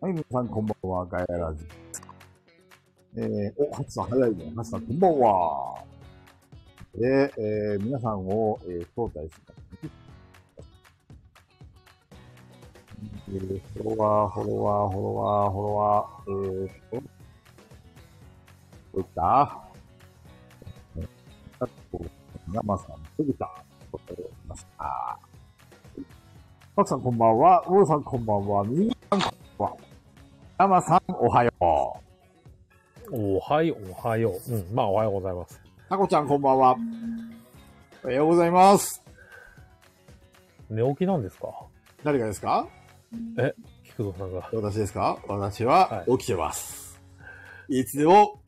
はい、皆さんこんばんは、ガヤラジです。えー、お、ハチさん早いね。ハチさんこんばんは。で、えー、皆さんを、えー、招待します。えー、フォロワー、フォロワー、フォロワー、フォロワー、えーと、どういったえーあと、山さん、杉田、ということでございました。ハチさんこんばんは、ウォルさんこんばんは、みーさんこんばんは。山さん、おはよう。おはよう、おはよう。うん、まあ、おはようございます。タコちゃんこんばんは。おはようございます。寝起きなんですか誰がですか菊蔵さんが。私ですか私は起きてます。い、つでも、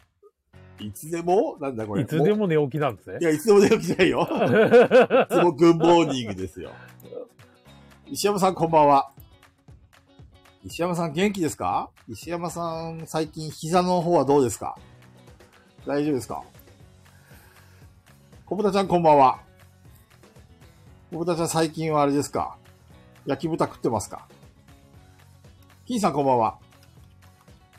いつでも、なんだこれ。いつでも。も寝起きなんですねい。や、いつでも出起きじゃない よ。いつもグンモーニングですよ。石山さんこんばんは。石山さん元気ですか石山さん最近膝の方はどうですか大丈夫ですか小豚ちゃんこんばんは。小豚ちゃん最近はあれですか焼き豚食ってますか金さんこんばんは。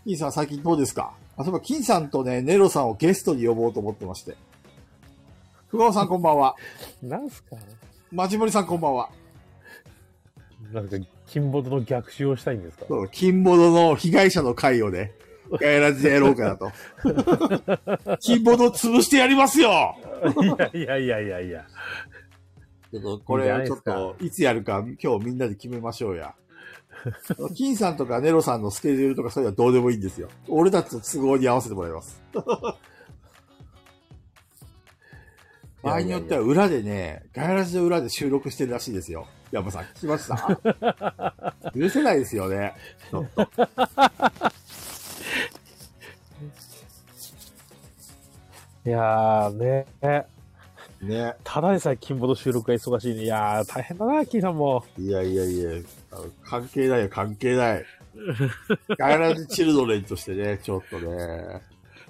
金さん最近どうですかあ、そういえば金さんとね、ネロさんをゲストに呼ぼうと思ってまして。久保さんこんばんは。なんすかマジモリさんこんばんは。なんか、金ボトの逆襲をしたいんですかそう、金ボドの被害者の会をね、ガヤラジでやろうかな と。金ボド潰してやりますよいやいやいやいやいや。ちょっとこいいんじゃなれ、いちょでっすかと、いつやるか、今日みんなで決めましょうや。金さんとかネロさんのスケジュールとかそういうのはどうでもいいんですよ。俺たちの都合に合わせてもらいます。場合によっては裏でね、ガヤラジの裏で収録してるらしいですよ。山さん、聞きました許せないですよね。ちょっといやーね。ね。ただでさえ金ボト収録が忙しいね。いやー、大変だな、金さんも。いやいやいや、あの関係ないよ、関係ない。ガイラジチルドレンとしてね、ちょっとね、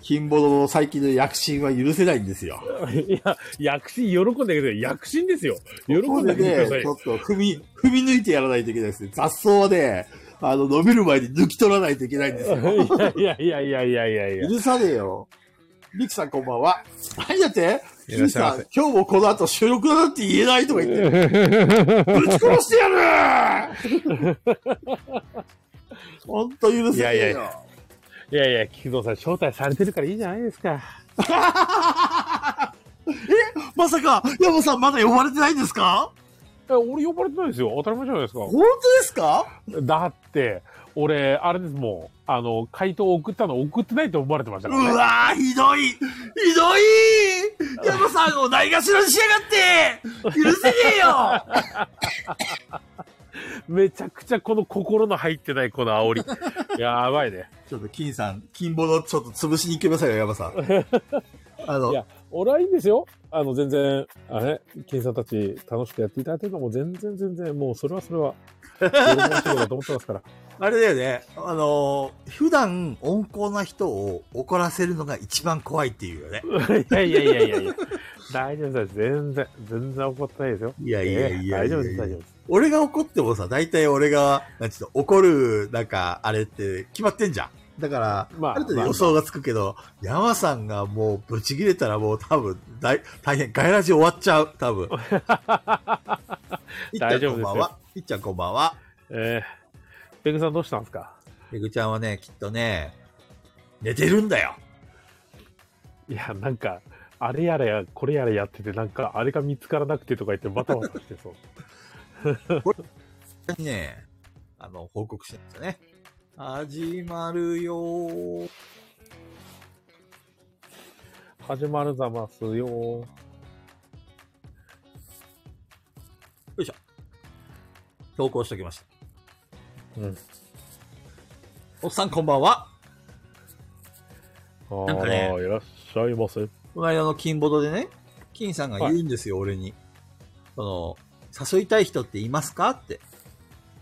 金ボドの最近の躍進は許せないんですよ。いや、躍進、喜んであげてください。躍進ですよ。喜んであげてくださいちょ。っと踏み、踏み抜いてやらないといけないですね。雑草はね、あの、伸びる前に抜き取らないといけないんですよ。いやいやいやいやいやいやい許さねえよ。ミクさんこんばんは。何やっていミらっクしゃいまさせん、今日もこの後収録だなんて言えないとか言って、ぶち殺してやる ほんと許せねいやえいやいよや。や。いやいや、菊蔵さん、招待されてるからいいじゃないですか。まさか、ヤモさんまだ呼ばれてないんですかえ俺呼ばれてないですよ。当たり前じゃないですか。本当ですかだって、俺、あれですもん。あの、回答送ったの送ってないと思われてましたうからね。わー、ひどいひどいヤモさんをないがしろにしやがって許せねえ よめちゃくちゃこの心の入ってないこの煽り。やばいね。ちょっと金さん、金ボのちょっと潰しに行けまさいよ、ヤモ さん。あのいや、俺はいいんですよ。あの、全然、あれ、金さんたち楽しくやっていただいてるのも全然全然、もうそれはそれは、俺も面白いなと思ってますから。あれだよね。あのー普段温厚な人を怒らせるのが一番怖いっていうよね。いやいやいやいやいや。大丈夫です。全然、全然怒ってないですよ。いやいやいやいや大丈夫です、大丈夫です。俺が怒ってもさ、大体俺が、なんちゅうの、怒る、なんか、あれって決まってんじゃん。だから、まあ、ある程度予想がつくけど、山さんがもうブチ切れたらもう多分、大、大変、ガイラジ終わっちゃう、多 分。いっちゃんこんばん大丈夫ですは。いっちゃんこんばんは。えー、ペグさんどうしたんですかペグちゃんはね、きっとね、寝てるんだよ。いや、なんか、あれやらや、これやらやってて、なんか、あれが見つからなくてとか言って、バタバタし てそう。本当にね、あの、報告してるんですよね。始まるよー。始まるざますよ。投稿しておきました。うん。おっさんこんばんは。あなんかねーいらっしゃいませ。この間の金ボドでね、金さんが言うんですよ、俺に。その、誘いたい人っていますかって。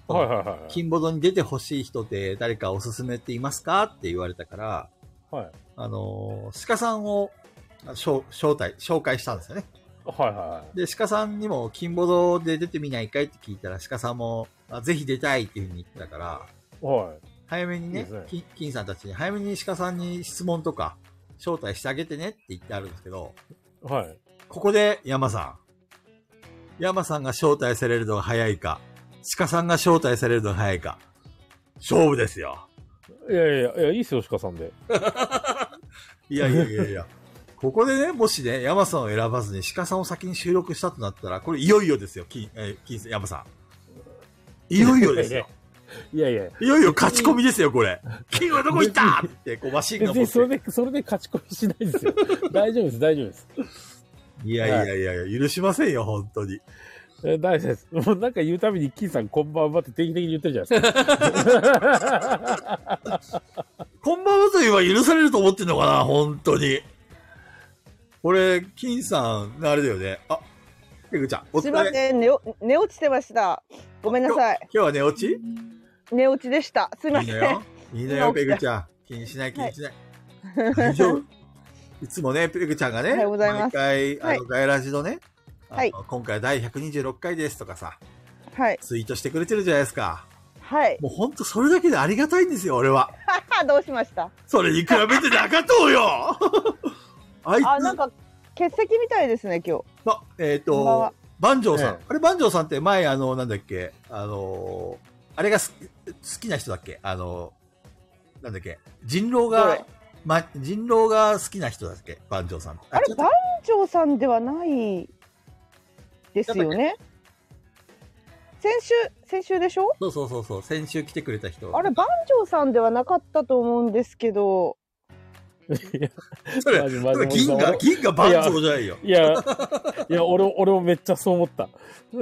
はいはいはい。金ボドに出てほしい人って誰かおすすめっていますかって言われたから、はい。あのー鹿さんをあ招招待、紹介したんですよね。はいはで、鹿さんにも、金ボドで出てみないかいって聞いたら、鹿さんも、あぜひ出たいっていうふうに言ってたから、いはい。はい。早めにいいねですね、き金さんたちに、早めに石川さんに質問とか、招待してあげてねって言ってあるんですけど、はい。ここで山さん。山さんが招待されるのが早いか、鹿さんが招待されるのが早いか、勝負ですよ。いやいやいや、いやいいっすよ、鹿さんで。いやいやい やいや。ここでね、もしね、山さんを選ばずに鹿さんを先に収録したとなったら、これいよいよですよ、金、えー金さん、山さん。いよいよです よ。いやいや。いよいよ勝ち込みですよ、こ れ。金はどこ行ったって、こう、マシンが別持にっそれて。で、それで勝ち込みしない ですよ。大丈夫です、大丈夫です。いやいやいやいや、許しませんよ、本当に。え大丈夫です。もうなんか言うたびに、金さんこんばんはって定期的に言ってるじゃないですか。こんばんはと言えば許されると思ってんのかな、本当に。俺、金さん、あれだよね。あ、ペグちゃん、おす疲いまれ。せん寝お寝落ちてましたごめんなさい今日は寝落ちいい寝落ちでしたすいませのんよ。いいのよ、今起ペきたグちゃん。気にしない、気にしない。大丈夫。 いつもね、ペグちゃんがね、おはようございます毎回、はあいの、ガイラジのね、あのはい今回第126回ですとかさ、はいツイートしてくれてるじゃないですか。はい もうほんとそれだけでありがたいんですよ、俺は。どうしましたそれに比べて中藤 よあいつ、あなんか欠席みたいですね今日ま、えっ、こんばんとは、万丈さん。ええあれ、万丈さんって前、あの、なんだっけ、あのーあれがす好きな人だっけあのーなんだっけ、人狼どがれ、ま、人狼が好きな人だっけ万丈さん。あ違れった番長さんではないですよね先週先週でしょそうそうそうそう、先週来てくれた人。あれ番長さんではなかったと思うんですけど それ、マジマジそれ銀マが、ジ銀が番長じゃないよ。いや、いや、俺も、俺もめっちゃそう思った。あそ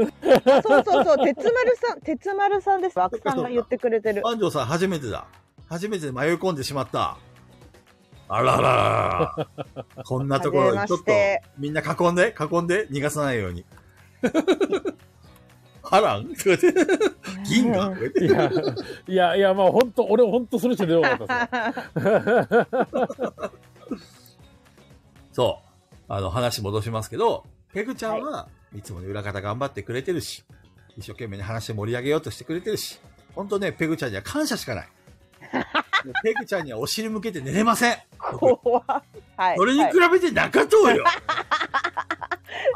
うそうそう鉄丸さん 鉄丸さんです枠さんが言ってくれてる万丈さん初めてだ。初めて迷い込んでしまった。あららら ら。こんなところにちょっはとじめましてみんな囲んで、囲んで逃がさないように。 あらんとか言って銀がとか言っていや、いや、いや、まあ本当、俺本当それしか出なかったですね。そう。あの、話戻しますけど、ペグちゃんはいつもね、裏方頑張ってくれてるし、一生懸命に話盛り上げようとしてくれてるし、ほんとね、ペグちゃんには感謝しか ない。もうペグちゃんにはお尻向けて寝れませ ん。 怖はいそれにはい比べて中藤よ。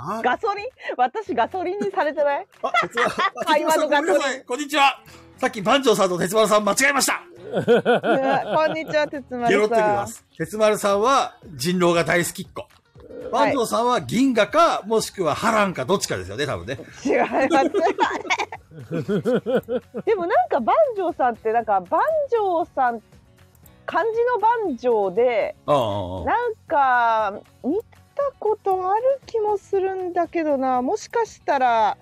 あガソリン私ガソリンにされてないあ、鉄丸さん。 会話のごめんな学さ校い。こんにちは。さっき番長さんと鉄丸さん間違えました。こんにちは、鉄ゲロ丸ってきさまん。す。鉄丸さんは人狼が大好きっ子。は番い長さんは銀河か、もしくは波乱かどっちかですよね、多分ね。違います。でもなんか、万丈さんって、なんか、万丈さん、漢字の万丈で、うんうんうん。なんか、見たことある気もするんだけどな、もしかしたら、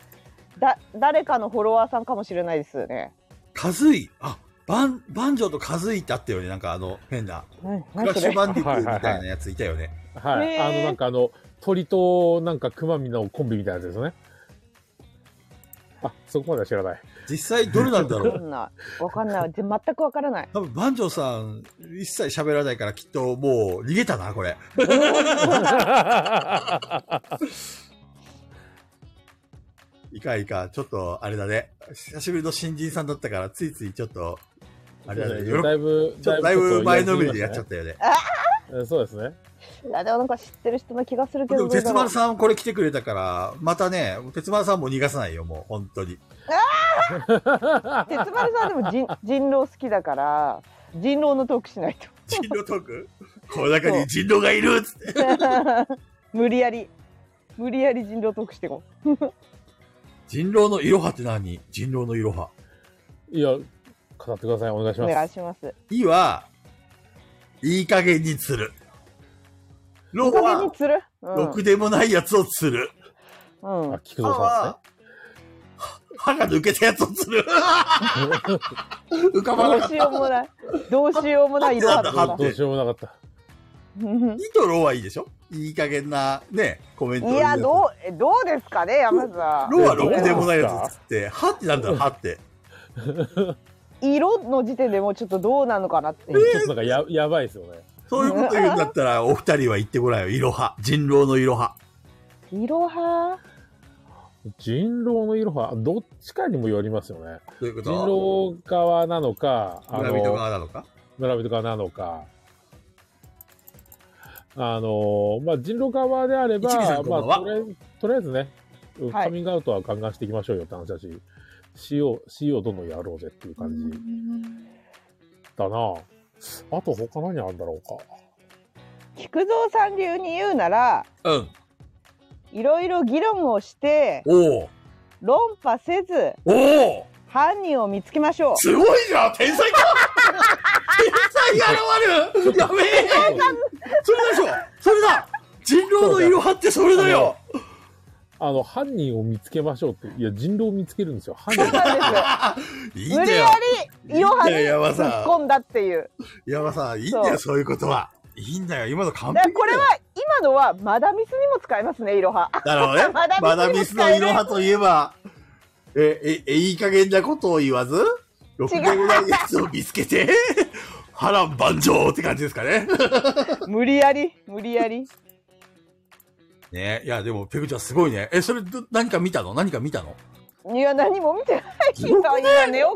だ、誰かのフォロワーさんかもしれないですよね。カズイ。あ、番、番長とカズイってあったよね。なんかあの、変な。何クラッシュバンディッはトいはいはいみたいなやついたよね。 はい。へーあの、なんかあの、鳥と、なんか熊みのコンビみたいなやつですよね。あ、そこまでは知らない。実際どれなんだろわう。か んない。わかんない。全くわからない。多分番長さん、一切喋らないからきっともう逃げたな、これ。いかんいかん、ちょっとあれだね。久しぶりの新人さんだったから、ついついちょっと、 あれだね。よろだいぶ、ちょっとだいぶ前のめりでやっちゃゃっったよね。た。そうですね。いや、でもなんか知ってる人の気がするけでども、どうだろう。鉄丸さんこれ来てくれたから、またね、鉄丸さんも逃がさないよ、もう、本当に。鉄丸さんでも人人狼好きだから人狼のトークしないと人狼トーク この中に人狼がいるっつって。無理やり無理やり人狼トークしてこ人狼のいろはって何人狼のいろは。いや、語ってください。お願いしうおます。願いしますいは、いい加減に釣る。おロかげには、釣るうろくでもないやつを釣る。ん、うあん、、菊歯蔵さは、歯が抜けたやつを釣 る。んですね。浮かばなどかっ。うしたようもないどうしようもない色肌あだあどうしようもなかった。うんいいとロはいいでしょいい加減な、ね、コメントをい入れるやどうえどうですかね山さロはどロうでもないやつっつって、歯ってなんだろう、歯って。ん色の時点でもうちょっとどうなのかなってちょっとなんかや、やばいですよね。そういうこと言うんだったら、お二人は言ってごらんよ。いろは。人狼のいろは。色派人狼のいろは、どっちかにもよりますよね。というこ人と狼側なのか、あ村人側の、なのか村人側なのか。あの、まあ、人狼側であれば一味さん、こんばまんはあ、とりあえず、とりあえずね、はいカミングアウトはガンガンしていきましょうよって話だし、しよう、しようどんどんやろうぜっていう感じだな。あと他何あるんだろうか。菊蔵さん流に言うならうん。いろいろ議論をしておお論破せずおお犯人を見つけましょうすごいじゃん天 才か天才現れるやべえそれでしょそれだ人狼の色はってそれだよあの、犯人を見つけましょうって、いや、人狼を見つけるんですよ。犯人を。 いいんだ無理よやりイロハにいいんだよ山突さっん込んだっていう山さん、いいんだよ、そういうことは。いいんだよ、今の完だか璧らこれは今のはマダミスにも使えますねイ ロハだろうね。 まだまだミスのいろはといえば、え、え、え、いい加減なことを言わず、ろくでもないやつを見つけて、 波乱万丈って感じですかね。無理やり無理やり ねいや、でも、ペグちゃんすごいね。え、それ、ど何か見たの何か見たのいや何も見てないす ごよくね今寝起きだよ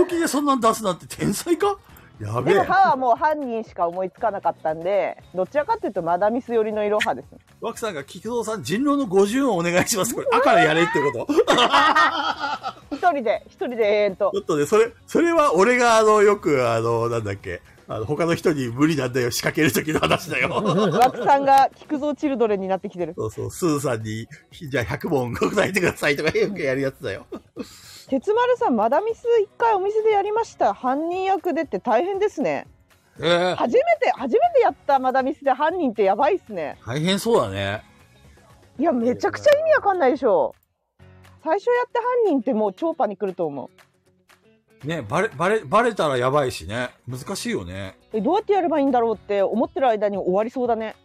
寝起きでそんなん出すなんて天才かやべえでも。歯はもう犯人しか思いつかなかったんでどちらかというとマダミス寄りのイロハですね枠さんが、菊蔵さん、人狼の50音お願いします。これ、赤でやれってこと 一人で一人で永遠とちょっとね、それ、それは俺が、あの、よく、あの、なんだっけ、あの、他の人に無理なんだよ、仕掛ける時の話だ よ。枠さんが菊蔵チルドレンになってきてるそうそう、スーさんに、じゃあ100問答えてくださいとかよくやるやつだよ。鉄丸さんマダミス一回お店でやりました犯人役でって大変ですねええ初めて初めてやったマダミスで犯人ってやばいっすね大変そうだね。いやめちゃくちゃ意味わかんないでしょ最初やって犯人ってもう超パニクると思ね、バレ、バレ、バレたらやばいしね。難しいよね。うえどうやってやればいいんだろうって思ってる間に終わりそうだね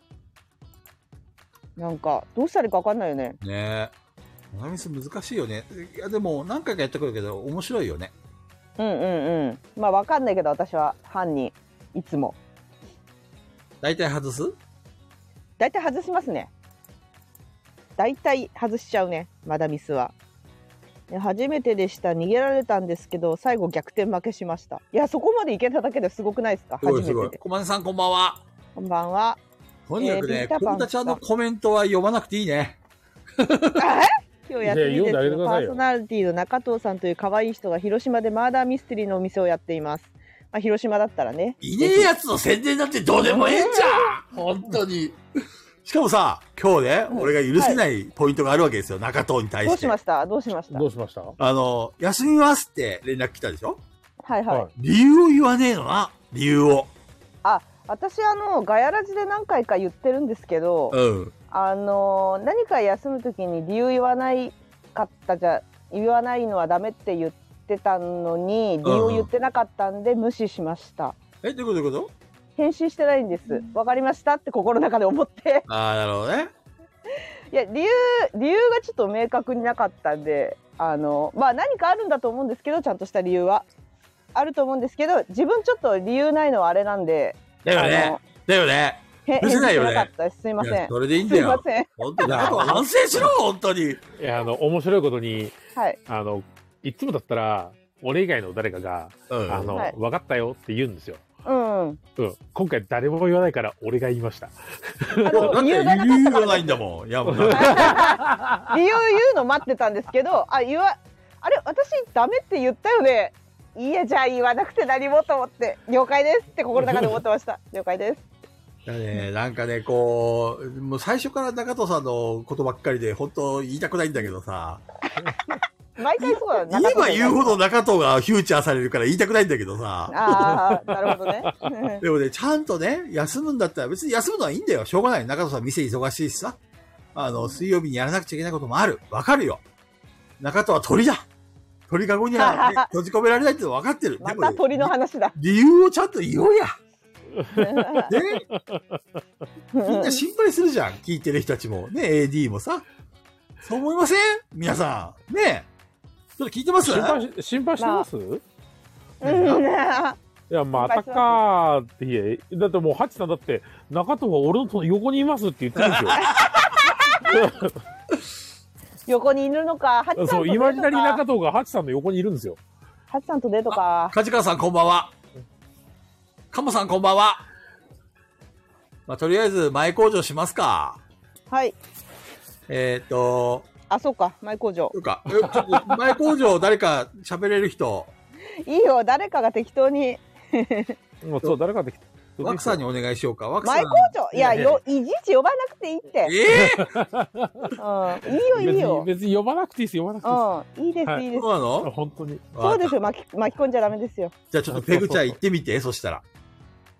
なんかどうしたらいいかわかんないよねねえ。ナミス難しいよね。いや、でも、何回かやってくるけど、面白いよね。うんうんうんまあわかんないけど私は犯人いつも大体外す大体外しますね大体外しちゃうねマダミスはで初めてでした逃げられたんですけど最後逆転負けしましたいやそこまでいけただけですごくないですかす初ごめいすごてい。でコマネさんこんばんは。こんばんはとにかくえーリねン、タコパンンタちゃんのコメントは読まなくていいね。 あ今日やっていや読んであげてくだパさいーよソナリティの中藤さんという可愛い人が広島でマーダーミステリーのお店をやっていますまあ広島だったらねいねえやつの宣伝なんてどうでもええんじゃん 本当に。しかもさ、今日ね、うん俺が許せないポイントがあるわけですよ、中藤に対どし。うしてましたどうしましたどうしましたあの、休みますって連絡来たでしょはいはい、はい理由を言わねえのな、理由を。私あのガヤラジで何回か言ってるんですけど、うん。あのー何か休む時に理由言わないかったじゃ言わないのはダメって言ってたのに理由を言ってなかったんで無視しました、え、どういうことどういうこ返信してないんですわかりましたって心の中で思ってとああ、なるほどね。いや理由理由がちょっと明確になかったんであのまあ何かあるんだと思うんですけどちゃんとした理由はあると思うんですけど自分ちょっと理由ないのはあれなんでだよあねの。だよね。へ許返せ信ないしよねなかったですすいまいせやんそれでいいんすだいまよ。せん本当に、中藤反省しろ、本当に。いや、あの、面白いことに、はいあの、いつもだったら、俺以外の誰かが、うん。あの、はい分かったよって言うんですよ。うんうんうん。今回誰も言わないから、俺が言いました。あ だっての理理由由がなかったからがないんだもん。いや、もう な、理由言うの待ってたんですけどあ言わあれ私ダメって言ったよねいいやじゃあ言わなくて何もと思って了解ですって心の中で思ってました了解ですだね、なんかね、こう、もう最初から中藤さんのことばっかりで、本当言いたくないんだけどさ、毎回そうだ言えば言うほど中藤がフューチャーされるから言いたくないんだけどさ、ああなるほどね でもね、ちゃんとね、休むんだったら別に休むのはいいんだよ。しょうがない。中藤さん店忙しいしさ、あの、水曜日にやらなくちゃいけないこともある。わかるよ。中藤は鳥だ。鳥かごには、 ね閉じ込められないってのはわかってる。までもたね鳥の話だ理由をちゃんと言おうや。う ね、みんな心配するじゃん。聞いてる人たちも。ね、AD もさ。そう思いません皆さん。ねちょっと聞いてます心配し、心配してます、いんや、またかーって言え。だってもう、ハチさんだって、中藤は俺のと横にいますって言ってるんですよ。横にいるのか、ハチさんそとう、デイマージトナリーか。中藤がハチさんの横にいるんですよ。ハチさんとデートか。梶川さんこんばんは。カモさんこんばんは。まあ、とりあえず、前工場しますか。はい。えーっと、あ、そうか。前工場と。いうか、えちょっと前工場誰か喋れる 人、いいよ。誰かが適当に。もうそう、誰かで。ワクさんにお願いしようか。ワクさん。前工場。いや、よ、いちいち呼ばなくていいって。ええうん。いいよ、いいよ。別に別に呼ばなくていいです、呼ばなくていいうん。いいではす、いいいー、ですそ。うなの です。本当に。そうですよ。巻き、巻き込んじゃダメですよ。じゃあちょっとペグちゃん行ってみて、そしたら。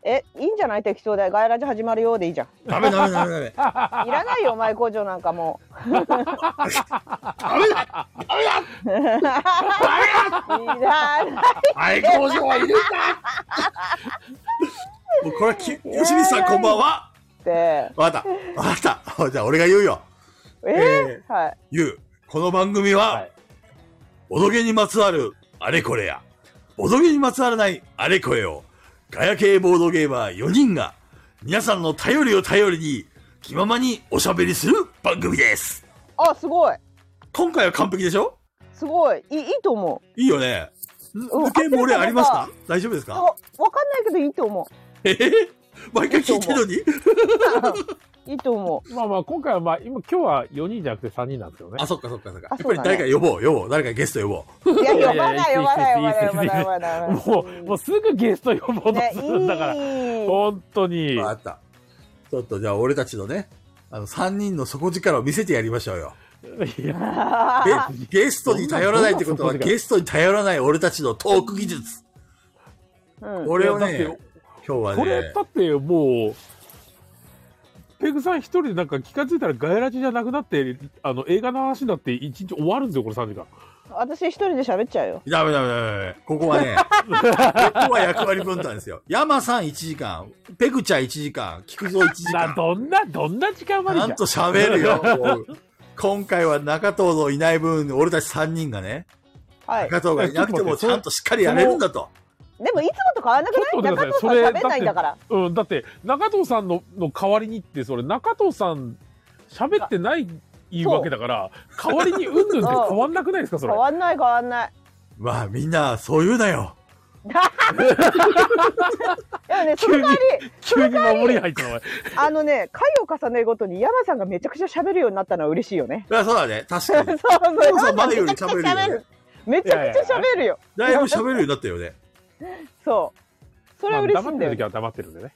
え、いいんじゃない適当で。ガイラジ始まるようでいいじゃん。ダメダメダメダメ。いらないよ、前工場なんかも ダメだう。いらない。前工場はいるんだ もうこれはき、吉見さんこんばんは。って。えわかった。わかった。じゃあ俺が言うよ。えー、はい。言う。この番組は、はいボドゲにまつわるあれこれや、ボドゲにまつわらないあれこれを、ガヤ系ボードゲーマー4人が、皆さんの頼りを頼りに、気ままにおしゃべりする番組です。あ、すごい。今回は完璧でしょすごい。いい、いいと思う。いいよね。んうん抜け漏れありますあか大丈夫ですあかわかんないけど、いいと思えへへ毎回聞いてるのにう。いいと思う。まあまあ、今回はまあ、今、今日は4人じゃなくて3人なんですけどねあ、。そっかそっかそっか。やあっぱり誰か呼ぼう、呼ぼう。誰かゲスト呼ぼう。いや、いや呼いやばない、呼ばない、呼ばないい、い呼ばない、呼ばない。呼ばないもう、もうすぐゲスト呼ぼうとね、するんだから。いい。本当に。ああった。ちょっとじゃあ俺たちのね、あの、3人の底力を見せてやりましょうよ。いや、ゲゲストに頼らないってことは、どんな底力ゲストに頼らない俺たちのトーク技術。うんこれをいやだっねて、今日はこれねだ、ってもう、ペグさん一人でなんか気がついたらガヤラジじゃなくなって、あの映画の話になって一日終わるんですよ、これ3時間。私一人で喋っちゃうよ。ダメダメダメダメ。ここはね、ここは役割分担ですよ。山さん1時間、ペグちゃん1時間、菊蔵1時な、間、どんな、どんな時間まちでゃじゃんと喋るよ。もう今回は中藤のいない分、俺たち3人がね、はい。中藤がいなくてもちゃんとしっかりやれるんだと。でも、いつもと変わらなくちょっとな待いって中くださいそ藤さんれ喋んないんだから。うん、だって、中藤さんのの代わりにって、それ、中藤さん、喋ってないいうわけだから、代わりにうんぬんって変わんなくないですか、そ変れ。わんない、変わんない。 まあみんな、そう言うなよ。でもね、その代わり、急に守り入ったの、お前。あのね、回を重ねるごとに山さんがめちゃくちゃ喋るようになったのは嬉しいよね。いやそうだね、確かそう に。そう。山さん前より喋るよねめちゃくちゃ喋る。めちゃくちゃ喋るよ。だいぶ喋るようになったよね。そう。それは嬉しいまあんだ黙ってるよ時。は黙ってるんでね。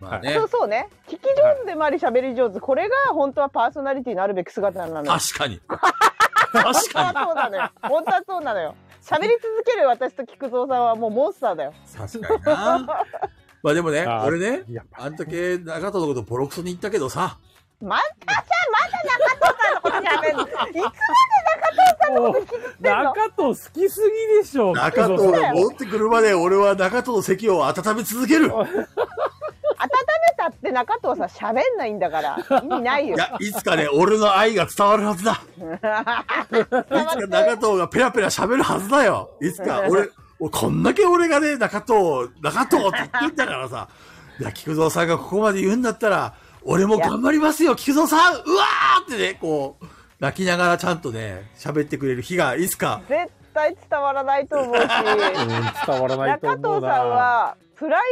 まあねそう、そうね。聞き上手でもあり喋り上手。これが本当はパーソナリティのあるべき姿なのよ。確かに。確本か当に。はそうなのよ。本当はそうな のよ。喋り続ける私と菊蔵さんはもうモンスターだよ。確かにな。まあでもね、あー俺ね、やっぱあん時、中藤のことボロクソに言ったけどさ、またさ、まだ中藤さんのこと喋る。いもう中藤好きすぎでしょ。中藤が戻ってくるまで俺は中藤の席を温め続ける。つ温めたって中藤さん喋んないんだから。意味ないよい。や、いつかね、俺の愛が伝わるはずだ。いつか中藤がペラペラ喋るはずだよ。いつか俺、俺こんだけ俺がね、中藤、中藤って言ってんだからさ、いや、菊蔵さんがここまで言うんだったら、俺も頑張りますよ、菊蔵さんうわーってね、こう、泣きながらちゃんとね、喋ってくれる日が、いつか、絶対伝わらないと思うし。うん伝わらないと中思うな。藤さんはプライ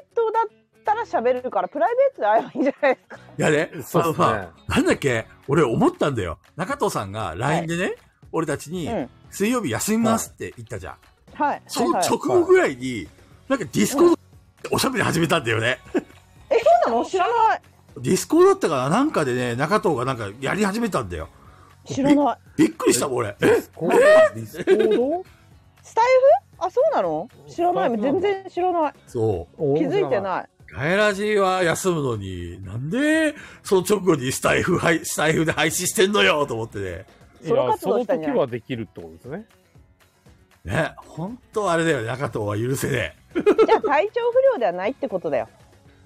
ベートだったら喋るからプライベートで会えばいいんじゃないですか。いやね、そうっすねまあまあなんだっけ、俺思ったんだよ。中藤さんが LINE でね、俺たちにうん、水曜日休みますって言ったじゃん。はい。そのはいはい直後ぐらいに、なんかディスコードでおしゃべり始めたんだよね。えそうなの知らない。ディスコードだったからなんかでね、中藤がなんかやり始めたんだよ。知らない。びっくりしたもん、俺。これディスコースタイフ？あそうなの？知らなスい。タイフな全んだ然知らない。そド気づいてない。う。ガエラジは休むのに、なんで、その直後にスタイフ配、スタイフで配信してんのよと思ってね。いソロや活そ動のしたんじゃ時ないはできるってことですね。ね、ほんとあれだよね、中藤は許せねじゃあ体調不良ではないってことだよ。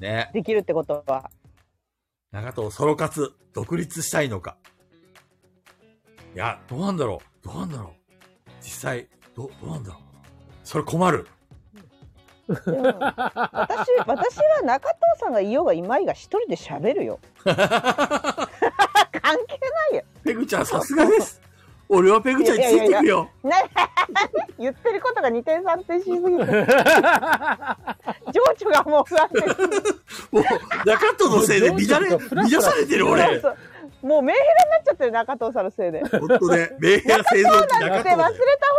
え。ね。できるってことは。中藤ソロ活、独立したいのか。いや、どうなんだろう。どうなんだろう。実際、どう、どうなんだろう。それ困る。でも私私は中藤さんがいようがいまいが一人で喋るよ。考関係ないよ。ペグちゃんさすが です。俺はペグちゃんについてくよ。な 言ってることが二点三点しすぎて、情緒がもう不安定すぎてもう、中藤のせいで乱れ、乱されてる俺。そうそうもうメンヘラになっちゃってる中藤さんのせいで。本当ね、メンヘラ製造機だ中って忘れた藤で。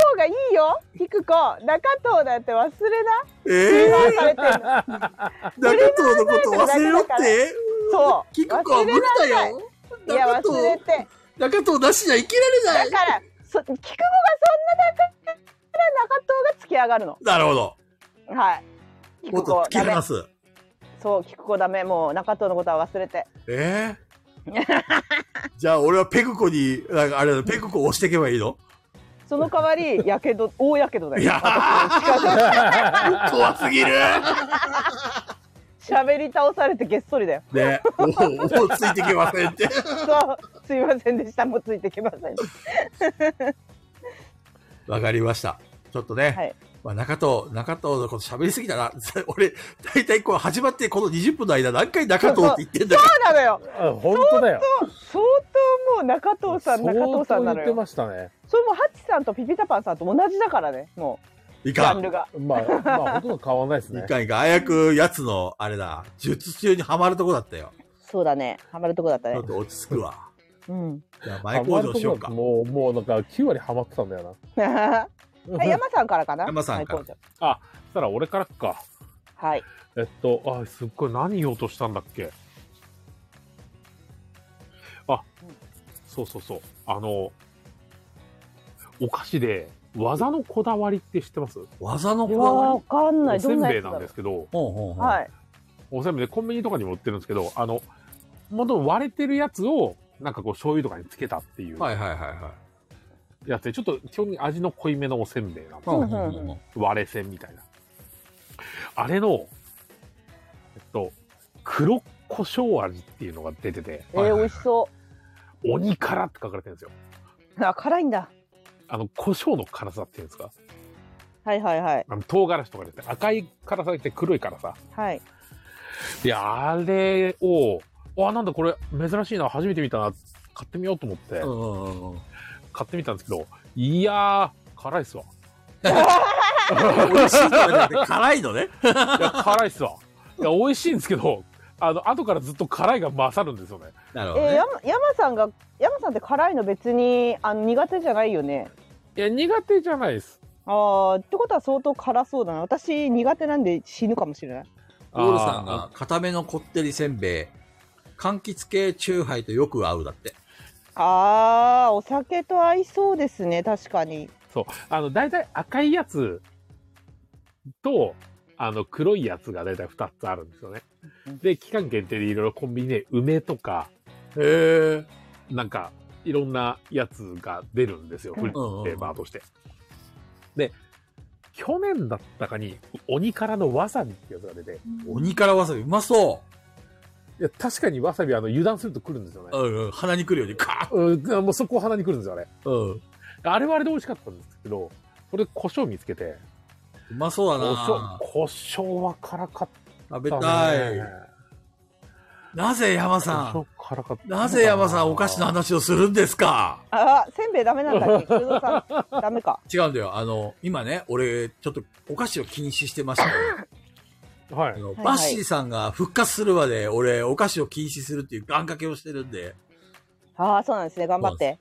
方がいいよ。キクコ、中藤だって忘れな。振りえ回されてるの。ー、中藤のこと忘れろって。そう。聞くか、無理だよ。忘れなさい。いや中忘れ藤、て。中藤なしじゃ生きらだれない。から、そ、キクコがそんな中中藤が突き上がるの。なるほど。はい。キもクっとコ突きダメ放。す。そう、キクコダメ。もう中藤のことは忘れて。え ー、じゃあ俺はペグコに、なんかあれだ、ペグコを押していけばいいのその代わり、やけど、大やけどだいよや。ー、 怖すぎる。喋り倒されてげっそりだよ。ね、もう、もうついてきませんって。そう、すいませんでした。もうついてきません。わかりました。ちょっとね、はいまあ、中藤、中藤のこと喋りすぎたな。 俺、大体こう始まってこの20分の間何回中藤って言ってんだそよ。うなのよ。あ本当だよ。相当もう中藤さん、中藤さんな相当言のってよ。ましたね。そそれもハッチさんとピピタパンさんと同じだからね。もいうジャかンん。ルが。まあ、 まあ、ほとんど変わらないですいね。かんいかん。早くやつの、あれだ、術中にはまるとこだったよ。そうだね。ハマるとこだったちょっ。ねと落ち着くわ。 うん。じゃあ前工場しようか。もう、もうなんか9割ハマってたんだよな。あ山さんからかな。山さんからはいこうじゃ そしたら俺からか。はい。えっと、あ、すっごい何言おうとしたんだっけ。あ、そうそうそう。あの、お菓子で技のこだわりって知ってます技のい子やだわわかんない。おどせんんなべいやつだなんろでうす。けど、ほうほうほうはい。おせんべいでコンビニとかにも売ってるんですけど、あの、本当に割れてるやつを、なんかこう醤油とかにつけたっていうはいはいはいはい。やつで、ちょっと基本に味の濃いめのおせんべいなんですほようほうほうほう割れ線みたいな。あれの、えっと、黒胡椒味っていうのが出てて、えはいー、はい美味しそ鬼辛って書かれてるんですよ。う。あ、辛いんだ。あの、胡椒の辛さっていうんですかはいはいはい。あの、唐辛子とかですね。赤い辛さじゃなくて黒い辛さ。はい。いや、あれを、あ、なんだこれ珍しいな、初めて見たな、買ってみようと思って、うんうんうんうん買ってみたんですけど、いやー、辛いっすわ。美味しいとかじゃなくて辛いのね。いや、辛いっすわ。いや、美味しいんですけど、あの、後からずっと辛いが勝るんですよね。なるえほどー、ね。山、山さんが、山さんって辛いの別に、あの苦手じゃないよね。いや、苦手じゃないです。ああ、ってことは相当辛そうだな。私苦手なんで死ぬかもしれない。オールさんが固めのこってりせんべい、柑橘系チューハイとよく合うだって。ああ、お酒と合いそうですね。確かに。そう。あの、大体赤いやつと、あの、黒いやつが大体2つあるんですよね。で、期間限定でいろいろコンビニで梅とか、へえ。なんか、いろんなやつが出るんですよ。フリうんうんッペーバーとして。で、去年だったかに、鬼からのわさびってやつが出て、鬼辛わさびうまそいや、確かにわさびあの、油断すると来るんですよう。ね。うんうん。鼻にくるようにカうん、もうそこ鼻に来るんですよ、あれ。ーッうん。あれはあれで美味しかったんですけど、これ胡椒見つけて、うまそう胡だ椒な、胡椒は辛かった。食べたい。なぜ山さん、なぜ山さんお菓子の話をするんですかああ、せんべいダメなんだ。菊蔵さん、ダメ か。違うんだよ。あの、今ね、俺、ちょっとお菓子を禁止してましたよ。はあい。のはいバッシーさんが復活するまで、俺、お菓子を禁止するっていう願掛けをしてるんで、ああ、そうなんですね。頑張って。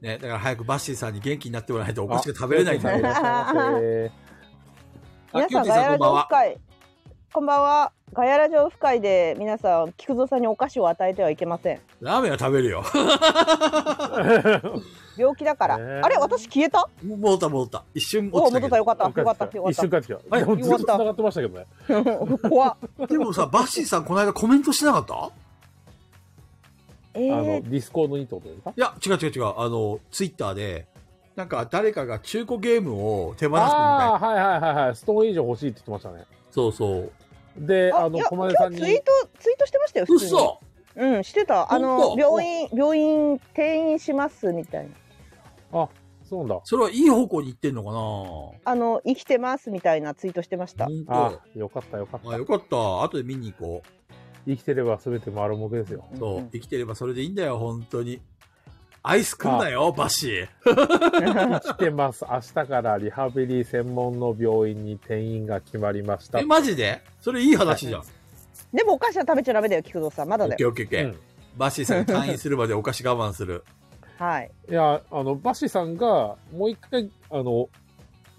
ね、だから早くバッシーさんに元気になってもらわないとお菓子が食べれないんだいよ。らっしゃいませあ皆さん、キューティーガさんヤラジこんばんオはフ会。こんばんは。ガヤラジオフ会で、皆さん、菊蔵さんにお菓子を与えてはいけません。ラーメンは食べるよ。病気だから。ねえあれ、私消えた。戻った戻った。一瞬お落お、ちた戻けった。ど。よかった。よかった。よか一瞬っ帰ってきた。はいでもずっと繋がってましたけどね。 た。怖っ。でもさ、バッシーさんこの間コメントしなかったえあの、デー、ィスコードにってことですかいや、違う違う違う。あの、ツイッターで、なんか誰かが中古ゲームを手放すみたいあな。あー、はいはいはいはい。ストーン以上欲しいって言ってましたね。そうそう。で、ああの、いや小前さん今日ツイーに、ト、ツイートしてましたよ。普通に嘘うん、してた。あの本、当病院、病院、転院しますみたいな。そうなんだ。それはいい方向に行ってんのかなあの、生きてますみたいなツイートしてました。。本当ああ、よかったよかっあ、よかった。後で見に行こう。生きてれば全て丸儲け ですよ。そううん生きてればそれでいいんだよ、本当に。アイス食んなよ、バシ。知ってます。明日からリハビリ専門の病院に転院が決まりましたえ、。マジでそれいい話じゃん。でもお菓子は食べちゃダメだよ、菊蔵さん。まだオッだケよ。ーオッケーオッケうーん。バシーさんが退院するまでお菓子我慢する。はい。いや、あの、バシさんがもう一回、あの、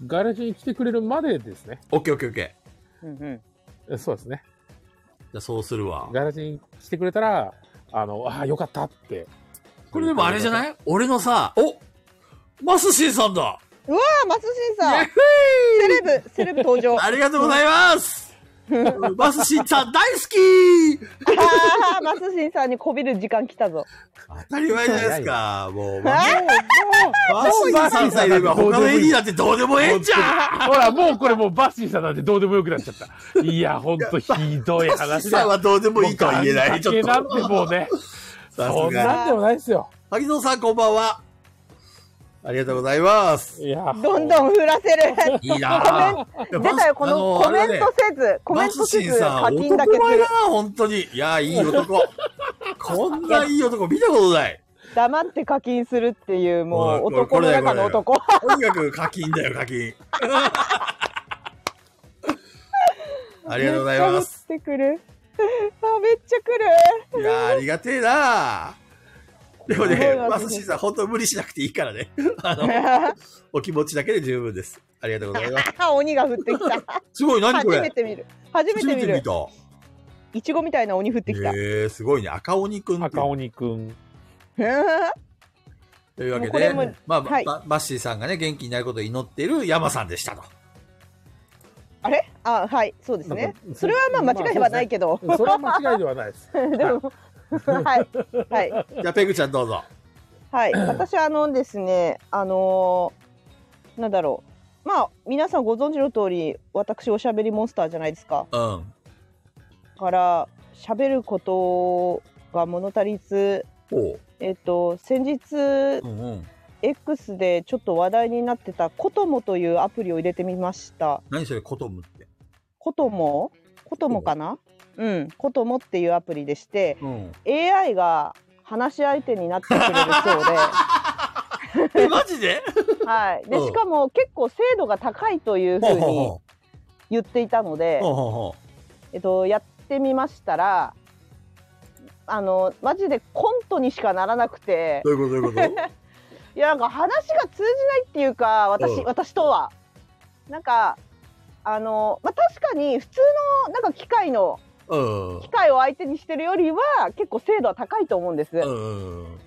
ガレージに来てくれるまでですね。オッケーオッケーオッケー。うんうん。えそうですね。じゃあそうするわ。ガレージに来てくれたら、あの、ああ、よかったって。これでもあれじゃいない俺のさ、おマスシンさんだあ、松新さヤッんフ。セレブ、セレブ登場。あ ありがとうござい ますマスシンさん大好きあ、松新さんにこびる時間来たぞ。当たり前じゃないですか、もう。マあスシンさんさえいれば他の AD だってどうでもええんじゃんほら、もうこれもうバッシーさんなんてどうでもよくなっちゃった。いや、ほんとひどいマス話シンさだんよ。はどうでもいいとは言えない。ちょっなんてと。もうね、さすそんがに。なんでもないですよ。萩野さんこんばんは。ありがとうございます。いや、どんどん振らせる。いいなぁ。出 出たよ、このコメントせず、コメントせず課さん、金だけ男す前るだ。な、本当に。いや、いい 男。こんないい男見たことない。黙って課金するっていう、もうほら男の中のこ男。とにかく課金だよ、課 金。ありがとうございます。めっちゃ降ってくる。あ、めっちゃ来る。いやありがてえなでもすごいね、わマスシーさん、本当無理しなくていいからね。あの、お気持ちだけで十分です。ありがとうございます。 あ、鬼が降ってきた。すごい、 何初こめれて見る。初めて見る。た。いちごみたいな鬼降ってきた。えー、すごいね。赤鬼くんっていう赤鬼くん。というわけもうこれで、もまあ、はいまマッシーさんがね、元気になることを祈っている山さんでしたと。あれ あ、はい、そうですねなん。かそれはまあ間違いはないけど。それは間違いではないです。 でも、はい、はい。じゃあ、ペグちゃんどうぞ。はい、私あのですね、あのーなんだろう、まあ皆さんご存知の通り、私おしゃべりモンスターじゃないですか。うん。だから喋ることが物足りず、おう。えっと先日うんうん。 X でちょっと話題になってたコトモというアプリを入れてみました。何それ、コトムって。コトモ？コトモかな？うん、コトモっていうアプリでして、うん。 AI が話し相手になってくれるそうで。え、マジではい、でうんしかも結構精度が高いというふほううほうにほ言っていたのでう。、ほうほうほえっと、やってみましたらあのマジでコントにしかならなくてう。どういうことどういうこいやなんか話が通じないっていうか私,、うん私とは。なんかあの、まあ、確かに普通のなんか機械のと機械を相手にしてるよりは結構精度は高いと思うんです。うん。うんうん。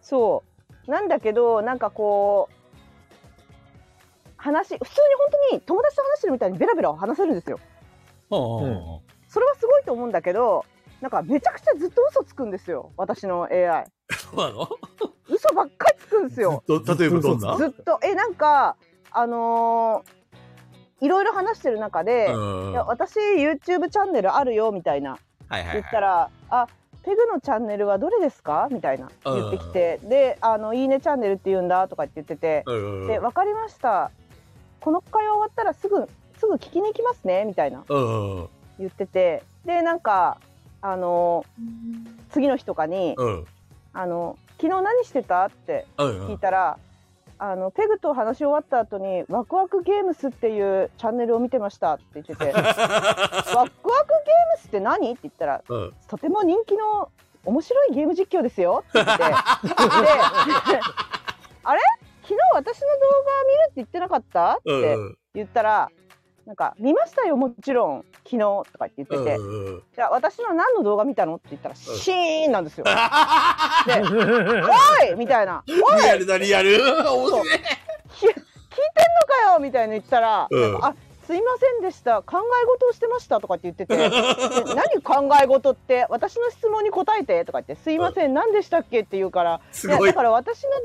そうなんだけどなんかこう話普通に本当に友達と話してるみたいにベラベラ話せるんですよほうほうほそれはすごいと思うんだけどなんかめちゃくちゃずっと嘘つくんですよ私の AI う。そうなの嘘ばっかりつくんですよど例えばどんなずっとえなんかあのーいろいろ話してる中で、うん。はいや私 YouTube チャンネルあるよみたいないはいはい。言ったら「あペグのチャンネルはどれですか?」みたいな言ってきて、であの「いいねチャンネルって言うんだ」とかって言ってて、うんうんうん、で「分かりましたこの会話終わったらすぐすぐ聞きに行きますね」みたいなうんうん言っててでなんかあの次の日とかにうん。 「あの昨日何してた?」ってうんう聞いん。たら「あのペグと話し終わった後にワクワクゲームスっていうチャンネルを見てました」って言っ てて「ワクワクゲームスって何?」って言ったらうん「とても人気の面白いゲーム実況ですよ」って言っててであれ昨日私の動画見るって言ってなかった?」っうてん言ったらなんか「見ましたよもちろん昨日」とか言ってうん言ってて、うんうん。じゃあ私の何の動画見たのって言ったら、シーンなんですよ。で、おいみたいな、 お いリアルだリアル。面白い。き聞いてんのかよみたいな言ったら、うんなんかあすいませんでした考え事をしてましたとかって言っててで何考え事って私の質問に答えてとか言ってすいません何でしたっけって言うからすごいやだから私の動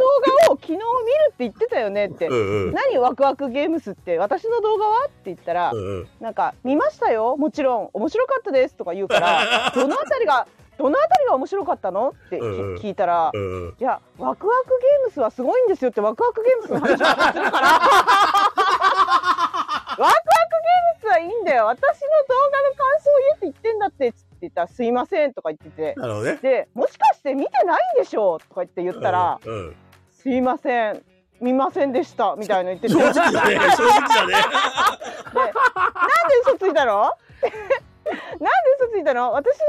画を昨日見るって言ってたよねってうんうん何ワクワクゲームスって私の動画はって言ったら、うんうん。なんか見ましたよもちろん面白かったですとか言うから どのあたりがどのあたりが面白かったのってきうんうん聞いたら、うんうん。いやワクワクゲームスはすごいんですよってワクワクゲームスの話 をするからワクワクゲームスはいいんだよ私の動画の感想を言えって言ってんだってつっって言ったら「すいません」とか言っててなるほどね。で「もしかして見てないんでしょう?」とか言って言ったらうんうん「すいません見ませんでした」みたいなの言ってて「正なん直でだね。正直だね。嘘ついたの? 」 なんで嘘ついたの私の動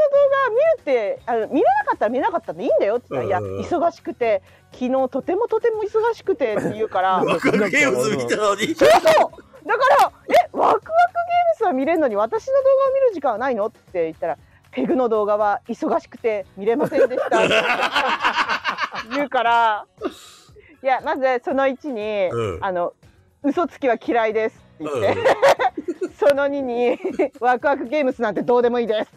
画見るってあの見れなかったら見れなかったんでいいんだよって言ったら「いうんうんや忙しくて昨日とてもとても忙しくて」って言うから ワクワクゲームズ見たのに。そうそうだから「えワクワクゲームスは見れるのに私の動画を見る時間はないの?」って言ったら「ペグの動画は忙しくて見れません でした」言うからいやまずその1に「うんあの嘘つきは嫌いです」って言って、 その2に「ワクワクゲームスなんてどうでもいい です」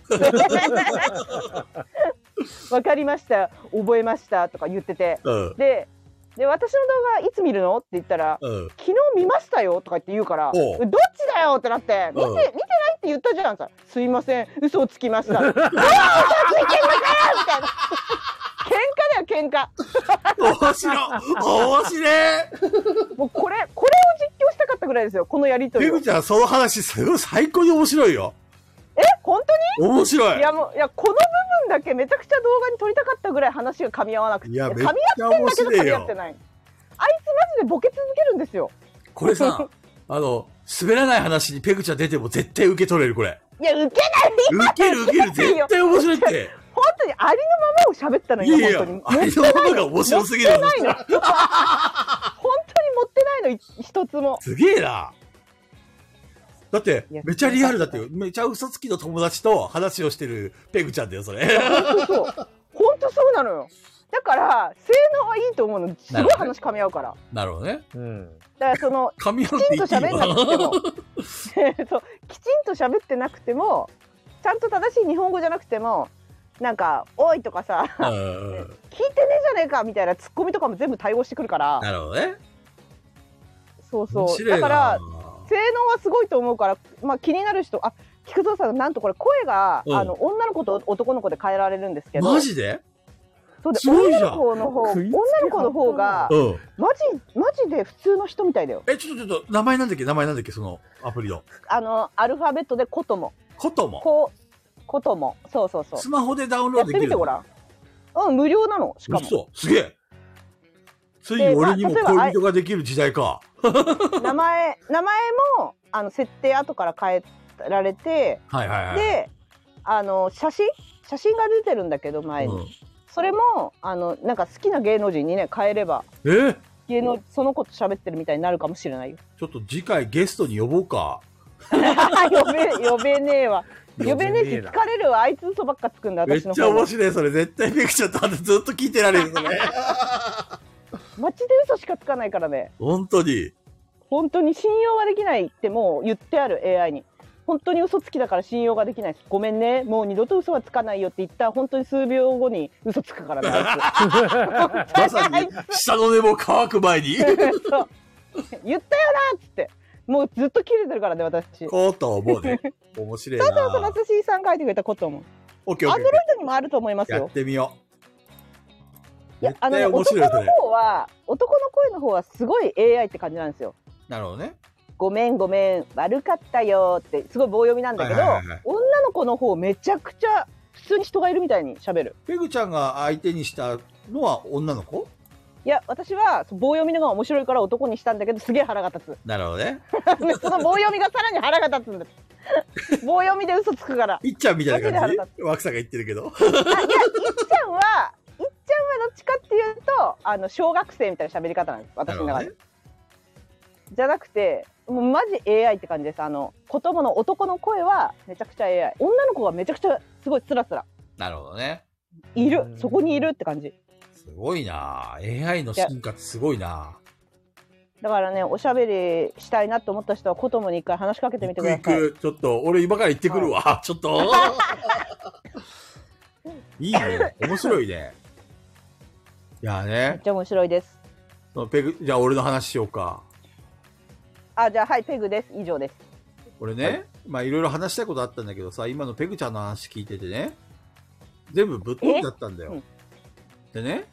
わかりました覚えました」とか言っててうん。でで私の動画いつ見るのって言ったら「うん。昨日見ましたよとか言って言うから、おうどっちだよってなって、見て、うん見てないって言ったじゃんさ、すいません、嘘をつき ました。どう嘘をついてんのかよみたいな。喧嘩だよ、面白い。面白い。喧嘩。もうこれ、これを実況したかったぐらいですよ、このやりとりペを。グちゃん、その話、すごい最高に面白いよ。え、本面当白にいい。や、もう、いや、この部分だけめちゃくちゃ動画に撮りたかったぐらい話が噛み合わなくて。いや噛めみっ合っちゃ面てんだ白けどい噛み合っよて。ない。あいつマジでボケ続けるんですよ。これさ、あの、滑らない話にペグちゃん出ても絶対受け取れる、これ。いや、ウケない受ける受ける、絶対面白いって。本当にありのままを喋ったのいやよ、いや、本当あに。れのことが面白すぎる。ないの。本当に持ってないのい一つも。すげえな。だっていや、めちゃリアルだってよ。めちゃ嘘つきの友達と話をしてるペグちゃんだよ、それ。本当そう。本当そうなのよ。だから性能はいいと思うの。すごい話噛み合うから。 なるほどね。 うん。だからその噛み合うっきてちん言とっていい喋んなくてもの、そうきちんと喋ってなくても、ちゃんと正しい日本語じゃなくても、なんかおいとかさ、かなうんうん聞いてねえじゃねえかみたいなツッコミとかも全部対応してくるから。なるほどね。そ面うそう。白だいかなら性能はすごいと思うから、まあ、気になる人あ菊蔵さんなんとこれ声が、うんあの女の子と男の子で変えられるんですけどマジでそうですごい女じゃのん子の方食いつ女きの子の方がうん。マジマジで普通の人みたいだよえ、ちょっとちょっと、名前なんだっけ名前なんだっけそのアプリの。あのアルファベットでコトモことも。ココトモそうそうそうスマホでダウンロやードっでてきるみてごらんうん無料なのしかもそう、すげえ。ついに俺にもでまあ例えば恋人ができる時代か。名前名前もあの設定後から変えられてはいはいはい。であの写真写真が出てるんだけど前に、うんそれもあのなんか好きな芸能人にね変えればえー芸能その子と喋ってるみたいになるかもしれ ないよ。ちょっと次回ゲストに呼ぼうか。呼べ呼べねえわ。呼べねえし呼べねえな疲れるわあいつ嘘ばっかつくんだめっ私のちゃ方面白い、それ。絶対ペクちゃんとあんたずっと聞いてられる、そ れ。マジで嘘しかつかないからね本当に。本当に信用はできないってもう言ってある AI に本当に嘘つきだから信用ができないですごめんねもう二度と嘘はつかないよって言ったら本当に数秒後に嘘つくからねあいつまさに、下の根も乾く前 に。そう 言ったよなっつってもうずっと切れてるからね私こうと思うね。面白い佐藤さんな。夏井さん書いてくれたこともオッケーオアッケンドーロイオッケドにもあると思いますー。やっよてみよう。いやあの、絶対ね、面男白い、そのれ。方は男の声の方はすごい AI って感じなんですよなるほどね。ごめんごめん悪かったよってすごい棒読みなんだけど、はいはいはいはい女の子の方めちゃくちゃ普通に人がいるみたいに喋るペグちゃんが相手にしたのは女の子いや私は棒読みのが面白いから男にしたんだけどすげえ腹が立つ なるほどね。その棒読みがさらに腹が立つんです棒読みで嘘つくからいっちゃんみたいなマ感ジで腹じワクさんが言ってるけど。あいやいっちゃんはいっちゃんはどっちかっていうとあの小学生みたいな喋り方なんです私の中で、なるじゃなくてもうマジ AI って感じですあの子供の男の声はめちゃくちゃ AI 女の子はめちゃくちゃすごいスラスラなるほどね。いるうんそこにいるって感じすごいな AI の進化ってすごいなだからねおしゃべりしたいなと思った人は子供に一回話しかけてみてくだ行さいく、ちょっと、俺今から行ってくるわ。ちょっと。 いいね。面白いね。いやめっね、ちゃ面白いですそのペグ、じゃあ俺の話しようか。あじゃあはいペグです以上です俺ね、まあいろいろ話したいことあったんだけどさ、今のペグちゃんの話聞いててね、全部ぶっ飛んじゃったんだよ。で ね、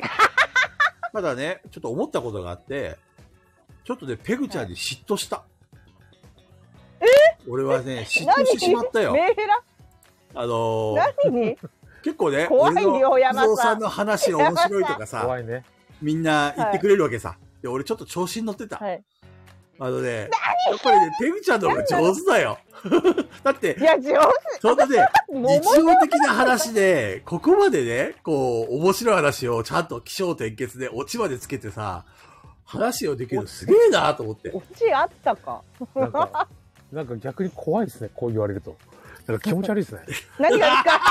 ただね、ちょっと思ったことがあって、ちょっとね、ペグちゃんに嫉妬した。俺はね、嫉妬してしまったよ。メンヘラあのー何に結構ね、怖いよ俺の山さん不動産の話面白いとかさ、怖いね。みんな言ってくれるわけさ。で、俺ちょっと調子に乗ってた。はい。あのね、やっぱりね、ペグちゃんの方が上手だよ。だってい、や、上ちょうどね、手も日も常的な話で、ここまでね、こう、面白い話をちゃんと気象点結で落ちまでつけてさ、話をできるのすげえなと思って。オチあったか。なんか、なんか逆に怖いですね。こう言われると。なんか気持ち悪いですね。何がで すか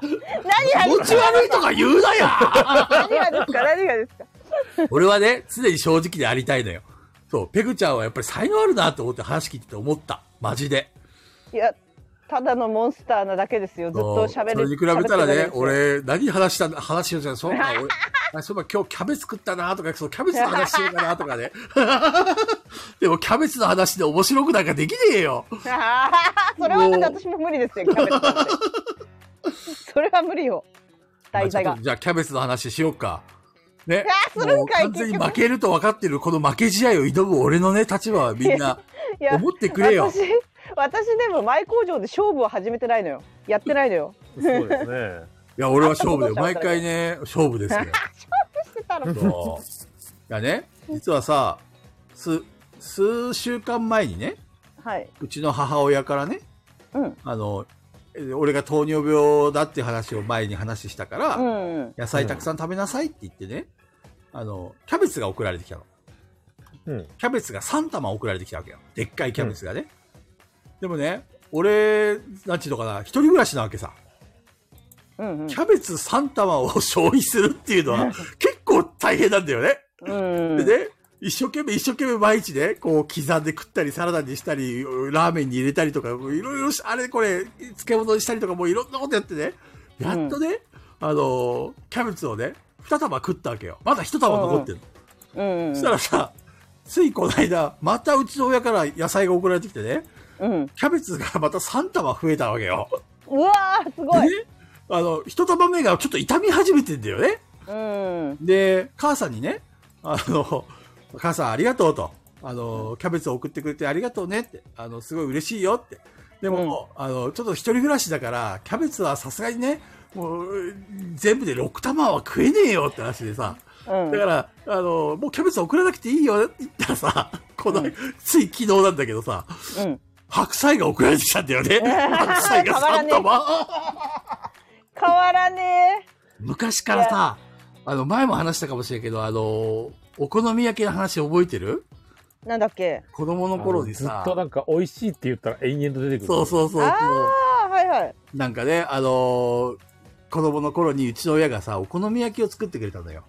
何が持ですち悪いとか言うなやか何がですか何がですか俺はね、常に正直でありたいのよ。そう、ペグちゃんはやっぱり才能あるなと思って話聞いてて思った。マジで。いや、ただのモンスターなだけですよ。ずっとそ喋る。れに比べたら喋ってねる、 俺、何話したん だ、話をじゃそうか、俺、あそういえば今日キャベツ食ったなとか、そのキャベツの話してるかなとかね。 でもキャベツの話で面白くなんかできねえよ。あーそれはだって私も無理ですよ、キャベツなんて それは無理よ。題材まあちょっがと。じゃあキャベツの話しようか。ねあ。 ーするんかいもう完全に負けると分かってる、この負け試合を挑む俺のね、立場はみんな いや、思ってくれよ私。、私でも前工場で勝負を始めてないのよ。やってないのよ。そうですね。いや、俺は勝負だよ。あそう毎そう回ね、勝負ですよ。してたの。そう。いやね、実はさ、す、数週間前にね、はい。うちの母親からね、うん。あの、え俺が糖尿病だって話を前に話したから、うんうん。野菜たくさん食べなさいって言ってね、あの、キャベツが送られてきたの。うん。キャベツが3玉送られてきたわけよ。でっかいキャベツがね。でもね、俺、なんちゅうのかな、一人暮らしなわけさ。うんうんキャベツ3玉を消費するっていうのは結構大変なんだよね。うんうん。でね、一生懸命一生懸命毎日ね、こう刻んで食ったり、サラダにしたり、ラーメンに入れたりとか、もういろいろし、あれこれ、漬物にしたりとか、もういろんなことやってね、やっとね、あのーキャベツをね、二玉食ったわけよ。まだ一玉残ってるの。うんうん。そしたらさ、ついこの間、またうちの親から野菜が送られてきてね、うん。キャベツがまた3玉増えたわけよ。うわー、すごでね、い。あの、一玉目がちょっと痛み始めてんだよね。うん。で、母さんにね、あの、母さんありがとうと、あの、キャベツを送ってくれてありがとうねって、あの、すごい嬉しいよって。でも、あの、ちょっと一人暮らしだから、キャベツはさすがにね、もう、全部で6玉は食えねえよって話でさ。うん。だから、あの、もうキャベツは送らなくていいよって言ったらさ、この、うんつい昨日なんだけどさ、うん。白菜が送られてきたんだよ ね。白菜が3変玉。変わらね昔からさ、あの、前も話したかもしれんけど、あの、お好み焼きの話覚えてるえ。なんだっけ。子供の頃にずっさ、となんか美味しいって言ったら延々と出てくる。そうう。そうそうああ、はいはい。なんかね、あのー子供の頃にうちの親がさ、お好み焼きを作ってくれたのよ。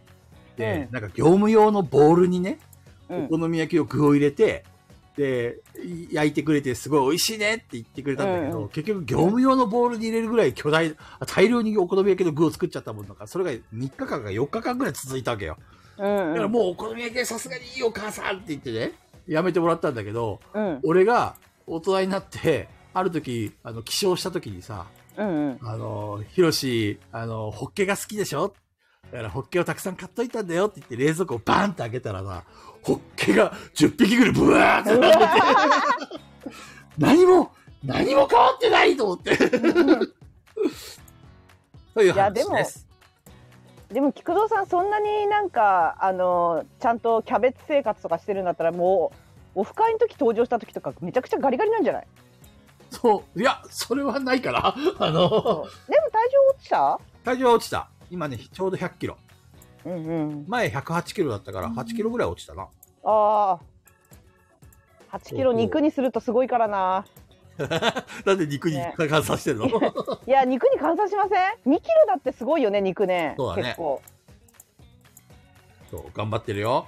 で、うなんか業務用のボウルにね、うおん。好み焼きを具を入れて、で、い焼いてくれて、すごい美味しいねって言ってくれたんだけど、うんう結局業務用のボウルに入れるぐらい巨大、あ大量にお好み焼きの具を作っちゃったもんだから、それが3日間か4日間ぐらい続いたわけよ。うんだうからん。もうお好み焼きはさすがにいいお母さんって言ってね、やめてもらったんだけど、うん。俺が大人になって、ある時、あの、起床した時にさ、うんうん。あの、ヒロシ、あの、ホッケが好きでしょだからホッケをたくさん買っといたんだよって言って冷蔵庫をバーンって開けたらさ、ホッケが10匹ぐらいブワーって並んでて、 何も、何も変わってない と思って。といういや話でもです。でも菊蔵さんそんなになんかあのちゃんとキャベツ生活とかしてるんだったらもうオフ会の時登場した時とかめちゃくちゃガリガリなんじゃないそう、いや、それはないから、あでのも、体重落ちた体重は落ちた。今ね、ちょうど100キロ。うんうん前108キロだったから、8キロぐらい落ちたな。ああ8キロ肉にするとすごいからな なんで肉にね換算 してるの、いや肉に換算しません2キロだってすごいよね肉ねそうだね結構そう、頑張ってるよ。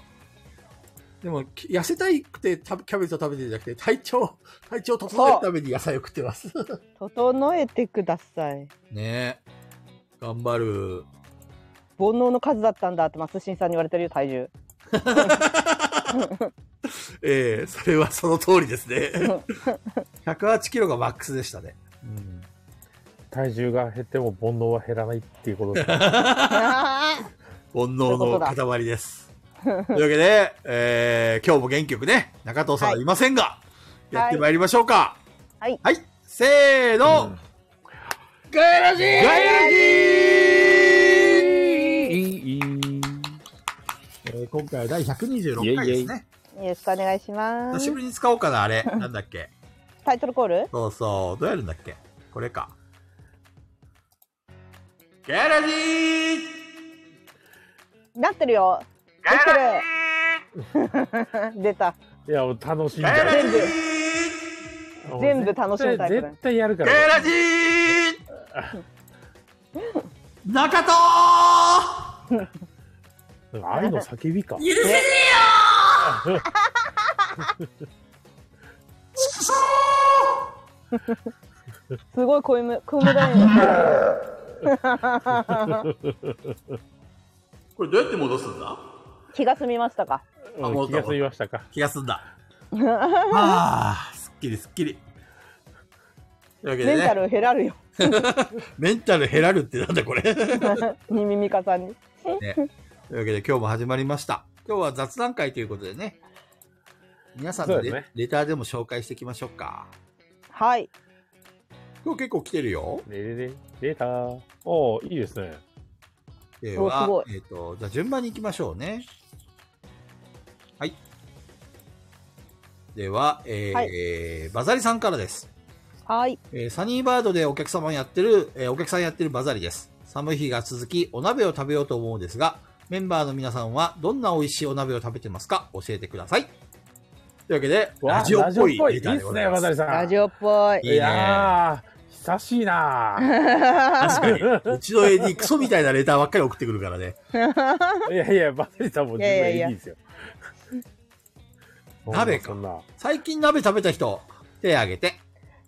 でも、き痩せたいくてたキャベツを食べてるんじゃなくて、体調、体調を整えるために野菜を食ってます。整えてください ねえ。頑張る。煩悩の数だったんだってマスシンさんに言われてるよ 体重ええそれはその通りですね。108キロがマックスでしたね。うん。体重が減っても煩悩は減らないっていうことです ね。煩悩の塊 です。というわけで、えー、今日も元気よくね、中藤さんはいませんが、いやってまいりましょうか。はいせーの、うんガヤラジーガヤラジーえー今回は第126回ですね。よろしくお願いしま久しすぶ。りに使おうかな、あれ。なんだっけ。タイトルコールそうそう。どうやるんだっけこれか。ガヤラジーなってるよ。 ガヤラ出た。いや、もう楽しんジーじガヤゃラうジーもう全部楽しむタイプだ絶対やるかガヤら。ラジー中戸愛の叫びか。許せねえよちくしょすごい声む、声むだ ね。う これどうやって戻すんだ気が済みましたか。うん気が済みましたか。気がすんだ。 ああ、すっきりすっきり。というわけでメンタね、ル減らる よ。メンタル減らるってなんだこ れ。ミミミカさんに。というわけで今日も始まりました。今日は雑談会ということでね、皆さんそのうレ,、ですねレターでも紹介していきましょうか。はい。今日結構来てるよ。ねねね、データ。おーいいですね。でおすごは、いえっ、と、じゃあ順番に行きましょうね。はい。では、えーはいえーバザリさんからです。はい。えーサニーバードでお客様やってる、えーお客さんやってるバザリです。寒い日が続き、お鍋を食べようと思うんですが、メンバーの皆さんはどんな美味しいお鍋を食べてますか教えてください。というわけで、わーラジオっぽいラジオいレいっターですござね、いま渡す。さん。ラジオっぽい。いいいね。やー、久しいなー確かに。うちの AD クソみたいなレターばっかり送ってくるからね。いやいや、バタリさんも自分いやいやでいいいやですよ。鍋かそんな。そんな最近鍋食べた人、手挙げて。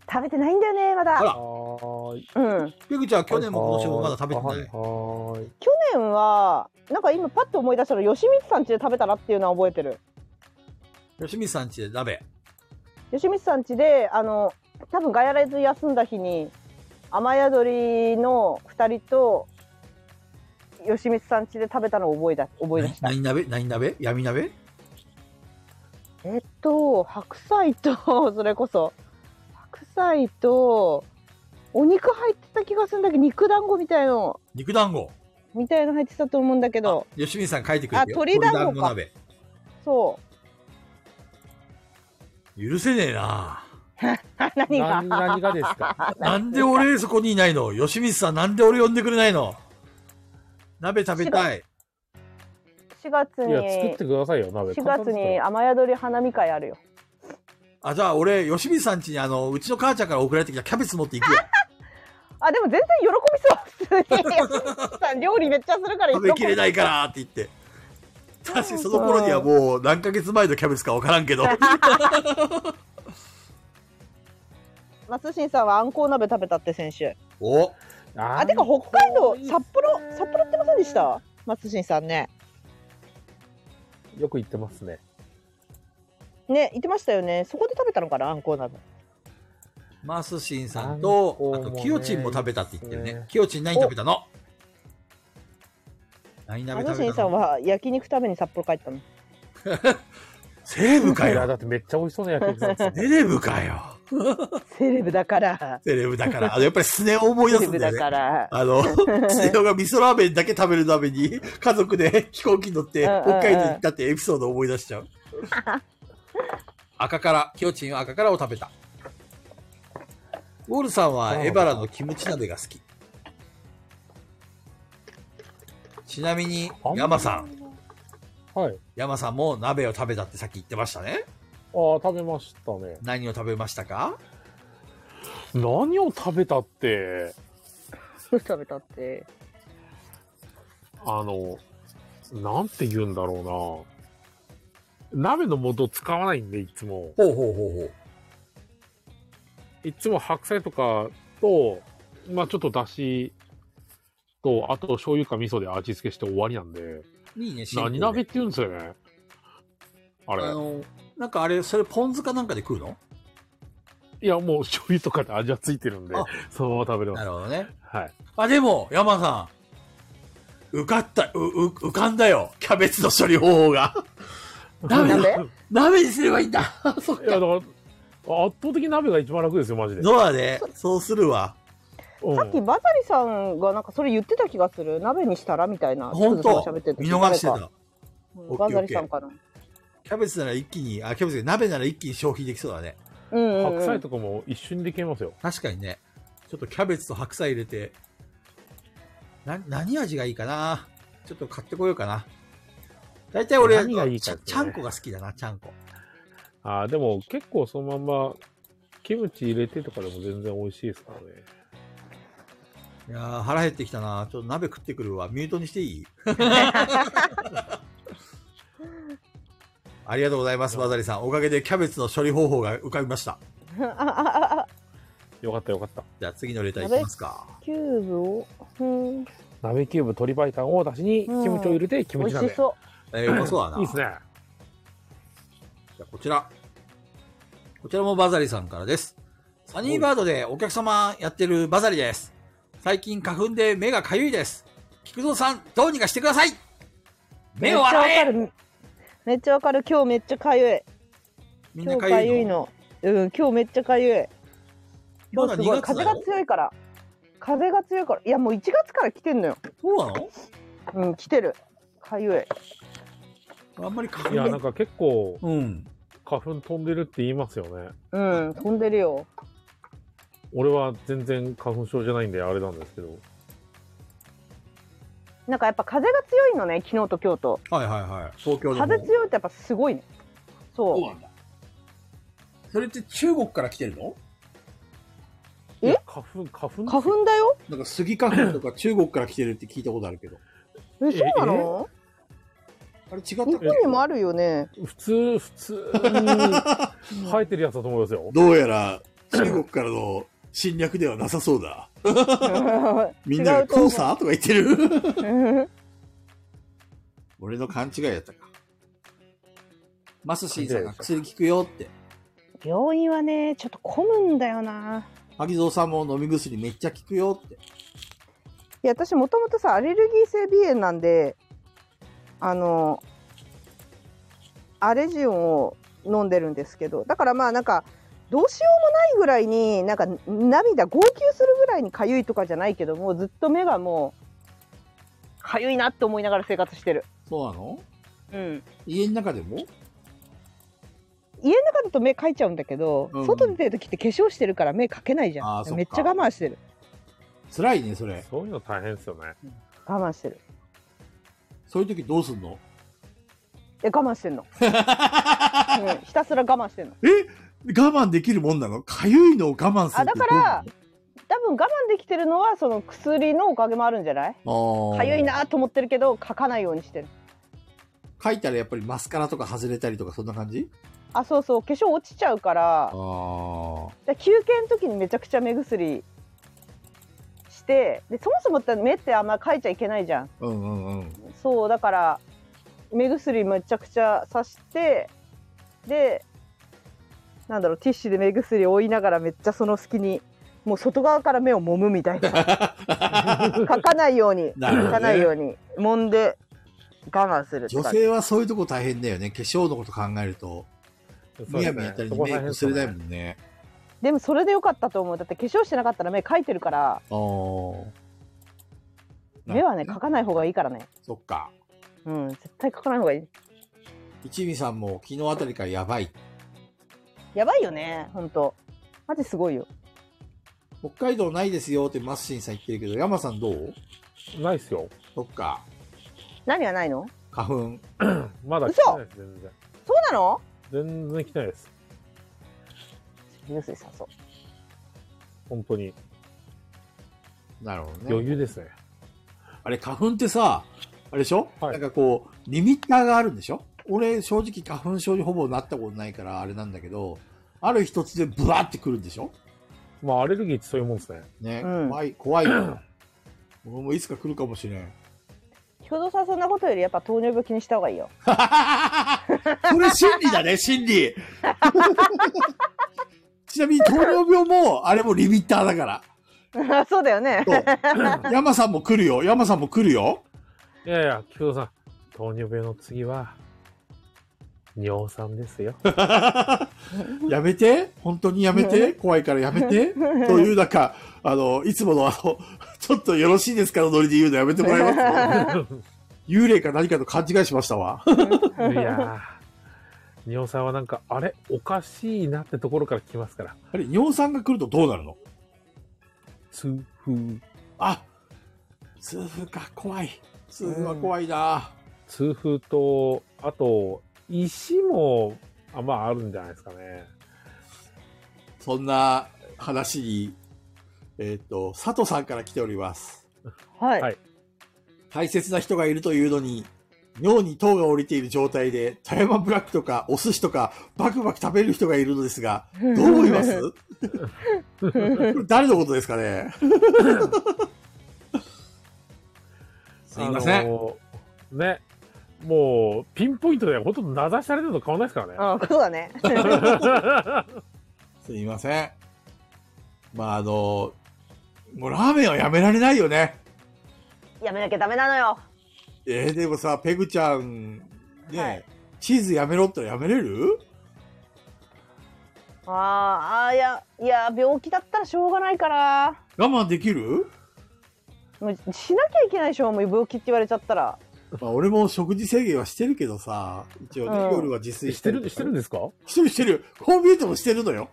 食べてないんだよね、まあだ。らあーいうん。ペグちゃんは去年も今年もまだ食べてない。はーい。去年は、なんか今パッと思い出したら、吉光さん家で食べたなっていうのは覚えてる。吉光さんちで鍋。吉光さん家で、あの、多分ガヤライズ休んだ日に、雨宿りの二人と、吉光さん家で食べたのを覚えだ覚え出何した。何鍋何鍋闇鍋えっと、白菜と、 それこそ、白菜と、お肉入ってた気がするんだけど、肉団子みたいの、肉団子。みたいの入ってたと思うんだけど、吉光さん書いてくれてるよ。あ鶏団子か鶏鍋。そう。許せねえなあ何が何何がですかなんで俺そこにいないの吉光さんなんで俺呼んでくれないの鍋食べたい。 4月いにや、作ってくださいよ、鍋。 4月にあ雨宿り花見会あるよあ、じゃあ俺、吉光さんちにあの、うちの母ちゃんから送られてきたキャベツ持っていくよ。あでも全然喜びそう普通にさん料理めっちゃするから食べきれないいからって言って。確かにその頃にはもう何ヶ月前のキャベツかわからんけど。松新さんはあんこう鍋食べたって先週おーあてか北海道いいっすね札幌札幌ってませんでした松新さんねよく行ってますね。ね言ってましたよねそこで食べたのかなあんこう鍋マスシンさんと、あんこあもと、ねキヨチンも食べたって言ってるいいっすねね。キヨチン何食べたの何鍋松食べ新たさんのは焼肉食べに札幌帰ったのセレブかいや、よだってめっちゃ美味しそうな焼き肉なんですよセレブかよセレブだからセレブだから。あの、やっぱりスネ夫を思いセ出すレんブだだよね。からあの、スネ夫が味噌ラーメンだけ食べるために、家族で飛行機に乗ってうんうんうん北海道行ったってエピソードを思い出しちゃう。赤から、キヨチンは赤からを食べた。ウォールさんはエバラのキムチ鍋が好き。ちなみに、ヤマさん。はい。ヤマさんも鍋を食べたってさっき言ってましたね。あー食べましたね。何を食べましたか何を食べたって、食べたってあの、なんて言うんだろうな。鍋の素使わないんで、いつも。ほうほうほうほう。いつも白菜とかと、まあちょっとだしと、あと醤油か味噌で味付けして終わりなんで、いいね、シンプルで何鍋って言うんですよね。あれあ。の、なんかあれ、それポン酢かなんかで食うのいや、もう醤油とかで味はついてるんであ、そのまま食べれまなす。るほどね。はい。あ、でも、山さん、受かった、う、う、浮かんだよ。キャベツの処理方法が。鍋だ鍋 鍋にすればいいんだ。そっいか。や、だから、圧倒的に鍋が一番楽ですよ、マジで。そうだね。そうするわ。うんさっきバザリさんがなんかそれ言ってた気がする鍋にしたらみたいな本当つくづく喋ってた見逃して誰かた。うんバザリさんかなキャベツなら一気に、あ、キャベツ、鍋なら一気に消費できそうだね。うんうんうん白菜とかも一瞬で消えますよ。確かにね。ちょっとキャベツと白菜入れて、な、何味がいいかなちょっと買ってこようかな。大体俺、何がいいちかゃってねちゃんこが好きだな、ちゃんこ。ああ、でも結構そのまんま、キムチ入れてとかでも全然美味しいですからね。いやー腹減ってきたな。ちょっと鍋食ってくるわ。ミュートにしていい ありがとうございます、バザリさん。おかげでキャベツの処理方法が浮かびました。ああああよかったよかった。じゃあ次のレターいきますか。キューブをうん鍋キューブ鶏白湯を出しに、キムチを入れてキ美ムチ味鍋。しそえー、うまそうだな。いいですね。じゃあこちら。こちらもバザリさんからです。サニーバードでお客様やってるバザリです。最近花粉で目がかゆいです。菊蔵さん、どうにかしてくださいう目を洗えめっちゃわかるめっちゃわかる今日めっちゃかゆいみんな今日かかゆゆいいの。のうん今日めっちゃかゆいまだす2ごい月だ風がよ。強いから風が強いからいやもう1月から来てんのよそうなのうん来てるかゆいあんまり花いや、なん粉。か結構、うん。花粉飛んでるって言いますよね。うん飛んでるよ俺は全然花粉症じゃないんであれなんですけど。なんかやっぱ風が強いのね昨日と今日とはいはいはい。東京でも風。強いとやっぱすごいねそうそうなんだ。それって中国から来てるのえいや花粉、花粉花粉だよなんかスギ花粉とか中国から来てるって聞いたことあるけど。えそうなのあれ違ったっ日け本にもあるよね普通、普通 に生えてるやつだと思いますよ。どうやら中国からの侵略ではなさそうだ。 みんな違がうと思うコーサーとか言ってる。 うん俺の勘違いやったか。マスシーさんが薬効くよって。病院はねちょっと混むんだよな萩蔵さんも飲み薬めっちゃ効くよって。いや私もともとさアレルギー性鼻炎なんであのアレジオンを飲んでるんですけどだからまあなんかどうしようもないぐらいになんか涙号泣するぐらいにかゆいとかじゃないけどもうずっと目がもうかゆいなって思いながら生活してる、そうなのうん、家の中でも家の中だと目かいちゃうんだけど、うんうん外出てる時って化粧してるから目かけないじあゃーそっかんめっちゃ我慢してる辛いね、それ。そういうの大変 ですよね。我慢してるそういう時どうすんのえ我慢して んの、うん、ひたすら我慢してんの我慢できるもんなのかゆいのを我慢するあだから多分我慢できてるのはその薬のおかげもあるんじゃないかかゆい。なと思ってるけど書かないようにしてる書いたらやっぱりマスカラとか外れたりとかそんな感じあそうそう化粧落ちちゃうからああ。で休憩の時にめちゃくちゃ目薬してでそもそもって目ってあんま書いちゃいけないじゃんうんうんうん。そうだから目薬めちゃくちゃさしてでなんだろうティッシュで目薬を追いながらめっちゃその隙にもう外側から目を揉むみたいな書かないよう になるほどね書かないように揉んで我慢するって女感じ性はそういうとこ大変だよね。化粧のこと考えると。そうむでやすみやっねたりそにこ目大変こですすれよなね。いもんね。でもそれでよかったと思うだって化粧してなかったら目描いてるからあーなるほどね目はね描かない方がいいからねそっか。うん絶対描かない方がいい一味さんも昨日あたりからやばい。やばいよねほんとマジすごいよ北海道ないですよってマッシンさん言ってるけど、山さんどうないっすよ。そっか。何がないの花粉。まだ来てないです、全然。そうなの全然来てないです。目薬さそう本当に。なるほど余ね。裕ですね。あれ、花粉ってさ、あれでしょ、はいなんかこう、リミッターがあるんでしょ俺、正直花粉症にほぼなったことないから、あれなんだけど、ある一つでブワーってくるんでしょまあ、アレルギーってそういうもんですね。ね、うん怖い、怖い よ。俺もいつか来るかもしれん。共同さんそんなことよりやっぱ糖尿病気にした方がいいよ それ心理だね、心 理。ちなみに糖尿病も、あれもリミッターだから。あそうだよね。そう。 山さんも来るよ、山さんも来るよ。いやいや、菊蔵さん、糖尿病の次は、尿酸ですよ。やめて本当にやめて怖いからやめてという中、あの、いつものあの、ちょっとよろしいですかのノリで言うのやめてもらえ ます、幽霊か何かと勘違いしましたわ。いやー、日本さんはなんか、あれおかしいなってところから来ますから。あれ、尿酸が来るとどうなるの痛風。あ痛風か、怖い。痛風は怖いな、痛風と、あと、石も、あまああるんじゃないですかね。そんな話に、えっ、と、佐藤さんから来ております。はい。はい大切な人がいるというのに、尿に糖が降りている状態で、茶山ブラックとかお寿司とかバクバク食べる人がいるのですが、どう思 いますこれ誰のことですかねすいませんあのーね。もう、ピンポイントでほとんど名指しされてるの変わらないですからね。あそうだね。 すいません。まあ、あの、もうラーメンはやめられないよね。やめなきゃダメなのよ。えーでもさ、ペグちゃん、ね、はいチーズやめろってやめれるあーあーいやいや病気だったらしょうがないから我慢できる、もうしなきゃいけないでしょもう病気って言われちゃったらまあ、俺も食事制限はしてるけどさ、一応ね、うん夜は自炊してる、してるんですかしてるしてる。こう見えてもしてるのよ。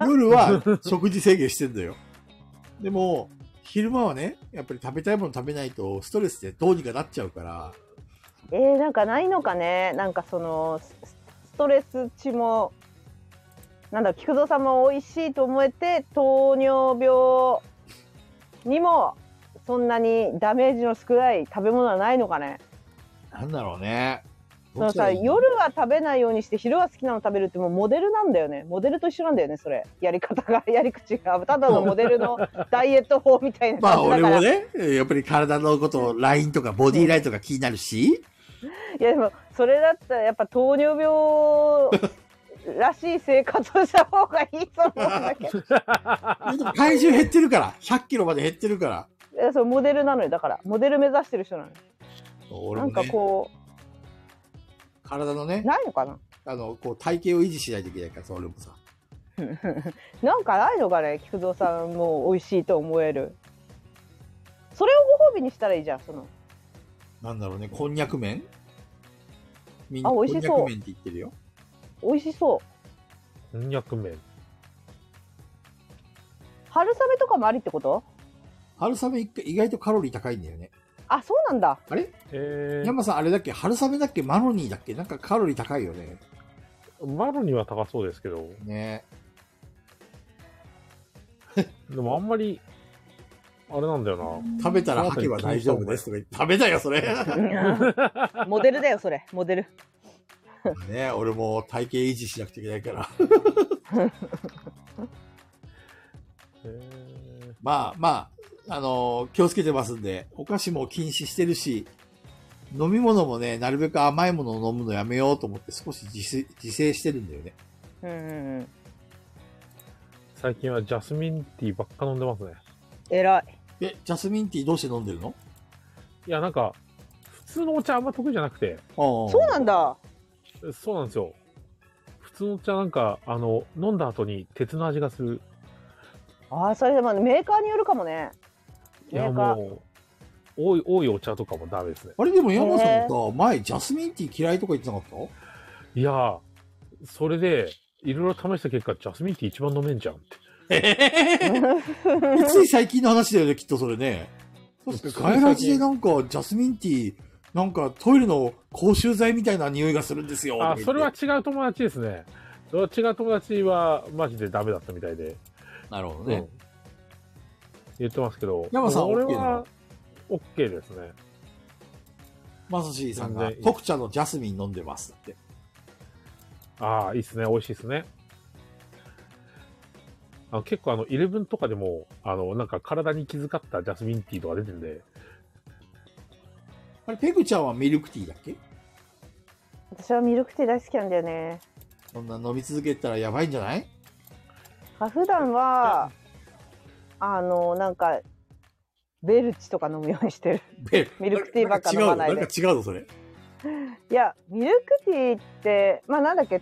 夜は食事制限してんのよ。でも、昼間はね、やっぱり食べたいもの食べないとストレスでどうにかなっちゃうから、えー、なんかないのかねなんかそのスストレス値もなんだろう菊蔵さんも美味しいと思えて糖尿病にもそんなにダメージの少ない食べ物はないのかねなんだろうね。そのさ夜は食べないようにして昼は好きなの食べるってもうモデルなんだよねモデルと一緒なんだよねそれやり方がやり口がただのモデルのダイエット法みたいなまあ感じだ俺から、もね、やっぱり体のこと、ラインとかボディラインとか気になるし、いやでもそれだったらやっぱ糖尿病らしい生活をした方がいいと思うんだ けどいでも体重減ってるから、100キロまで減ってるから。やそうモデルなのよだからモデル目指してる人なのよ、俺なも、んね、かこ体のねう、ないのかなあの、こう体型を維持しないといけないからさ、俺もさ。なんかないのかね菊蔵さんも美味しいと思えるそれをご褒美にしたらいいじゃんそのなんだろうね、こんにゃく麺みんなあ美こん味にしゃそうく麺って言ってるよ。美味しそうこんにゃく麺。春雨とかもありってこと春雨一回意外とカロリー高いんだよね。あそうなんだあれえー、山さんあれだっけ春雨だっけマロニーだっけなんかカロリー高いよね。マロには高そうですけど、ねでもあんまり、あれなんだよ食べたら吐けば大丈夫ですとか言って食べたよ、それ。 モデルだよそれモデル ね俺も体型維持しなくちゃいけないから。な。えまあまあ、あのー気をつけてますんで、お菓子も禁止してるし、飲み物もね、なるべく甘いものを飲むのやめようと思って少し自炊自制してるんだよね。うんうんうんー最近はジャスミンティーばっか飲んでますね。偉いえ、ジャスミンティーどうして飲んでるのいや、なんか、普通のお茶あんま得意じゃなくて、そそうなんだそうなんですよ。普通のお茶なんか、あの、飲んだ後に鉄の味がする。あーそれでもメーカーによるかもねいや、メーカーもう、多い、多いお茶とかもダメですね。あれでも山さんへさ、前ジャスミンティー嫌いとか言ってなかっいやー、それで、いろいろ試した結果、ジャスミンティー一番飲めんじゃんって。たつい最近の話だよね、きっとそれね。確かガイラジでなんか、ジャスミンティー、なんかトイレの口臭剤みたいな匂いがするんですよ。あ、それはとか違う友達ですね。それは違う友達は、マジでダメだったみたいで。言って。なるほどうねん。言ってますけど、山さん俺 OK なはの、 OK ですね。まさしーさんが全然い、い特茶のジャスミン飲んでますだって。ああ、いいっすね。美味しいっすね。あの結構あの、イレブンとかでも、あの、なんか体に気遣ったジャスミンティーとか出てるんで、あれ、ペグちゃんはミルクティーだっけ私はミルクティー大好きなんだよねそんな飲み続けたらやばいんじゃないあ普段はあのなんかベルチとか飲むようにしてるえミルクティーばっか飲まないでんか違うのんか違うの、それ。いやミルクティーってまあなんだっけ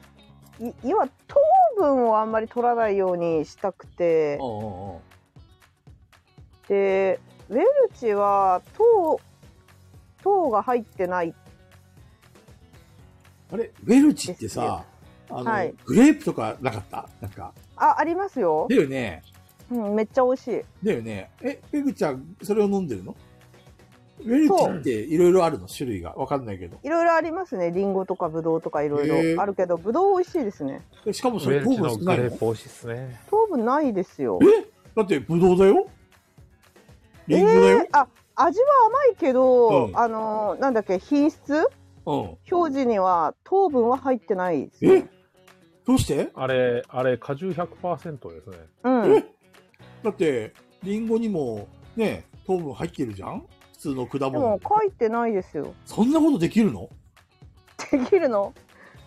い要は糖分をあんまり取らないようにしたくてうんうんうん。でウェルチは糖糖が入ってないあれ、ウェルチってさ、あの、はいグレープとかなかったなんか。あありますよ、だよね。うん、めっちゃ美味しいだよね。え、ペグちゃん、それを飲んでるのウェルチっていろいろあるの種類が。わかんないけど。いろいろありますねリンゴとかブドウとかいろいへろーあるけどブドウ美味しいですねえしかもそウェれル糖チ分少のカないレのー美味しいっすね。糖分ないですよだって、ブドウだよリンゴだよえ、ーあ味は甘いけど、うんあのーなんだっけ品質表示には糖分は入ってないですうん。ねえどうしてあれ、あれ、果汁100%ですね。うんえだって、リンゴにも、ね、糖分入ってるじゃん普通の果で物も。書いてないですよそんなことできるのできるの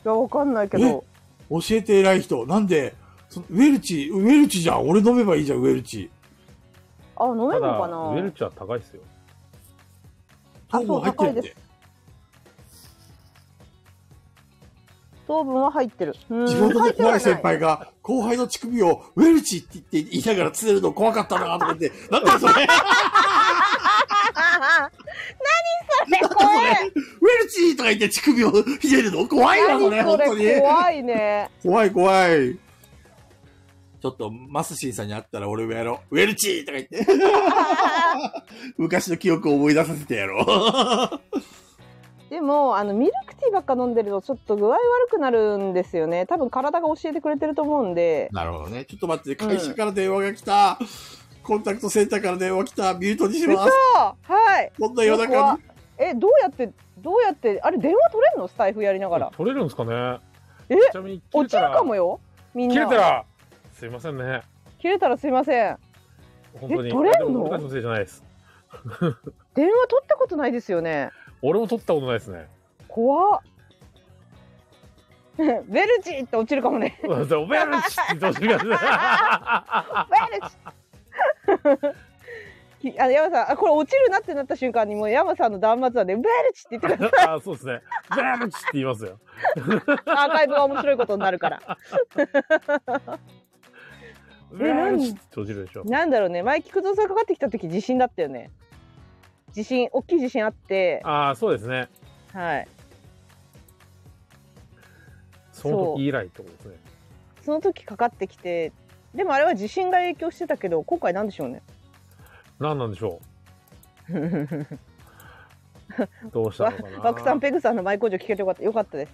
いやわかんないけど教えて偉い人。なんで、そのウェルチ、ウェルチじゃん。俺飲めばいいじゃん、ウェルチ。あ飲めたるだ、のかなウェルチは高いっすよ。糖分入ってるあそう高っいてで。糖分は入ってるうん地元書でいて怖はい先輩が後輩の乳首をウェルチって言って言いながらつねるの怖かったなと思って、なんだよそれなんだない何それそ怖れウェルチとか言って乳首をひねるの怖いわ、それ、い本当何そにれ。怖いね怖い怖い。ちょっと、マスシンさんに会ったら俺もやろう。ウェルチとか言って。 昔の記憶を思い出させてやろう。でもあのミルクティーばっか飲んでるとちょっと具合悪くなるんですよね多分体が教えてくれてると思うんでなるほどね。ちょっと待って、会社から電話が来た。コンタクトセンターから電話来た。ミュートにし嘘ます。はいこんな夜中怖に。えどうやってどうやってあれ電話取れるのスタイフやりながら取れるんですかねえちなみに切れ落ちたるらかもよみんな切れたら、すいませんね。切れたらすいません本当に。え取れんのでも僕たちのせいじゃないです。電話取ったことないですよね俺も取ったことないですね。怖っ ベルチって落ちるかもねおめえらちってどうしようかベルチ きあの山さんあこれ落ちるなってなった瞬間にもう山さんの断末話で「ベルチ」って言ってくださいあ、そうですね。ベルチって言いますよ。アーカイブが面白いことになるから。ベルチって閉じるでしょ。なんだろうね、前菊蔵さんかかってきた時地震だったよね。地震、大きい地震あって、ああ、そうですね。はい。その時以来ってことですね。その時かかってきて、でもあれは地震が影響してたけど、今回なんでしょうね。何なんでしょう。どうしたわのかな。バクさん、ペグさんの前工場聞けてよかったよかったです。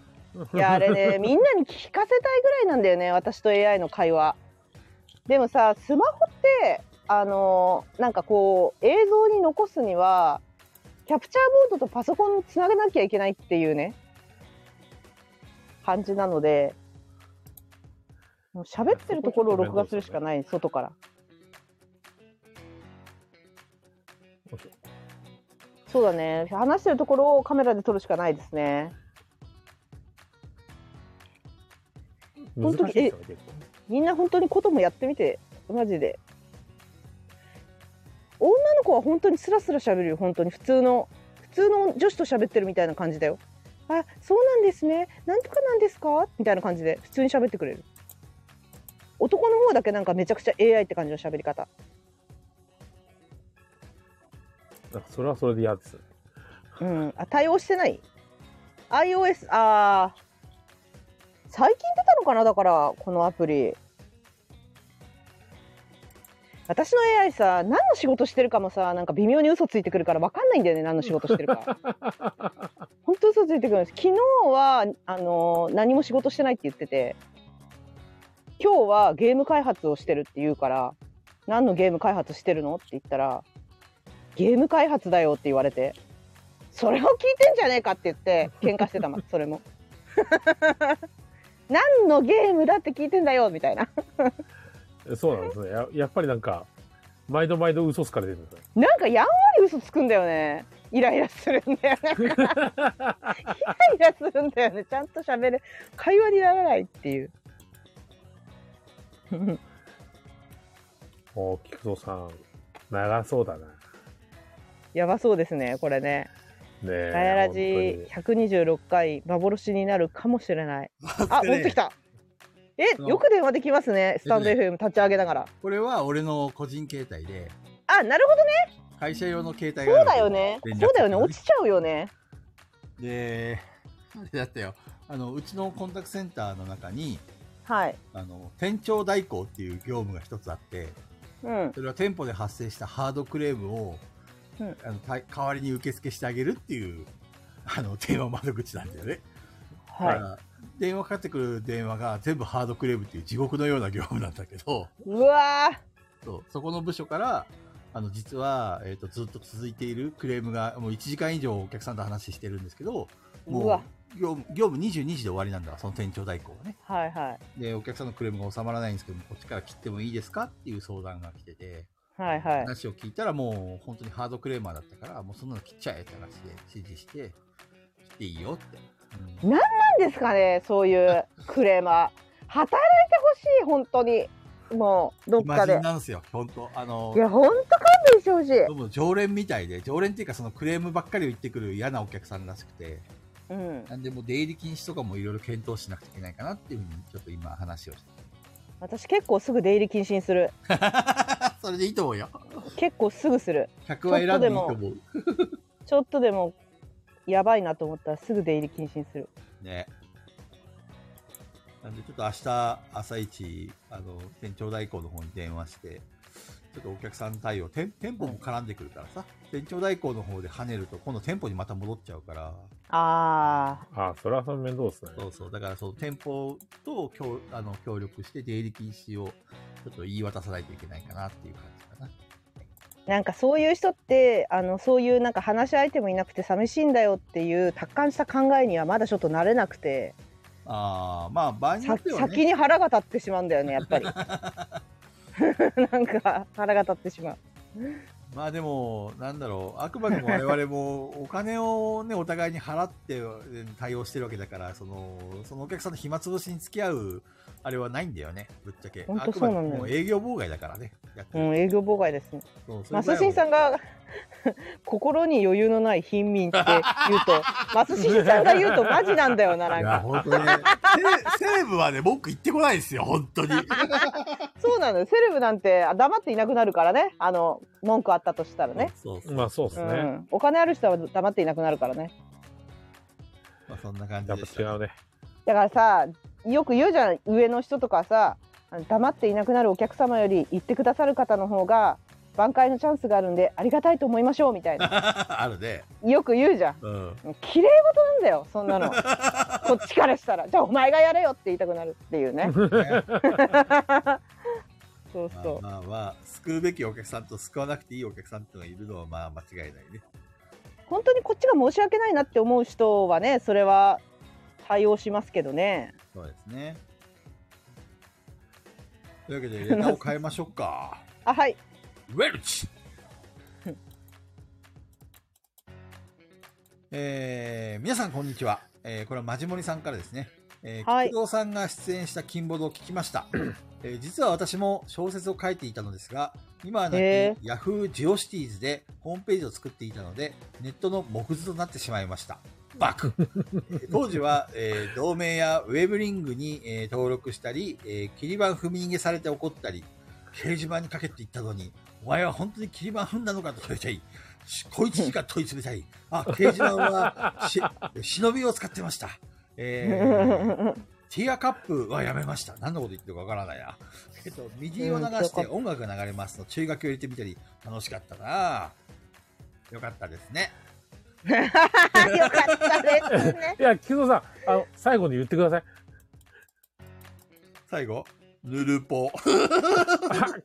いや、あれね、みんなに聞かせたいぐらいなんだよね、私と AI の会話。でもさ、スマホって、あのーなんかこう、映像に残すには、キャプチャーボードとパソコンにつなげなきゃいけないっていうね、感じなので、もう喋ってるところを録画するしかない、外から。そうだね、話してるところをカメラで撮るしかないですね。難しいですよね、結構みんな本当にこともやってみてマジで女の子は本当にスラスラ喋るよ本当に普通の普通の女子と喋ってるみたいな感じだよあそうなんですねなんとかなんですかみたいな感じで普通に喋ってくれる男の方だけなんかめちゃくちゃ AI って感じの喋り方なんかそれはそれで嫌です。うんあ対応してない iOS あー最近出たのかなだからこのアプリ私の AI さ何の仕事してるかもさなんか微妙に嘘ついてくるから分かんないんだよね何の仕事してるか本当嘘ついてくるんです昨日はあのー何も仕事してないって言ってて今日はゲーム開発をしてるって言うから何のゲーム開発してるのって言ったらゲーム開発だよって言われてそれを聞いてんじゃねえかって言って喧嘩してたまそれも 何のゲームだって聞いてんだよみたいな そうなんですね。ややっぱりなんか、毎度毎度嘘つかれてるんですね。なんかやんわり嘘つくんだよねイライラするんだよねイライラするんだよねちゃんと喋る会話にならないっていう おー、菊蔵さん、長そうだな。ねやばそうですねこれね「え。ガヤラジ126回幻になるかもしれない」あ持ってきたえよく電話できますねスタンド FM 立ち上げながらこれは俺の個人携帯で、あ、なるほどね。会社用の携帯がそうだあるよね。連絡そうだよね。落ちちゃうよね。で、あれだったよ。あの、うちのコンタクトセンターの中に、はい。あの、店長代行っていう業務が一つあって、うん。それは店舗で発生したハードクレームを、うんあのた代わりに受付してあげるっていう、あの、電話窓口なんだよね。はだかい。ら電話かかってくる電話が全部ハードクレームっていう地獄のような業務なんだけど、うわーそうそこの部署から、あの、実は、えっ、と、ずっと続いているクレームが、もう1時間以上お客さんと話してるんですけど、うわもう、業務、業務22時で終わりなんだ、その店長代行はね。はいはで、お客さんのクレームが収まらないんですけども、こっちから切ってもいいですかっていう相談が来てて、い。はいはい。話を聞いたらもう本当にハードクレーマーだったから、もうそんなの切っちゃえって話で指示して、切っていいよって。うんなんですかね、そういうクレー マー。働いてほしい、本当に。もう、どっイかマジでン。なんですよ、本当あのい、や、本当勘弁してほしい。どうも常連みたいで、常連っていうかそのクレームばっかりを言ってくる嫌なお客さんらしくて、うん。なんでもう出入り禁止とかもいろいろ検討しなくちゃいけないかなっていうふうに、ちょっと今話をして。私結構すぐ出入り禁止にする。それでいいと思うよ。結構すぐする。客は選んでいいと思う。ちょっとでも、やばいなと思ったらすぐ出入り禁止にする。ね。なんでちょっと明日、朝一、あの、店長代行の方に電話して、ちょっとお客さん対応、店店舗も絡んでくるからさ、店長代行の方で跳ねると、今度店舗にまた戻っちゃうから、あああ、それはそれ面倒ですね。そうそう、だからその店舗と協あの協力して出入り禁止をちょっと言い渡さないといけないかなっていう感じかな。ー。なんかそういう人って、あの、そういうなんか話し相手もいなくて寂しいんだよっていう達観した考えにはまだちょっと慣れなくて、ああ、まあ場合によさっては先ね、に腹が立ってしまうんだよね、やっぱり。なんか腹が立ってしまう。まあでも、なんだろう、あくまでも我々もお金をね、お互いに払ってえ対応してるわけだから、その、そのお客さんの暇つぶしに付き合う、あれはないんだよね、ぶっちゃけ。ほんあとくまそでうなんだよもう営業妨害だからね、やってうるん、営業妨害ですね。そうそれぐマらスいはシンさんが 心に余裕のない貧民って言うと、マスシンさんが言うとマジなんだよな、ないんや、か。本当ね。せ西武はね、文句言ってこないですよ、本 当に。そうなのよ。セレブなんてあ黙っていなくなるからね。あの、文句あったとしたらね。そうそう。まあそうですうね。ん。お金ある人は黙っていなくなるからね。まあ、そんな感やじっでしぱた違うね。だからさ、よく言うじゃん。上の人とかさ、あの黙っていなくなるお客様より言ってくださる方の方が、挽回のチャンスがあるんで、ありがたいと思いましょう、みた い な。あるね。よく言うじゃん。うん。綺麗事なんだよ、そんなの。こっちからしたら。じゃあお前がやれよって言いたくなるってい うね。 そうまそうあ。まあまあ、救うべきお客さんと救わなくていいお客さんっていうのがいるのはまあ間違いないね。本当にこっちが申し訳ないなって思う人はねそれは対応しますけどねそうですね。というわけで、ネタを変えましょうか。あはいウェルチうんえー、皆さんこんにちは。えー、これはマジモリさんからですね。えー、はい菊蔵さんが出演した金ボードを聞きま した。えー、実は私も小説を書いていたのですが、今はなきへ Yahoo ジオシティーズでホームページを作っていたので、ネットの目次となってしまいました。バ クえー当時は、えー同盟やウェブリングに、えー登録したり、えー切り板踏み逃げされて怒ったり、掲示板にかけって言ったのに、お前は本当に切り板踏んだのかと問いたい。しこいつしか問い詰めたい。あ、掲示板はし忍びを使ってました。え ーティアカップはやめました。何のこと言ってるかわからないな。えっと、ミディを流して音楽が流れますの注意書きを入れてみたり、楽しかったなよかったですね。よかったですねいや、木戸さん、あの、最後に言ってください。最後、ぬるぽ。あ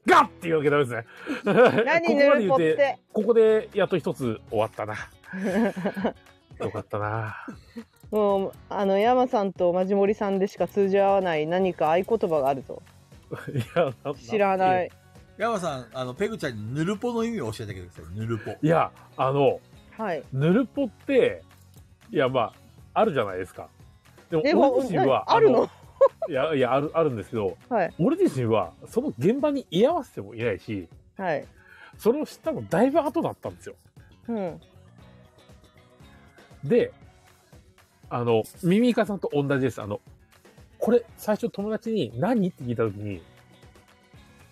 ガッっていうわけダメですね。 何ぬるぽ ここまっで言って、てここでやっと一つ終わった な。よかったな。もうあの山さんとマジモリさんでしか通じ合わない何か合言葉があるといや、な。知らないい山さん、あの、ペグちゃんにぬるぽの意味を教えてあげてください。ぬるぽ。いや、あの、はいぬるぽって、いや、まあ、あるじゃないですか。でも、でも俺自身は、なあるののいや、いや、ある、あるんですけど、はい俺自身は、その現場に居合わせてもいないし、はいそれを知ったのだいぶ後だったんですよ。うんで、あの、ミミイカさんと同じです。あの、これ、最初友達に何って聞いたときに、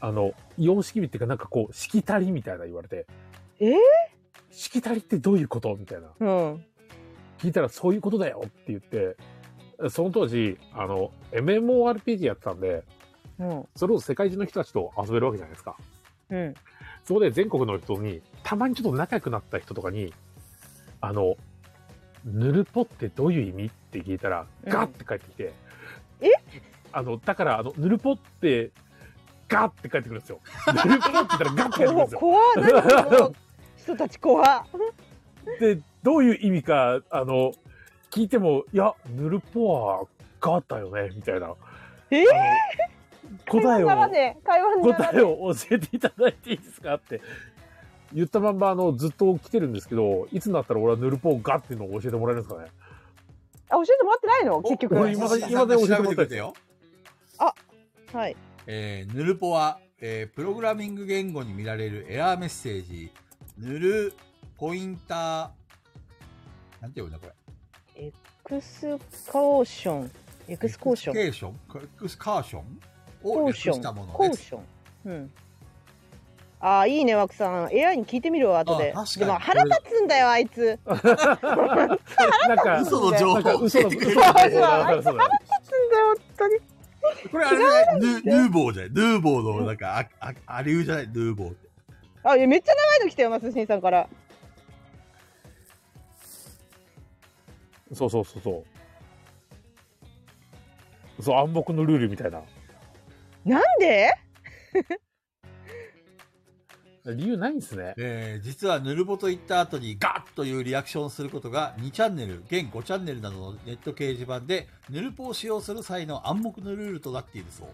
あの、様式美っていうか、なんかこう、しきたりみたいな言われて。えーしきたりってどういうことみたいな。うん。聞いたらそういうことだよって言って、その当時、あの、MMORPG やってたんで、うん。それを世界中の人たちと遊べるわけじゃないですか。うん。そこで全国の人に、たまにちょっと仲良くなった人とかに、あの、ぬるぽってどういう意味って聞いたら、うんガッて帰ってきて、えあの、だから、あの、ぬるぽって、ガッて帰ってくるんですよ。ぬるぽって言ったらガッて帰ってくるん怖ですよ。怖っ何この人たち怖っ。で、どういう意味か、あの、聞いても、いや、ぬるぽはガッだよね、みたいな。えーあの答え会話にならを、ねえ会話になら答ねえを教えていただいていいですかって言ったまんま、あの、ずっと来てるんですけど、いつになったら俺はヌルポーガっていうのを教えてもらえるんですかね。えあ教えてもらってないの結局。お今だけ今だけ教えて調もらべってたくやれつたよ。はい。えー、ヌルポは、えープログラミング言語に見られるエラーメッセージ、ヌルポインター、なんて読むんだこれ。エクスコーション。エクスコーション。エクスケーションエクスカーションをコー略ショしン。たものコでーす。ション。うん。ああ、いいね、枠さん。AI に聞いてみるわ、後であ確。かでにも腹立つんだよ、あいつ。なんか、嘘の情なんか報を嘘教の、えて嘘のく情れる報だからそうだつんだよ、本当に。これあれじゃないヌヌーボーじゃないヌーボーのなんか、あ、あ、ありゅうじゃないヌーボーって。あ、いやめっちゃ長いの来たよ、松新さんから。そうそうそうそう。そう、暗黙のルールみたいな。なんで理由ないんですね。えー実はヌルボと言った後にガッというリアクションをすることが2チャンネル、現5チャンネルなどのネット掲示板でヌルポを使用する際の暗黙のルールとなっているそう。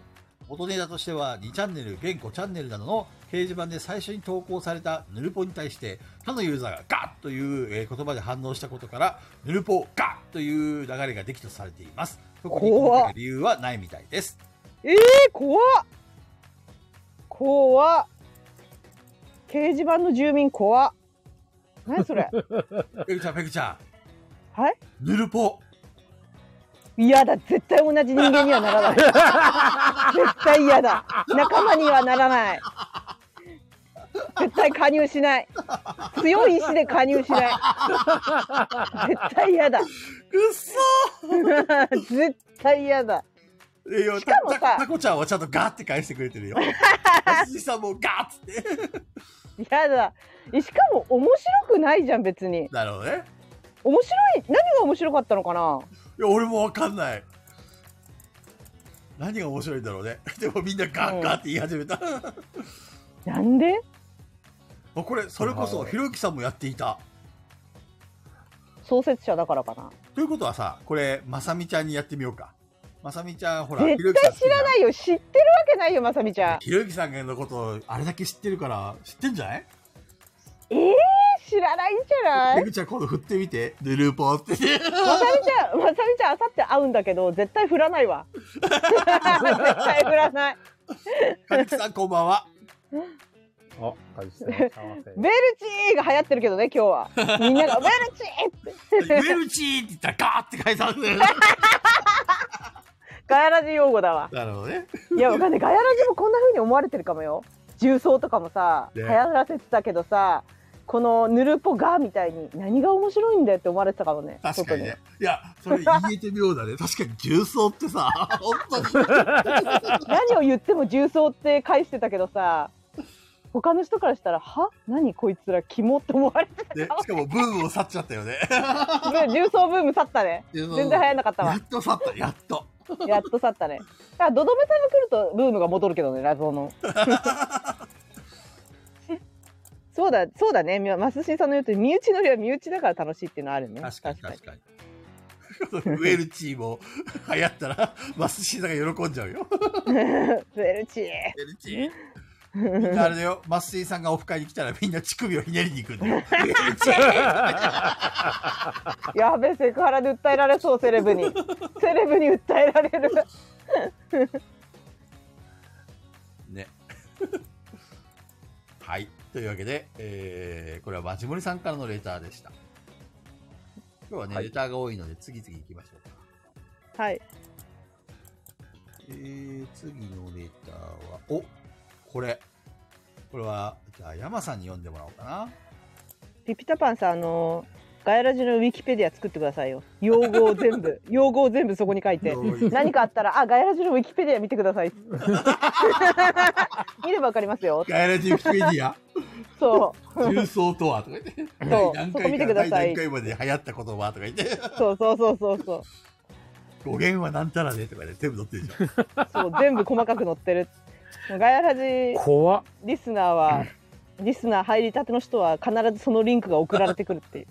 元ネタとしては2チャンネル、現5チャンネルなどの掲示板で最初に投稿されたヌルポに対して他のユーザーがガッというえー言葉で反応したことからヌルポガッという流れができたとされています。特に今回の理由はないみたい です。え、怖っ。怖っ。掲示板の住民怖っ。何それペグちゃん、ペグちゃはいん、ヌルポ嫌だ絶対同じ人間にはならない絶対嫌だ仲間にはならない絶対加入しない強い意志で加入しない絶対嫌だ うっそ絶対嫌だえよしかもさたたたこちゃんはちゃんとガーって返してくれてる よ。すじさんもガーっつって。嫌だしかも面白くないじゃん別になるほどね。面白い何が面白かったのかないや、俺もわかんない。何が面白いんだろうね。 でもみんなガうーんガーって言い始めた。あなんでこれ、それこそ、ひろゆきさんもやっていた。創設者だからかなということはさ、これ、まさみちゃんにやってみようか。まさみちゃん、ほら、ひろゆき絶さん対好き知らないよ知ってるわけないよまさみちゃんひろゆきさんのことをあれだけ知ってるから、知ってんじゃないえー、知らないんじゃない ペグちゃん今度振ってみて。ルルーポー って。まさみちゃん、まさみちゃん、あさって会うんだけど、絶対振らない わ。絶対振らない。かみさんこんばんは。あ、感じてベルチーが流行ってるけどね、今日は。みんながベルチーって。ウェルチーって言ったらガーって返さんだよ。 ガヤラジ用語だわ。なるほどね。いや、わかんない。ガヤラジもこんな風に思われてるかもよ。重曹とかもさ、ね流行らせてたけどさ、このぬるぽがみたいに、何が面白いんだよって思われてたかもね。確かにねい外。や、それ言えてるようだね。確かに重曹ってさ、 本当に。に。何を言っても重曹って返してたけどさ、他の人からしたら、は何こいつらキモって思われてね、しかもブームを去っちゃったよね。た。ね 重曹ブーム去ったね。全全然流行んなかったわやっ。と去った、やっと。 やっと去ったね。だから、どどめさんが来るとブームが戻るけどね、ラゾーの。 そうだ、そうだね。みマスシンさんの言うと、身内乗りは身内だから楽しいっていうのはあるね。かに。ウェルチーも流行ったら、 マスシーさんが喜んじゃうよ。ウウェルチー。ェルチー。みんなあれだよ、マスシーさんがオフ会に来たらみんな乳首をひねりに行くんだ よ。ウェルチーやべえ、セクハラで訴えられそう、セレブに。 セレブに訴えられる。 ね。はい。というわけで、えーこれはマジモリさんからのレターでした。今日はね、はいレターが多いので、次々行きましょうか。はい。えー、次のレターは、お、これ。これは、じゃあ、山さんに読んでもらおうかな。ピピタパンさんあのガヤラジのウィキペディア作ってくださいよ用語を 全部用語を全部そこに書いて何かあったらあガヤラジのウィキペディア見てく ださい見ればわかりますよガヤラジウィキペディア、そ 重曹とはとか言って。うそ う何そこ回見てかくらださ何い回まで流行った言葉とか言って。 そうそうそうそうそう語源はなんたらねとかで全部載ってるでしょ。そう全部細かく載ってるもうガヤラジ怖っ。リスナーはリスナー入りたての人は必ずそのリンクが送られてくるって いう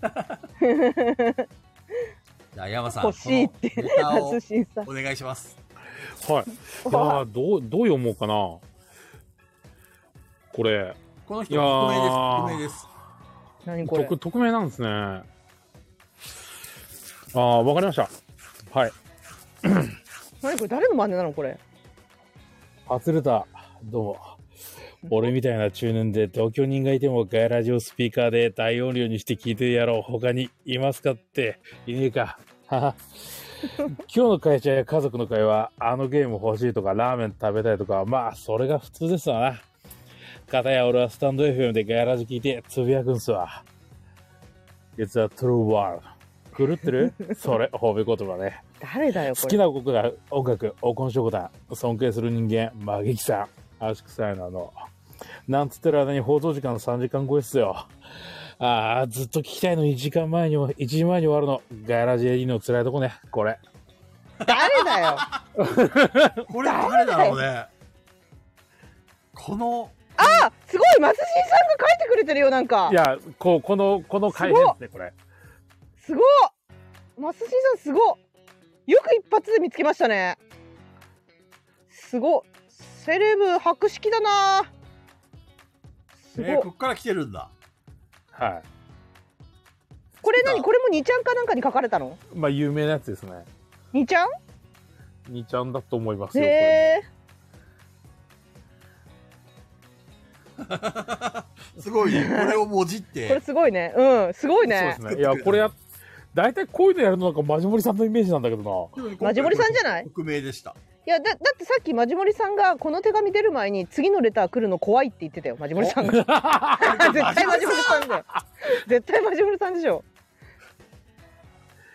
じゃあ、山さん、欲しいってこのネタを初心さんお願いします。はい。いやーどう、どう読もうかな。これ、この人いやー匿名です。何これ匿匿名なんですね。ああ、わかりました。はい。何これ誰の真似なのこれ初ルタ、どうも。俺みたいな中年で同居人がいてもガヤラジオスピーカーで大音量にして聞いてるやろう。他にいますかって、いねえか。はは今日の会社や家族の会話、あのゲーム欲しいとか、ラーメン食べたいとか、まあ、それが普通ですわな。かたや俺はスタンド FM でガヤラジ聞いてつぶやくんすわ。It's a true world. 狂ってるそれ、褒め言葉ね。誰だよこ好れきな音楽、音楽、おこんしょこたん、尊敬する人間、マゲキさん、アシクサイナの、なんつってる間に放送時間の3時間超えっすよ。ああ、ずっと聞きたいの1時間前にも、1時前に終わるの、ガヤラジエリーの辛いとこね、これ。誰だよ これ誰だろうね。この、あすごい松新さんが書いてくれてるよなんかいや、こう、この、この回ですね、これ。すごっ松新さんすごっよく一発で見つけましたねすごっセレブ博識だなすえごーっこっから来てるんだ。はこれ何これも2ちゃんかなんかに書かれたのい。まあ、有名なやつですね。 2ちゃん2ちゃんだと思いますよ、これ。へえすご いね。これをもじって。これすごいねうんすごいねそうですね。いや、これや、大体こういうのやるのなんか、マジモリさんのイメージなんだけどな。マジモリさんじゃない匿名でした。いやだだってさっきマジモリさんがこの手紙出る前に次のレター来るの怖いって言ってたよマジモリさんが絶 対マジモリさんだよ絶対マジモリさんでし ょ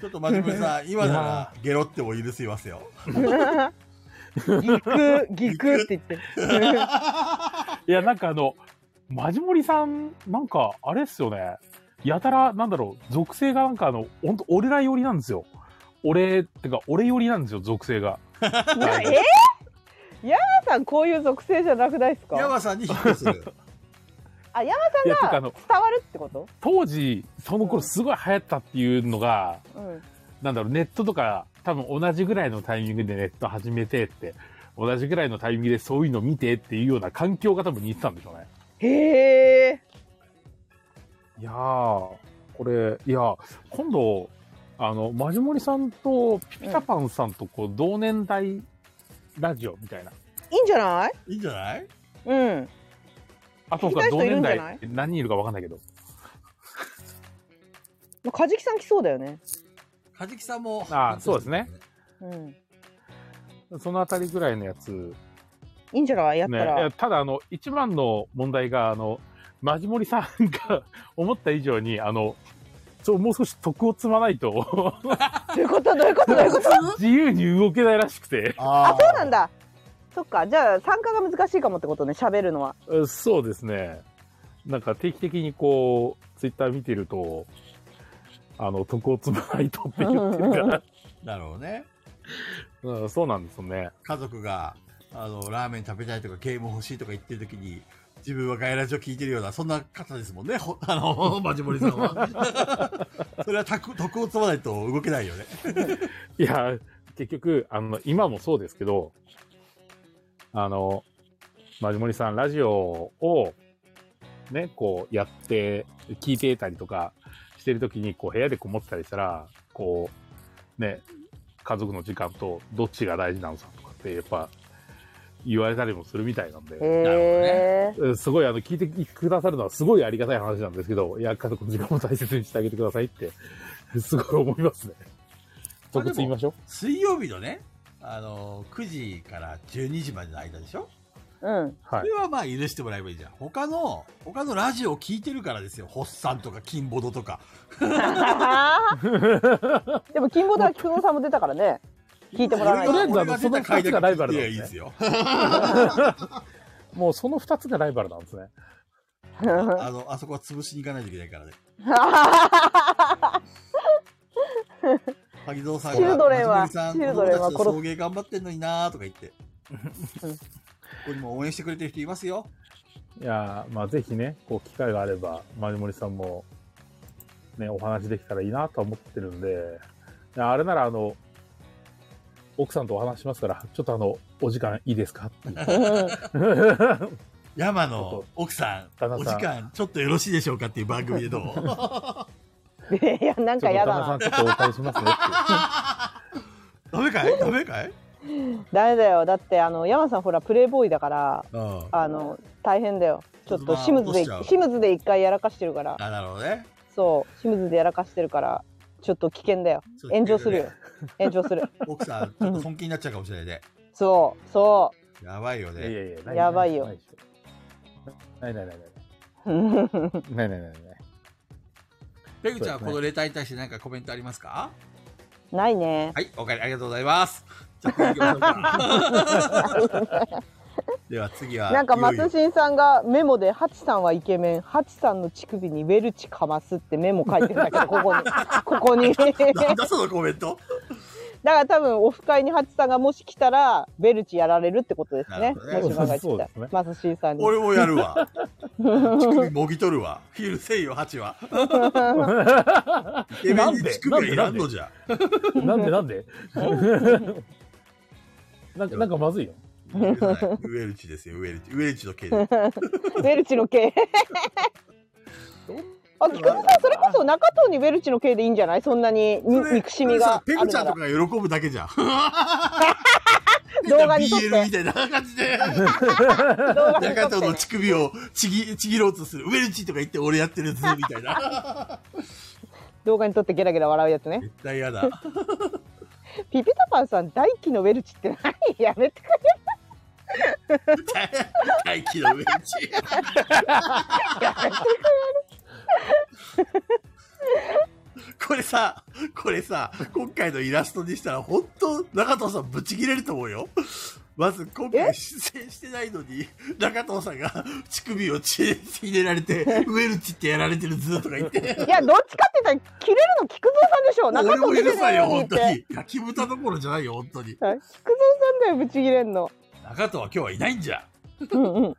ちょっとマジモリさ ん、今ならゲロっても許せますよ。ギクギクって言ってるいや、なんかあの、マジモリさん、なんか、あれっすよね。やたら、なんだろう、属性がなんかあの、ほんと、俺ら寄りなんですよ。俺、ってか、俺寄りなんですよ、属性が。なえー、ヤマさんこういう属性じゃなくないですか山さんに引っ越する。あヤいや、マてさんかあがの、伝わるってこと、当時、その頃すごい流行ったっていうのが、うん、なんだろう、ネットとか、多分同じぐらいのタイミングでネット始めてって、同じぐらいのタイミングでそういうの見てっていうような環境が多分似てたんでしょうね。へえいやー、これ、いや、今度、あの、マジモリさんとピピタパンさんとこう、同年代ラジオみたいな。いいんじゃないいいんじゃないうんあと聞きたい同人いる年んじゃ代ない何人いるかわかんないけど。まあカジキさん来そうだよねカジキさんも。あーそうですね。うんそのあたりぐらいのやつ。ね。いいんじゃないやっいたら、やただ、あの、一番の問題が、あの、マジモリさんが 思った以上に、あの、ちょ、もう少し得を積まない と、どういうことどうい うことどういうこと自由に動けないらしくて。ああそうなんだ。だそっかじゃあ参加が難しいかもってことね喋るのはうんそうですね。なんか定期的にこう、ツイッター見てると、あの、徳を積まないとって言ってるから、なるほどね。うん、そうなんですよね。家族が、あの、ラーメン食べたいとか、ゲーム欲しいとか言ってる時に、自分はガイラジオ聞いてるような、そんな方ですもんね。ほ あの、マジモリさんは。 それは得、得を積まないと動けないよね。いや、結局、あの、今もそうですけど、あの、マジモリさん、ラジオを、ね、こう、やって、聞いてたりとかしてるときに、こう、部屋でこもってたりしたら、こう、ね、家族の時間と、どっちが大事なのさとかって、やっぱ、言われたりもするみたいなんで。へえうんすごい、あの、聞いてくださるのはすごいありがたい話なんですけど、いや、家族の時間も大切にしてあげてくださいって、すごい思いますね。まあでも特別言いましょ水曜日のね、あの、9時から12時までの間でしょううん。 はそいれ。はまあ許してもらえばいいじゃん。他の、他のラジオを聞いてるからですよ。ホッサンとか金ボドとか。でも金ボタは菊蔵さんも出たからね。聞いてもらわないとりあえと。ずあのその二つがライバルいなんや、ですいいねですよ。もうその2つがライバルなんですね。あの、あそこは潰しに行かないといけな いからね。萩蔵さんが、チルドレンはまじめさんチルドレンは子供たちの送迎頑張ってんのになーとか言って。ここにも応援してくれてる人いますよ。いやー、まあぜひね、こう機会があれば、マジモリさんも、ね、お話できたらいいなとは思ってるんで、いやあれならあの、奥さんとお話しますから、ちょっとあの、お時間いいですかっていう。山の奥さん、旦那お時さん間ちょっとよろしいでしょうかっていう番組でど う いや、なんかやだちょなっ。と旦那さんちょっとお借りしますねっていう。ダメかいダメかいダメだよ。だって、あの、山さんほら、プレイボーイだから、うん。あの、大変だよ。ちょっと、まあシムズで落としちゃう、シムズで一回やらかしてるから。あ、なるほどね。そう、シムズでやらかしてるから、ちょっと危険だよ。ちょっと炎上するよ。炎上する。奥さん、ちょっと本気になっちゃうかもしれないね。そう、そやばいよ いやいやね。いやなやばいよなないない ないない。う。ないないないない。ペグちゃんはこのレターに対して何かコメントありますかないね。はい、おかりありがとうございます。じゃあ次行きましょ うかでは次は、なんかいよいよ松新さんがメモで「ハチさんはイケメンハチさんの乳首にウェルチかます」ってメモ書いてるんだけどこ こにここになんだだそのコメントから多分オフ会にハチさんがもし来たらベルチやられるってことですなるねほもどねし万が一そう来たですねら松新さんに俺もや るわ。乳首もぎ取るわ。許せんよ、8は。 イケメンに乳首はいらんのじゃ。なんでなんで なんか、なんかまずいよ。許さないウエルチですよ、ウエルチ。ウエルチの系で。ベルチの刑あ菊蔵さんそれこそ中藤にベルチの刑でいいんじゃないそんなにに憎しみがあペるグちゃなんとらかが喜ぶだけじゃん。動画に撮って BL みたいな感じで。動画に中撮って藤のね乳首をちぎちぎろうとするウェルチとか言って俺やってるやつみたいな動画に撮ってゲラゲラ笑うやつね絶対嫌だピピタパンさん大輝のウェルチって何 やめてくれ大気のウェルチこれさこれさ今回のイラストにしたら本当中藤さんブチギレると思うよまず今回出演してないのに中藤さんが乳首をちぎれられてウェルチってやられてるずーとか言っていや、どっちかって言ったら、切れるの菊蔵さんでしょ中俺も藤出許てさなんいよように本って。当はに焼き豚どころじゃないよ本当にい菊蔵さんだよ、ぶち切れんの。中藤は今日はいないんじゃ。うんい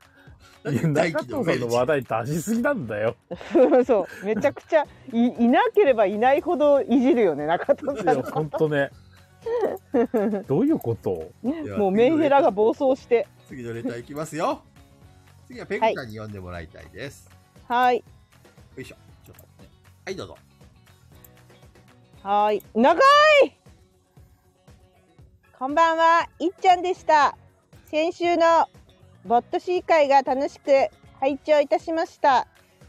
や大中輝藤のウさんェルのチ話題出しすぎなんだよ。うん。 そう、めちゃくちゃ、い、いなければいないほどいじるよね、中藤いさや、ん。ほんと ね。どういうこともうメンヘラが暴走して。次のレターいきま すよ。次はペグちゃんに読んでもらいたいです。はい。よいしょ。ちょっと待ってね。はい、どうぞ。はーい。長いこんばんは、いっちゃんでした。先週のボットシー会が楽しく拝聴いたしました。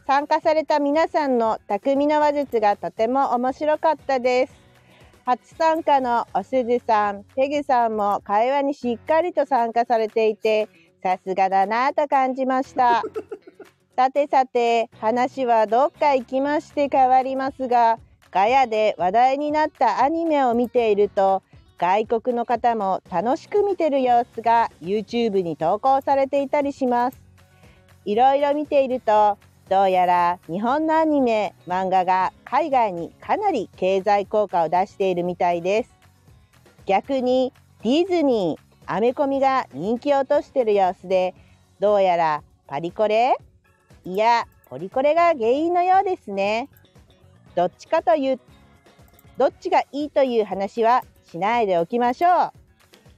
参加された皆さんの匠の話術がとても面白かったです。初参加のおすずさん、ペグさんも会話にしっかりと参加されていて、さすがだなぁと感じました。さてさて、話はどっか行きまして変わりますが、ガヤで話題になったアニメを見ていると外国の方も楽しく見てる様子が YouTube に投稿されていたりしますいろいろ見ているとどうやら日本のアニメ漫画が海外にかなり経済効果を出しているみたいです逆にディズニーアメコミが人気を落としてる様子でどうやらパリコレいやポリコレが原因のようですねどっちかというどっちがいいという話はしないでおきましょう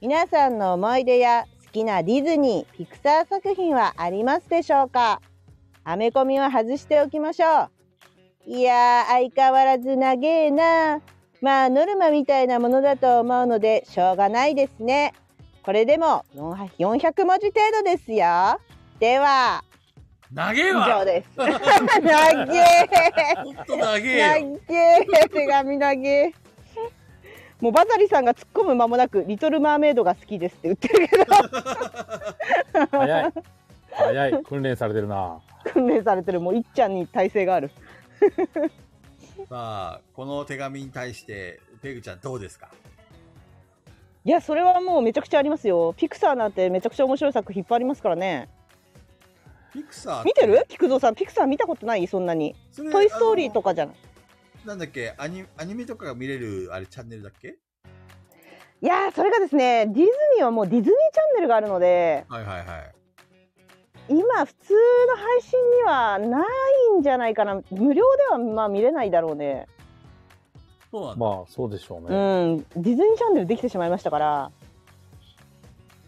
皆さんの思い出や好きなディズニーピクサー作品はありますでしょうかアメコミは外しておきましょういやー相変わらず長えなまあノルマみたいなものだと思うのでしょうがないですねこれでも400文字程度ですよでは投げ以は上です長えほんと投げよ。なげえ手紙なげえもうバザリさんが突っ込む間もなく「リトル・マーメイドが好きです」って言ってるけど早い。早い。訓練されてるな。訓練されてるもういっちゃんに耐性があるさあ、この手紙に対して、ペグちゃんどうですかいやそれはもうめちゃくちゃありますよピクサーなんてめちゃくちゃ面白い作品いっぱいありますからねピクサーって見てる菊蔵さんピクサー見たことないそんなにそ「れトイ・ストーリー」とあかじゃないのなんだっけアニ、アニメとかが見れる、あれ、チャンネルだっけいやーそれがですねディズニーはもうディズニーチャンネルがあるのではいはいはい。今普通の配信にはないんじゃないかな無料ではまあ見れないだろうねそうなんだ。まあ、そうでしょううね。んディズニーチャンネルできてしまいましたから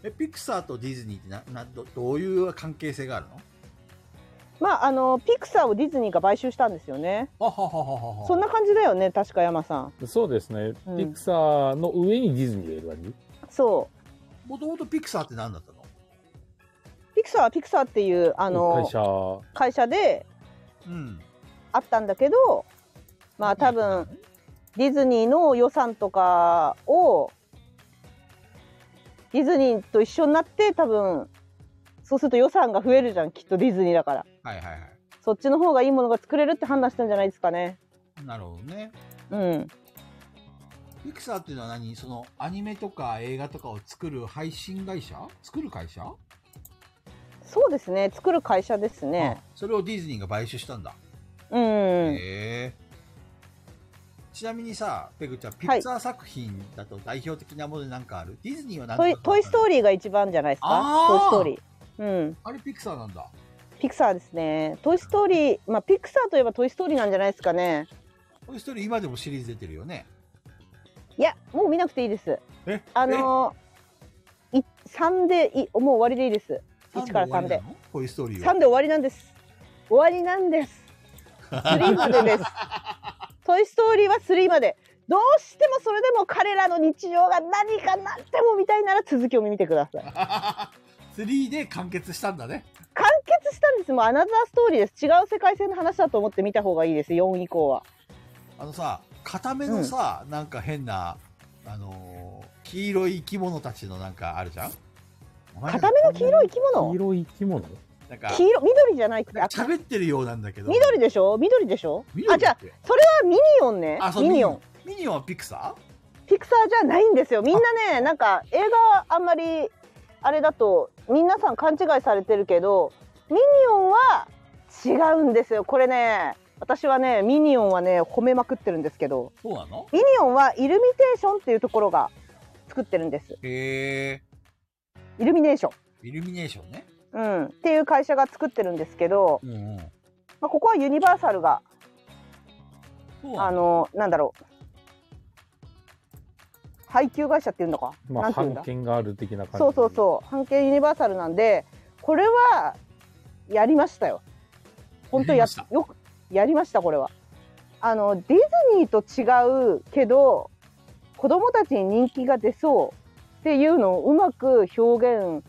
え、ピクサーとディズニーってな、などどういう関係性があるのまああのピクサーをディズニーが買収したんですよねあははははそんな感じだよね確か山さんそうですね。うんピクサーの上にディズニーがいる感じ。そもともとピクサーって何だったのうピクサーはピクサーっていうあの会社。会社でうん。あったんだけどまあ多分ディズニーの予算とかをディズニーと一緒になって多分そうすると予算が増えるじゃんきっとディズニーだからはいはいはい。そっちの方がいいものが作れるって判断したんじゃないですかねなるほどね。うんピクサーっていうのは何そのアニメとか映画とかを作る配信会社作る会社そうですね作る会社ですねあそれをディズニーが買収したんだ。うんへえ。ちなみにさ、ペグちゃん、ピはいクサー作品だと代表的なもので何かあるディズニーは何トイトイ・ストーリーリーが一番じゃないですかあ。ートイ・ストーリー。うん。あれピクサーなんだ。ピクサーですね。トイ・ストーリー、まあ、ピクサーといえばトイ・ストーリーなんじゃないですかね。トイストーリー今でもシリーズ出てるよね。いや、もう見なくていいです。えあのー、い3でいい、もう終わりでいいです。1から3で。。トイストーリーは3。で終わりなんです。終わりなんです。3までです。トイ・ストーリーは3まで。どうしてもそれでも彼らの日常が何かなっても見たいなら続きを見てください。 3で完結したんだね。完結したんですもうアナザーストーリーです違う世界線の話だと思って見た方がいいです4以降はあのさ、固めのさ、なんか変な、あのー黄色い生き物たちのなんかあるじゃん固めの黄色い生き黄物色い生き物なんか、黄色緑じゃなくてなん赤か喋ってるようなんだけど。緑でしょ緑でしょあ緑じゃだあっけミニオンねあ、そう、ミミニニオオンン。ミニオンはピクサピクサーじゃないんですよみんなねなんか映画あんまりあれだと皆さん勘違いされてるけどミニオンは違うんですよこれね私はねミニオンはね褒めまくってるんですけどーそうなのミニオンはイルミテーションっていうところが作ってるんですへイルミネーションーイルミネーションね。うん、っていう会社が作ってるんですけど、うんうん。まあ、ここはユニバーサルがそうなあののなんだろう配給会社っていうのか、まなあ、んていう版んだ権がある的な感じ。そうそうそう半径ユニバーサルなんでこれはやりましたよ本当ややりましたよくやりましたこれはあのディズニーと違うけど子供たちに人気が出そうっていうのをうまく表現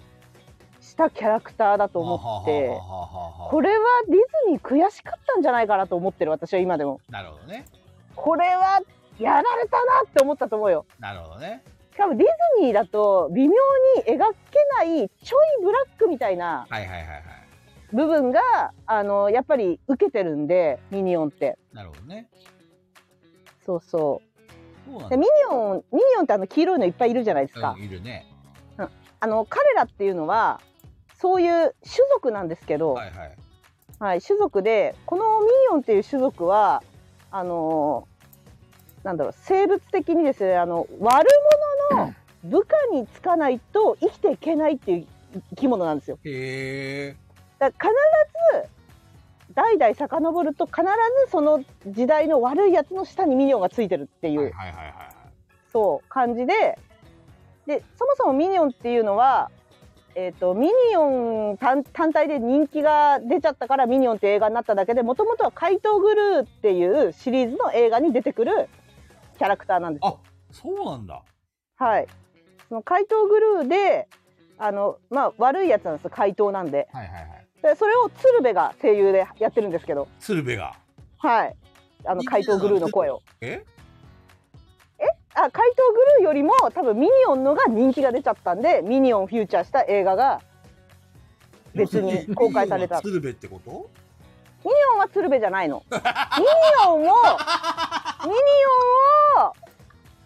したキャラクターだと思って。はははははははこれはディズニー悔しかったんじゃないかなと思ってる私は今でもなるほどね。これはやられたなって思ったと思うよなるほどね。しかもディズニーだと微妙に描けないちょいブラックみたいなはいはいはいはい。部分があのやっぱり受けてるんでミニオンってなるほどね。そうそそうなうでのミニオンミニオンってあの黄色いのいっぱいいるじゃないですか、うんいるね。あの彼らっていうのはそういう種族なんですけど、はいはい。はい、種族でこのミニオンっていう種族はあのーなんだろう生物的にですねあの悪者の部下につかないと生きていけないっていう生き物なんですよ。へだから必ず代々遡ると必ずその時代の悪いやつの下にミニオンがついてるっていー。う、はいはいはいはい。そう感じででそもそもミニオンっていうのは、えー、とミニオン単単体で人気が出ちゃったからミニオンって映画になっただけでもともとは「怪盗グルー」っていうシリーズの映画に出てくるキャラクターなんですよ。あ、そうなんだ。はい、その怪盗グルーであの、まあ、悪いやつなんですよ怪盗なんではいはいはい。でそれを鶴瓶が声優でやってるんですけど、鶴瓶が。はい、あの怪盗グルーの声を。えあ怪盗グルーよりも多分ミニオンのが人気が出ちゃったんでミニオンフューチャーした映画が別に公開されたミ ニ鶴瓶ってことオンは鶴瓶じゃ ないのミニオンをミニオンを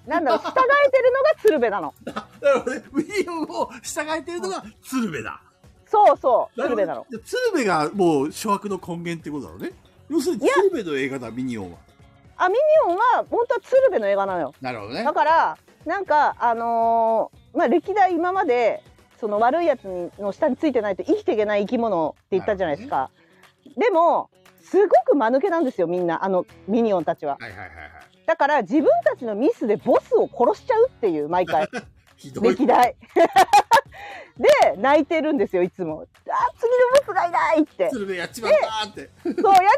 なんだろう従えてるのが鶴瓶なのなるほどね。ミニオンを従えてるのが鶴瓶だ。そうそうな鶴るほど瓶なのじゃあ鶴瓶がもう諸悪の根源ってことだろうね。要するにいや鶴瓶の映画だ、ミニオンは。あミニオンは本当は鶴瓶の映画なのよなるほどねだ。からなんかあのーまあ歴代今までその悪いやつにの下についてないと生きていけない生き物って言ったじゃないですか、でもすごく間抜けなんですよみんなあのミニオンたちははいはいはいはい。だから自分たちのミスでボスを殺しちゃうっていう毎 回ひどい。歴代 で泣いてるんですよいつも「あ次のボスがいない!」 って鶴瓶やっちまったーって。そう、やっちまったー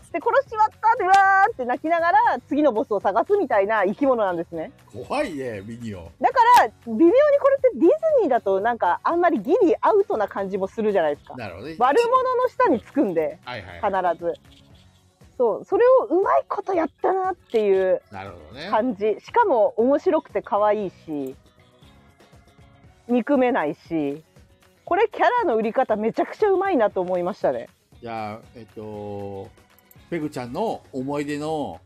っつって殺しちまったってうわーって泣きながら次のボスを探すみたいな生き物なんですね。怖いね、ミニオン。だから、微妙にこれってディズニーだとなんかあんまりギリアウトな感じもするじゃないですか。なるほどね。悪者の下につくんで、はいはい必はず。そう、それをうまいことやったなっていうい。なるほどね。感じ。しかも面白くて可愛いし、憎めないし、これキャラの売り方めちゃくちゃうまいなと思いましたね。じゃあ、えっと、ペグちゃんの思い出の好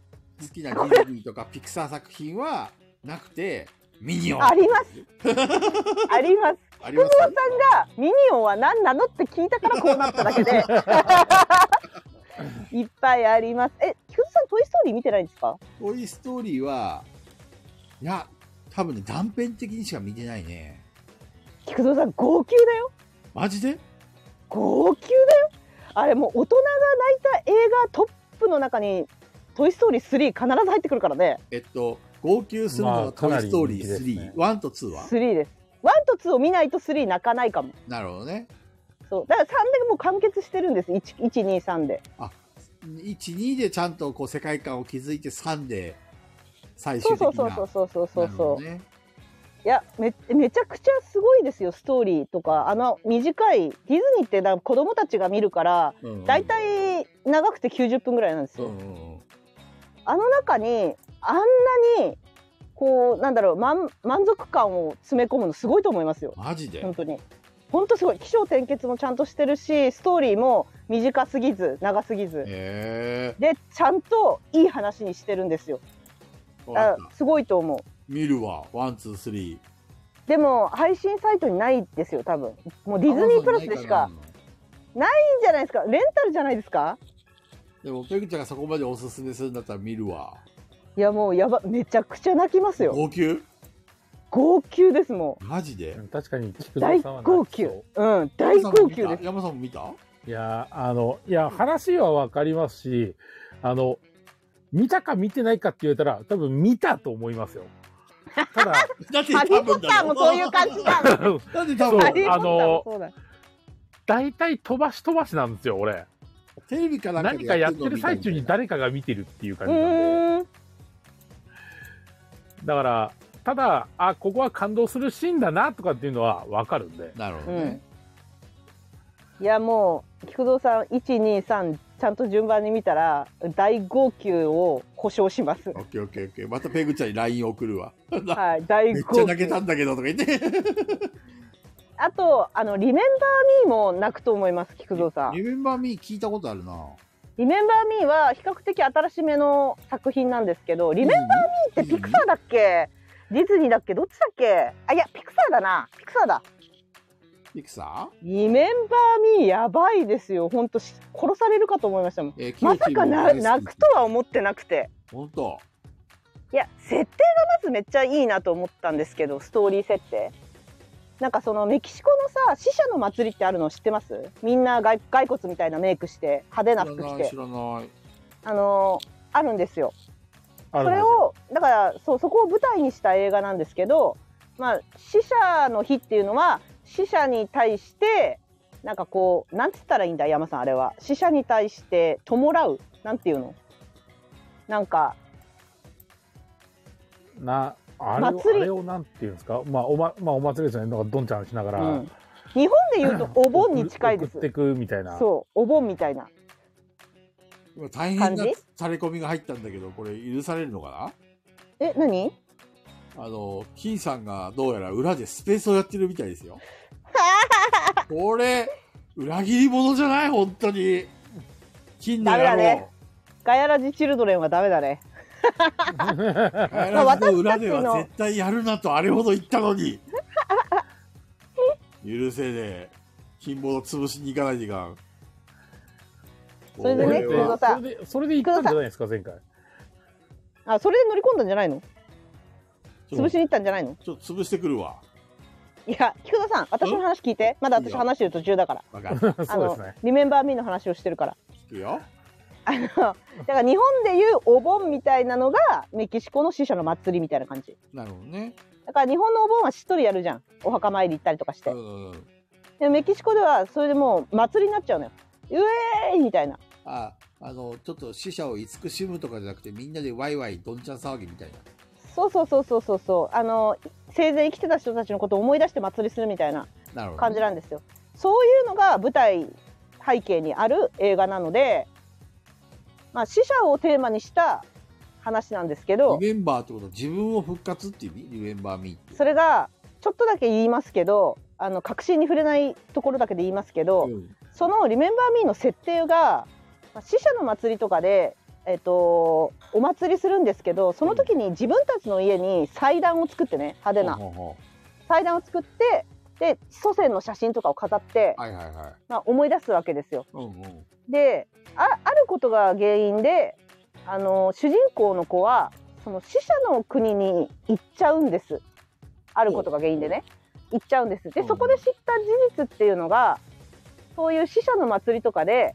きなディズニーとかピクサー作品はなくて、ミニオン。あります。あります。あり久ま保すさんがミニオンは何なのって聞いたからこうなっただけ で。いっぱいあります。え、菊池さん、トイ・ストーリー見てないんですかトイ・ストーリーは、いや、多分ね、断片的にしか見てないね。菊蔵さん、号泣だよ。マジで号泣だよ。あれ、もう大人が泣いた映画トップの中に、トイ・ストーリー3必ず入ってくるからね。えっと、号泣するのまはあかトイ・なりストーリー人気です3、ね1と2は3です。1と2を見ないと3泣かないかも。なるほどね。そう。だから3でもう完結してるんです。1、1 2、3で。 1、2でちゃんとこう世界観を築いて3で最そ終うそう的そうな。そうそうそうそうなるそうほど。ね。いやめめちゃくちゃすごいですよストーリーとかあの短いディズニーってだ子供たちが見るからうんうん大、体長くて90分ぐらいなんですうよ。んうんうんあの中にあんなにこうなんだろう満満足感を詰め込むのすごいと思いますよマジで本当に。本当すごい起承転結もちゃんとしてるしストーリーも短すぎず長すぎずへえでちゃんといい話にしてるんですよ。ー。わあかったすごいと思う。見るわ。ワン、ツー、スリー。でも配信サイトにないですよ多分もうディズニープラスでしか。いいんじゃないですかレンタルじゃないですかでも、ペグちゃんがそこまでおすすめするんだったら見るわ。いやもうやばめちゃくちゃ泣きますよ号泣号泣ですもマジで確かに菊う蔵大さんは号泣き泣そううん大号泣です山さんも見たいやーあのいや話はわかりますしあの見たか見てないかって言われたら多分見たと思いますよた だだってハリー・ポッ多分タだーもそういう感じだハだって多そう分リー・ポッターもそうだ大体飛ばし飛ばしなんですよ俺テレビかなんか何でかやっのてをる見た最み中たいなに誰かが見てるっていう感うじなんでーんだからただあここは感動するシーンだなとかっていうのはわかるんでなるほどね、いやもう菊蔵さん123ちゃんと順番に見たら大号泣を故障しますオッケーオッケーオッケーまたペグちゃんに LINE 送るわはい大めっち号ゃ泣けた泣んだけどとか言ってあとあの「リメンバー・ミー」も泣くと思います菊蔵さんリメンバーミー聞いたことあるなリメンバー・ミーは比較的新しめの作品なんですけど、リメンバー・ミーってピクサーだっけディズニーだっけどっちだっけあ、いや、ピクサーだな。ピクサーだ。ピクサリメンバー・ミーやばいですよ。ほんとし、殺されるかと思いましたもん。ー、えーまさかなキムチも大好泣きくとは思ってなくて。本当いや、設定がまずめっちゃいいなと思ったんですけど、ストーリー設定。なんかそのメキシコのさ、死者の祭りってあるの知ってますみんな骸骸骨みたいなメイクして、派手な知服ら着ないて知。らないあのーあるんですよ。あそれをだからそうそこを舞台にした映画なんですけど、まあ、死者の日っていうのは死者に対してなんかこうなんつったらいいんだ山さんあれは死者に対して弔うなんていうのなんかなあれを祭りあれをなんていうんですか、まあおままあ、お祭りですよねなんかどんちゃんしながうら、ん、日本で言 うとお盆に近いで送すっ。てくみたいなそうお盆みたいな今大変な感じタレコミが入ったんだけどこれ許されるのかえ何あの、金さんがどうやら裏でスペースをやってるみたい ですよ。これ、裏切り者じゃない本当に。金の野ダメだ郎ね。ガヤラジチルドレンはダメだね。ガヤラジの裏では絶対やるなとあれほど言ったのに。 許せねえ。金棒を潰しに行かないでいかん。それでね俺そ工は藤さんれで、それで行ったんじゃないですか、前回。あ、それで乗り込んだんじゃないのちょ潰っしに行ったんじゃないのとちょっと潰してくるわ。いや、菊田さん、私の話聞いて。まだいい私よ話してる途中だから。わかる。あそうでのすね。リメンバーミーの話をしてるから。聞くよ。あの、だから日本でいうお盆みたいなのが、メキシコの死者の祭りみたいな感じ。なるほどね。だから日本のお盆はしっとりやるじゃん。お墓参り行ったりとかしてう。んうんうん。でメキシコでは、それでもう祭りになっちゃうのよ。うえーいみたいな。あ、あの、ちょっと死者を慈しむとかじゃなくて、みんなでワイワイどんちゃん騒ぎみたいな。そうそうそうそうそうそう。あの、生前生きてた人たちのことを思い出して祭りするみたいな。なるほどね、感じなんですよ。そういうのが舞台背景にある映画なので、まあ、死者をテーマにした話なんですけどリメンバーってことは自分を復活っていう意味リメンバーミーって。それがちょっとだけ言いますけどあの確信に触れないところだけで言いますけど、うんその「リメンバー・ミー」の設定がまあ死者の祭りとかで、えっとお祭りするんですけどその時に自分たちの家に祭壇を作ってね派手なほうほ祭壇を作ってで祖先の写真とかを飾ってう、はいはいはい。まあ、思い出すわけですよ。うんうん。でああることが原因であの主人公の子はその死者の国に行っちゃうんですあることが原因でね行っちゃうんですでうんそこで知った事実っていうのがそういう死者の祭りとかで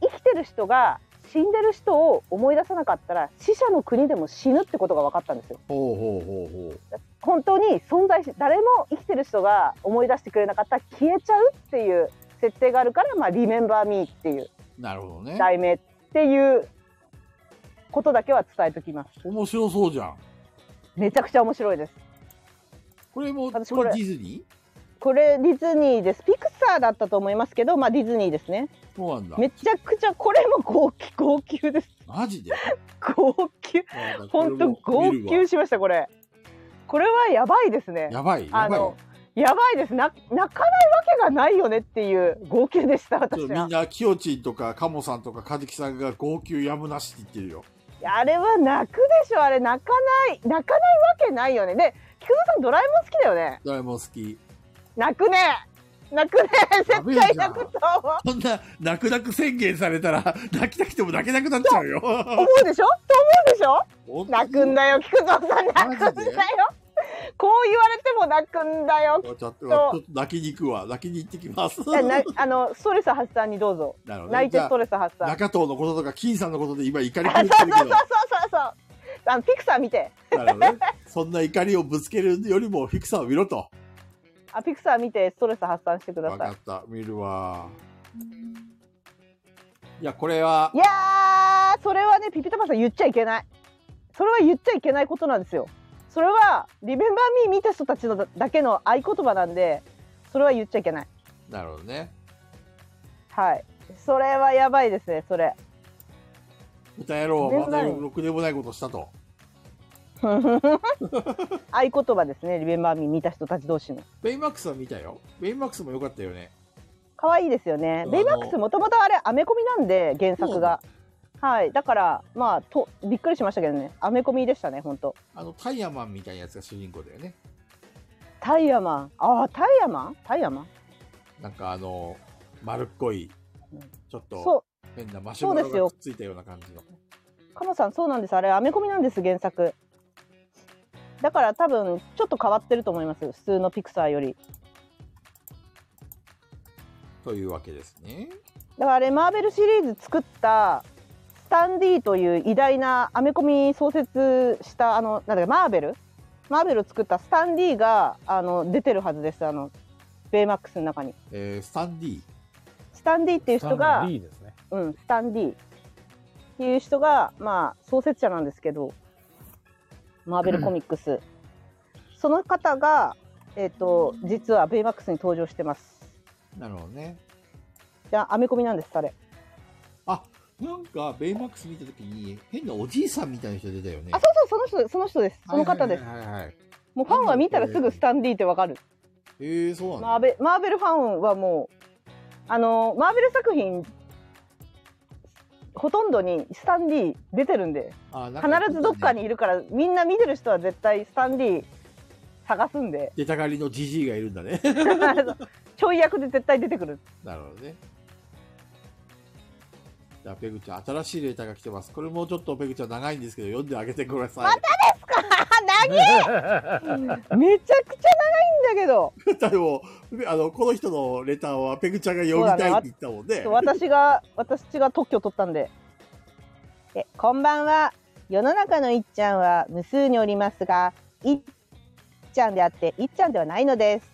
生きてる人が死んでる人を思い出さなかったら死者の国でも死ぬってことが分かったんですよほうほうほうほう。本当に存在し誰も生きてる人が思い出してくれなかったら消えちゃうっていう設定があるから、まあ、リメンバーミーっていうなるほどね。題名っていうことだけは伝えときます。面白そうじゃん。めちゃくちゃ面白いです。これも、これ私これディズニこれディズニーです。ピクサーだったと思いますけど、まあディズニーですね。ーそうなんだ。めちゃくちゃこれも号泣号泣です。マジで号泣。 本当号泣しましたこれ。これはやばいですね。やばい、やあばい。のやばいです。な泣かないわけがないよねっていう号泣でしたちょっ私とみんは。な、きよちんとか、かもさんとか、かじきさんが号泣やむなしって言ってるよ。いやあれは泣くでしょ。あれ泣かない泣かないわけないよね。で、菊田さんドラえもん好きだよね。誰も好き。泣くね泣 くねやべ絶対えじゃん泣くと思うこんな、泣く泣く宣言されたら、 泣きたくても泣けなくなっちゃうよ。思うでしょと思うでしょ本当 に泣くんだよ菊蔵さん泣くんだマジよでこう言われても泣くんだよ ちょっと、ちょっと泣きに行くわ。泣きに行ってき ます。い やなあのストレス発散にどうぞなるほどね泣いてストレス発散中藤のこととか金さんのことで今怒り狂あそっうてそうるそうそうそうそうあのピクサー見て けどなるほどねそんな怒りをぶつけるよりもフィクサーを見ろとあピクサー見てストレス発散してくだ分さかいった見るわいやこれはいやーそれはねピピタパンさん言っちゃいけないそれは言っちゃいけないことなんですよそれはリメンバーミー見た人たちのだだけの合言葉なんでそれは言っちゃいけないなるほどねはいそれはやばいですねそれ豚野郎はまだ全然ろくでもないことしたと合言葉ですねリベンバーミー見た人たち同士のベイマックスは見たよベイマックスも良かったよね可愛いですよねあのベイマックスもともとあれアメコミなんで原作がはいだからまあとびっくりしましたけどねアメコミでしたね本当あのタイヤマンみたいなやつが主人公だよねタイヤマンああタイヤマンタイヤマンなんかあの丸っこいちょっとそ変なマシュマロそうですよがくっついたような感じのうカモさんそうなんですあれアメコミなんです原作だから多分ちょっと変わってると思います普通のピクサーよりというわけですねだからあれマーベルシリーズ作ったスタンディという偉大なアメコミ創設したあのなんだっけマーベルマーベルを作ったスタンディがあの出てるはずですあのベイマックスの中にえー、スタンディスタンディっていう人が B ですね。うん、スタンディっていう人が、まあ、創設者なんですけどマ ーベルコミックスその方が、えっと実はベイマックスに登場してますなるほどねじゃあアメコミなんですあれなんか、ベイマックス見たときに、変なおじいさんみたいな人出たよね。あそうそうその人その人ですその方ですはいはいはいはい、もうファンは見たらすぐスタンディーってわかる。ええそうマなんだーベマーベルファンはもうあのマーベル作品ほとんどにスタンディ出てるんであなん必かずどっかにいるからみんな見てる人は絶対スタンディ探すんで 出たがりのジジイがいるんだね ちょい役で絶対出てくる なるほどねじゃあペグちゃん新しいレーターが来てますこれもちょっとペグちゃん長いんですけど読んであげてください めちゃくちゃ長いんだけど でも、あの、この人のレターはペグちゃんが読みたいって言ったもんね。私が私が特許取ったんでえこんばんは世の中のいっちゃんは無数におりますがいっちゃんであっていっちゃんではないのです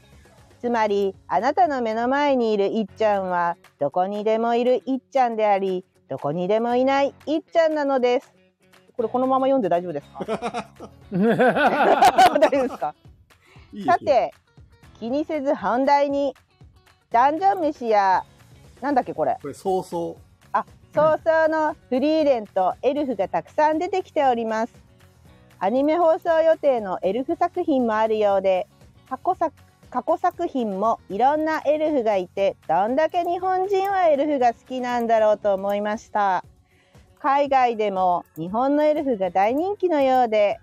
つまりあなたの目の前にいるいっちゃんはどこにでもいるいっちゃんでありどこにでもいないいっちゃんなのですこれこのまま読んで大丈夫です か大丈夫ですかいいですよさ、て気にせず本題にダンジョン飯やなんだっけこれこれ、そうそ早々のフリーレンとエルフがたくさん出てきておりますアニメ放送予定のエルフ作品もあるようで過去作過去作品もいろんなエルフがいてどんだけ日本人はエルフが好きなんだろうと思いました海外でも日本のエルフが大人気のようで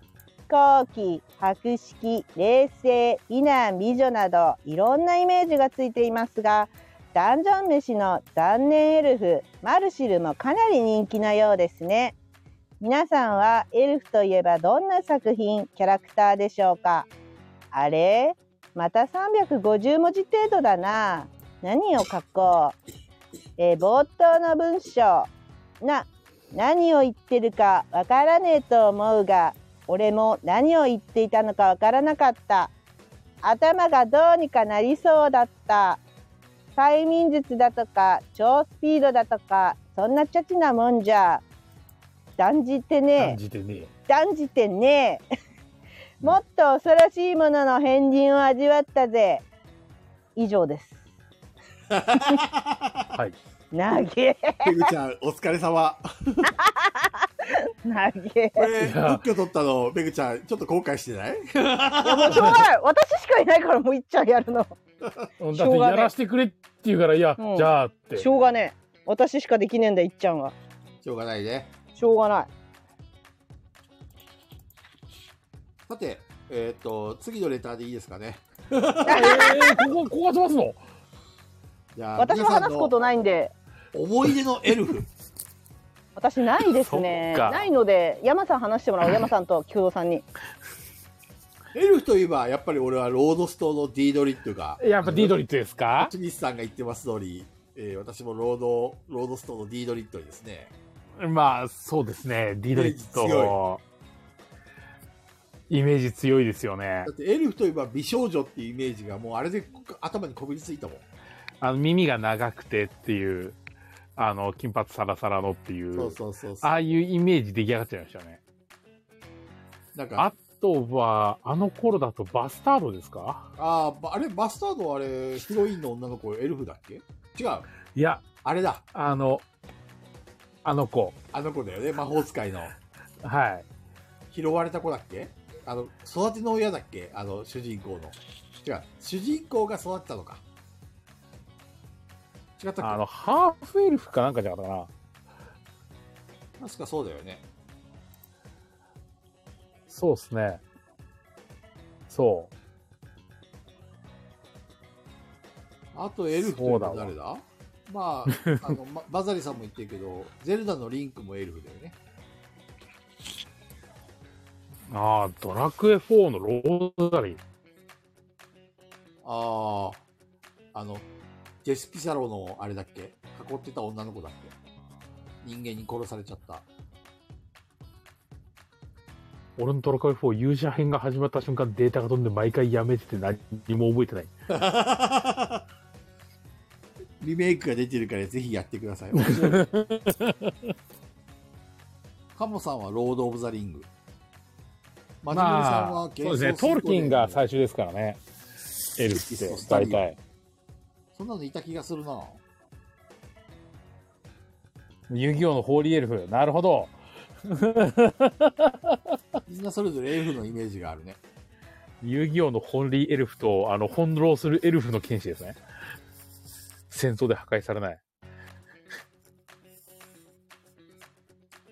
飛行機白色冷静美男美女などいろんなイメージがついていますがダンジョン飯の残念エルフマルシルもかなり人気のようですね皆さんはエルフといえばどんな作品キャラクターでしょうかあれまた350文字程度だな何を書こう、えー冒頭の文章な何を言ってるかわからねえと思うが俺も何を言っていたのかわからなかった頭がどうにかなりそうだった催眠術だとか超スピードだとかそんなチャチなもんじゃ断じてね感じてね。え断じてねえもっと恐ろしいものの片鱗を味わったぜ以上です はい。投げう。ペグちゃん、お疲れ様。投 げこれ、いや特許取ったの、ペグちゃん、ちょっと後悔してないいやもうしょうがない私しかいないからもういっちゃんやるのしだっょうてがねえやらせてくれって言うから、いや、うんじゃあって。しょうがねえ私しかできねえんだいっちゃんはしょうがないね。しょうが ないさて、えーっと、次のレターでいいですかね。えーここ、ここが飛ばすのじゃあ、私は皆話さんすのことないんで思い出のエルフ。私ないですねそっかないので山さん話してもらおう山さんと菊堂さんにエルフといえば、やっぱり俺はロードストのディードリットが、やっぱディードリットですかチミスさんが言ってます通り、えー私もロード、ロードストのディードリットにですね、まあ、そうですね。ディードリット。イメージ強いですよねだ。ってエルフといえば美少女っていうイメージがもうあれで頭にこびりついたもん。あの、耳が長くてっていう、あの、金髪サラサラのっていう、そうそうそうそう。ああいうイメージ出来上がっちゃいましたね。なんか、あとは、あの頃だとバスタードですかあーばあれ、バスタードはあれ、ヒロインの女の子、エルフだっけ違う。いや、あれだ。あの、あの子。あの子だよね。魔法使いの。はい。拾われた子だっけあの、育ての親だっけあの、主人公の。違う。主人公が育ったのか。違ったあっの、ハーフエルフかなんかじゃなかったかな。け確かそうだよね。そうっすね。そう。あと、エルフといそううだのわ誰だま あ、あの、まバザリさんも言ってるけど、ゼルダのリンクもエルフだよね。ああ、ドラクエ4のローザリー。ああ、あの、ジェスピサロのあれだっけ囲ってた女の子だっけ人間に殺されちゃった。俺のドラクエ4勇者編が始まった瞬間データが飛んで毎回やめてて何も覚えてない。リメイクが出てるからぜひやってく ださい。面白いカモさんはロード・オブ・ザ・リング。マジモリさんは幻想そうですね。トルキンが最初ですからね。エルフそうそうって、大体。そんなのいた気がするな。遊戯王のホーリーエルフ。なるほど。みんなそれぞれエルフのイメージがあるね。遊戯王のホンリーエルフと、あの、翻弄するエルフの剣士ですね。戦争で破壊されない。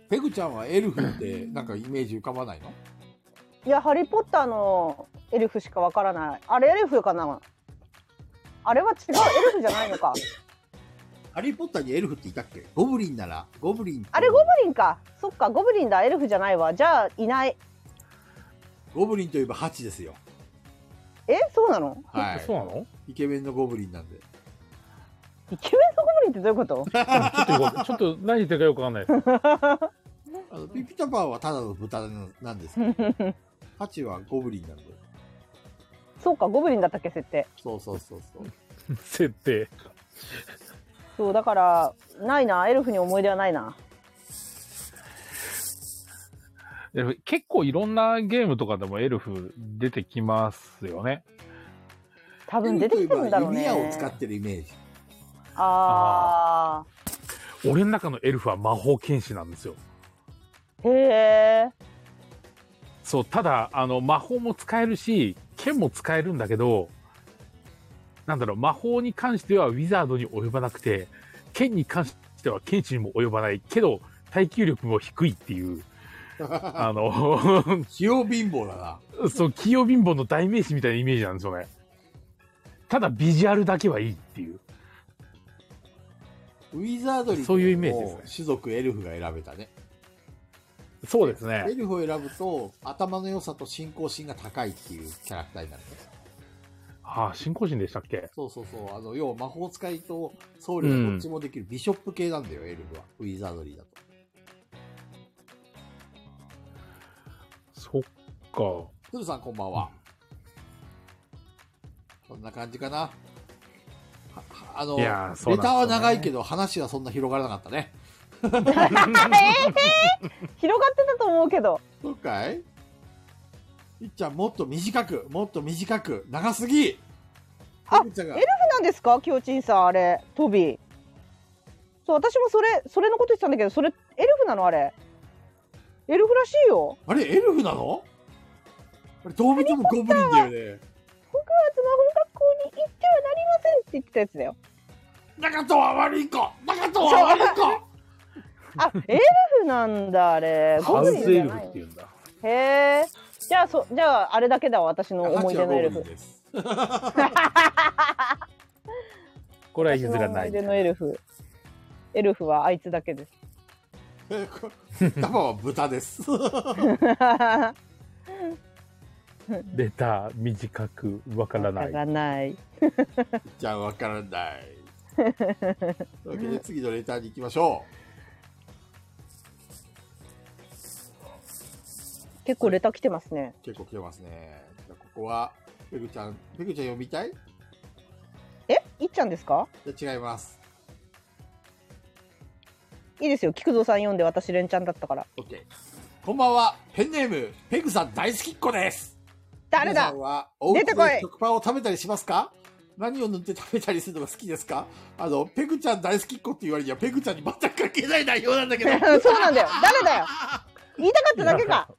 ペグちゃんはエルフってなんかイメージ浮かばないのいや、ハリーポッターのエルフしかわからない。あれエルフかなあれは違うエルフじゃないのか。ハリーポッターにエルフっていたっけゴブリンなら、ゴブリン。あれゴブリンか。そっか、ゴブリンだ。エルフじゃないわ。じゃあ、いない。ゴブリンといえばハチですよ。え、そうなのはそうなのい。イケメンのゴブリンなんで。イケメンのゴブリンってどういうことちょっとよく、ちょっと何言ってるかよくわかんないです。 あのピピタパンはただの豚なんですけど、 ハチはゴブリンなんで。そうか、ゴブリンだったっけ、設定。そうそうそうそう。設定。そう、だから、ないな。エルフに思い出はないな。エルフ結構いろんなゲームとかでもエルフ出てきますよね。多エ分ル出フてといきえてるんだばろう指ね。輪を使ってるイメージ。あ俺の中のエルフは魔法剣士なんですよ。ー。へえ。そう、ただ、あの、魔法も使えるし、剣も使えるんだけど、なんだろう、魔法に関してはウィザードに及ばなくて、剣に関しては剣士にも及ばないけど、耐久力も低いって いう、あの、 器用貧乏だな。そう、器用貧乏の代名詞みたいなイメージなんですよね。ただ、ビジュアルだけはいいっていう。ウィザードリーそういうイメージですね種族エルフが選べたね。そうですねエ。ルフを選ぶと、頭の良さと信仰心が高いっていうキャラクターになるんです。ああ、信仰心でしたっけそうそうそう。あの、要は魔法使いと僧侶がどっちもできるビショップ系なんだよ、エルフは。ウィザードリーだと。そっか。鶴さんこんばんは。そんな感じかな。ははあの、いレやータそうなんですよねーは長いけど、話はそんな広がらなかったね。広がってたと思うけど。そうかいいっちゃん、もっと短く、もっと短く、長すぎあペグちゃんがエルフなんですかきょうちんさんあれトビーそう私もそれそれのこと言ってたんだけどそれエルフなのあれエルフらしいよあれ、エルフなのあれ、動物もゴブリンだよ僕はスマホね。学校に行ってはなりませんって言ってたやつだよ中とは悪い子中とは悪い子 あエルフなんだあれゴハブウリンスじエゃルフなっていいうんだ。へえじゃあそじゃああれだけだわ私の思い出のエルハチはゴブフリンです。これは私譲のら思ないい。出のエルフエルフはあいつだけですダバは豚です。レター短くわからわなかい。らないじゃあわからない。というわけで次のレターに行きましょ結構レター来てますねう。結構来てますね。じゃあここは、ペグちゃん、ペグちゃん読みたいいえいっちゃんですかや違います。いいですよ菊蔵さん読んで私レンちゃんだったから OK。こんばんは、ペンネーム、ペグさん大好きっ子です。誰皆ださんは、おうち出てこでい食パンを食べたりしますか何を塗って食べたりするのが好きですかあの、ペグちゃん大好きっ子って言われには、ペグちゃんに全く関係ない内容なんだけど。 そうなんだよ。誰だよ。言いたかっただけ か。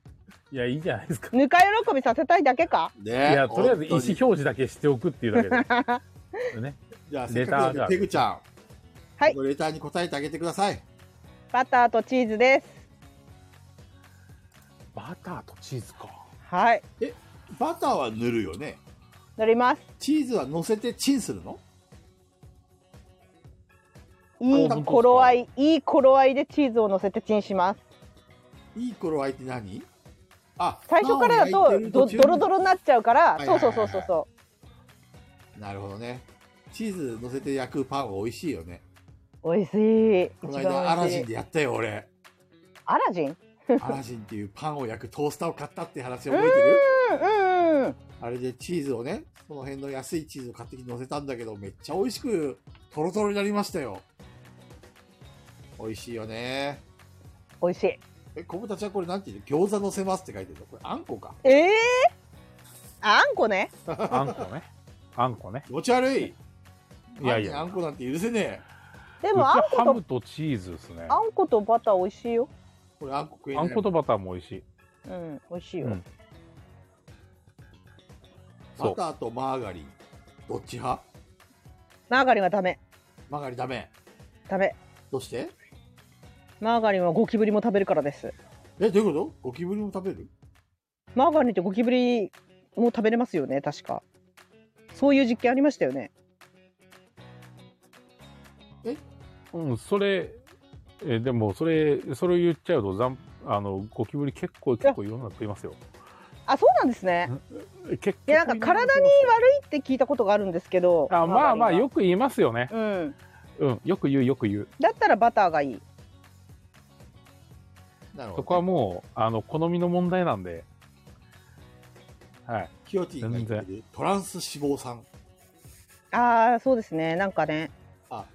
いや、いいじゃないですか。ぬか喜びさせたいだけか。ねいや、とりあえず意思本当に表示だけしておくっていうだけ で。ね。じゃあ、せっレタかくーじなゃんあで、ペグちゃん。はいこのレターに答えてあげてください。バターとチーズです。バターとチーズか。はい。バターは塗るよね。乗ります。チーズは乗せてチンするのいいあ本当ですか頃合い、いい頃合いでチーズを乗せてチンします。いい頃合いって何あ最初からだパンを焼といてるど途中ドロドロになっちゃうから、はいはいそうはいそうそうそうそなるほどねチーズ乗せて焼くパンは美味しいよねう。美味しい。この一番間ア美ラ味しジいンでやった よ俺アラジン。アラジンっていうパンを焼くトースターを買ったって話覚えてるうんうんうん。あれでチーズをねその辺の安いチーズを買ってきて乗せたんだけどめっちゃ美味しくトロトロになりましたよ美味しいよね美味しい。え小豚ちゃんこれなんていうの餃子乗せますって書いてるのこれあんこかええああんこね。あんこね。あんこね。気持ち悪いいやいやあんこなんて許せねえで うちもあんはハことムとチーズですね。あんことバター美味しいよ。これあんこ食えなあいんことバターも美味しい。うん、美味しいよ。うんそバうターとマーガリン。どっち派マーガリンはダメマーガリンダメ。ダメどうしてマーガリンはゴキブリも食べるからですえ、どういうことゴキブリも食べるマーガリンってゴキブリも食べれますよね確かそういう実験ありましたよねうん、それ、えでも、それ、それを言っちゃうと、ざんあの、ゴキブリ結構、結構世の中いますよ。あそうなんですねえ結構いやなんか体に悪いって聞いたことがあるんですけどあまあまあ、よくく言いますよね。うんうん、よく言う、よく言う。だったらバターがいいなるほそど、こはもう、あの、好みの問題なんで。はい。キヨティが言ってるトランス脂肪酸。ああそうですねなんかねあ、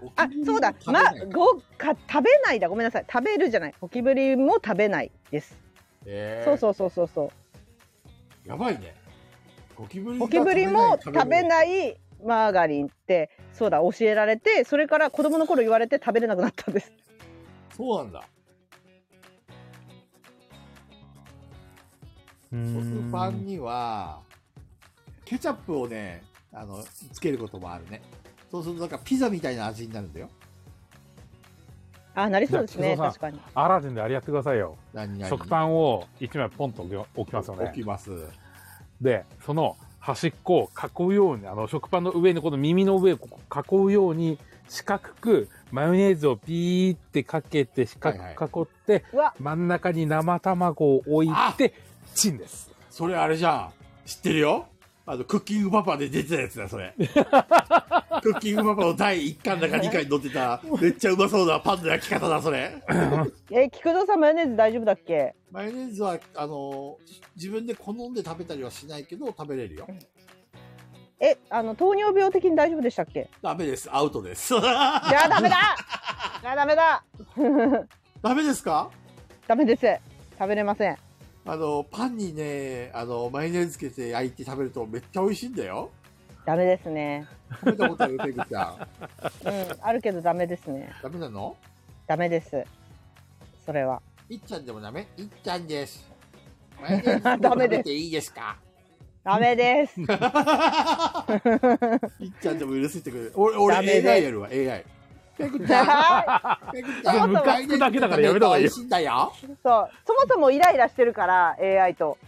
ゴキあブリもそうだ食べまなあいごか食べないだごめんなさい食べるじゃないゴキブリも食べないです、えーそうそうそうそうそうやばいね。ゴキブリがゴキブリも食べないマーガリンってそうだ教えられてそれから子供の頃言われて食べれなくなったんですそうなんだ。うソんスパンには、ケチャップをね、あの、つけることもあるね。そうするとなんかピザみたいな味になるんだよ。あなりそうですねじゃあ木確かにアラジンであれやってくださいよ。何々。食パンを一枚ポンと置き置きますよね置。きます。で、その端っこを囲うように、あの、食パンの上に、この耳の上をここ囲うように、四角く、マヨネーズをピーってかけて、四角く囲って、うわ真ん中に生卵を置いて、チンです。それあれじゃん。知ってるよあの、クッキングパパで出てたやつだ、それ。クッキングパパの第1巻だか2巻に載ってた、めっちゃうまそうなパンの焼き方だ、それ。え菊蔵さんマヨネーズ大丈夫だっけマヨネーズは、あの、自分で好んで食べたりはしないけど、食べれるよ。えあの糖尿病的に大丈夫でし たっけダメです、アウトです。じ ゃあダメだじゃあダメだダメですかダメです食べれませんあの、パンにね、あの、マヨネーズつけて焼いて食べるとめっちゃ美味しいんだよ。ダメですね食べたことあるペグちゃうん。んあるけどダメですねダメなのダメですそれはいっちゃんでもダメいっちゃんです。マヨネーズダメ食ですべていいですかダメで すいっちゃんでも許してくれる。俺、俺ダメです AI やるわ、AI。ペグちゃん、はペグちゃん、ムカつくだけだからやめた方がいいよマヨネーズ食べると美味しいんだよ。いそうそもそもイライラしてるから AI と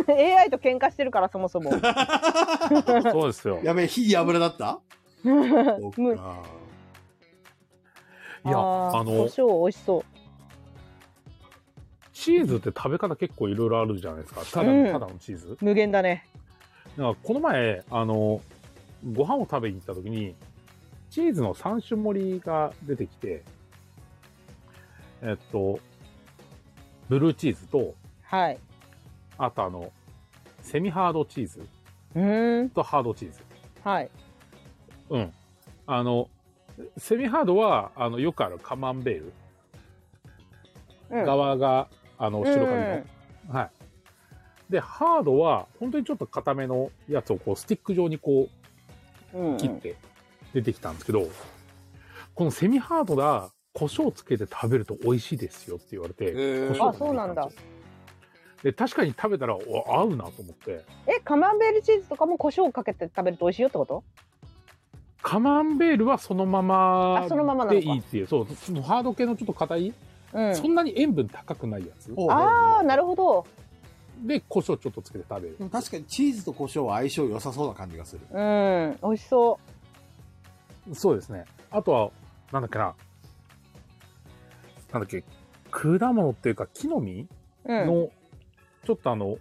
AI と喧嘩してるからそもそも そうですよ。やべえ、火に油だったむあいや、ーあの、胡椒美味しそうチーズって食べ方結構いろいろあるじゃないですか。ただうんの、ただのチーズ。無限だねなんかこの前、あの、ご飯を食べに行った時に、チーズの3種盛りが出てきて、えっと、ブルーチーズと、はいあとあの、セミハードチーズうーんとハードチーズ。はいうん。あの、セミハードは、あの、よくあるカマンベール。うん側が、あの、白髪うのん。はい。で、ハードは、本当にちょっと固めのやつを、こう、スティック状にこうんうう、切っん、て出てきたんですけど、このセミハードだ、胡椒つけて食べると美味しいですよって言われて、胡椒あそうなんだで、確かに食べたら、お合うなと思って、えカマンベールチーズとかも胡椒かけて食べると美味しいよってことカマンベールはそのままあそのままなでのいかいっていう、そう、そのハード系のちょっと硬い、うんそんなに塩分高くないやつ。ああなるほほどで、胡椒ちょっとつけて食べる。ど。でも確かにチーズと胡椒は相性良さそうな感じがする。うん美味しそそうですね。あとは、なんだっけな。なんだっけ、果物っていうか木の実う、うん、の、ちょっとあの、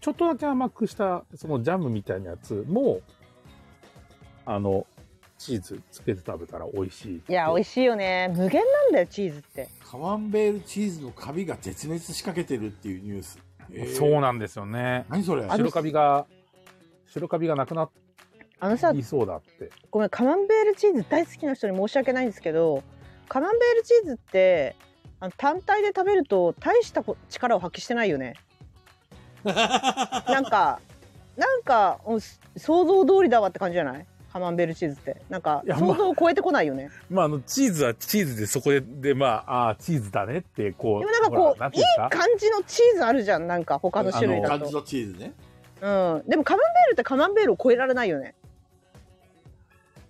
ちょっとだけ甘くした、そのジャムみたいなやつも、あの、チーズつけて食べたら美味しい。いや美味しいよね無限なんだよチーズってカマンベールチーズのカビが絶滅しかけてるっていうニュース。えーそうなんですよね。何それ白カビが、白カビがなくなっあのさていそうだって。ごめんカマンベールチーズ大好きな人に申し訳ないんですけどカマンベールチーズってあの単体で食べると大したこ力を発揮してない よねなんかなんかうんす想像通りだわって感じじゃないカマンベールチーズってなんかいやまあ想像を超えてこないよね、まあ、あの、チーズはチーズで、そこで、で、まあ、ああー、チーズだねって、こう。でもなんかこほうらなんていいいうんですか感じのチーズあるじゃんなんか他の種類だ感とじのチーズね。うん、でもカマンベールってカマンベールを超えられないよね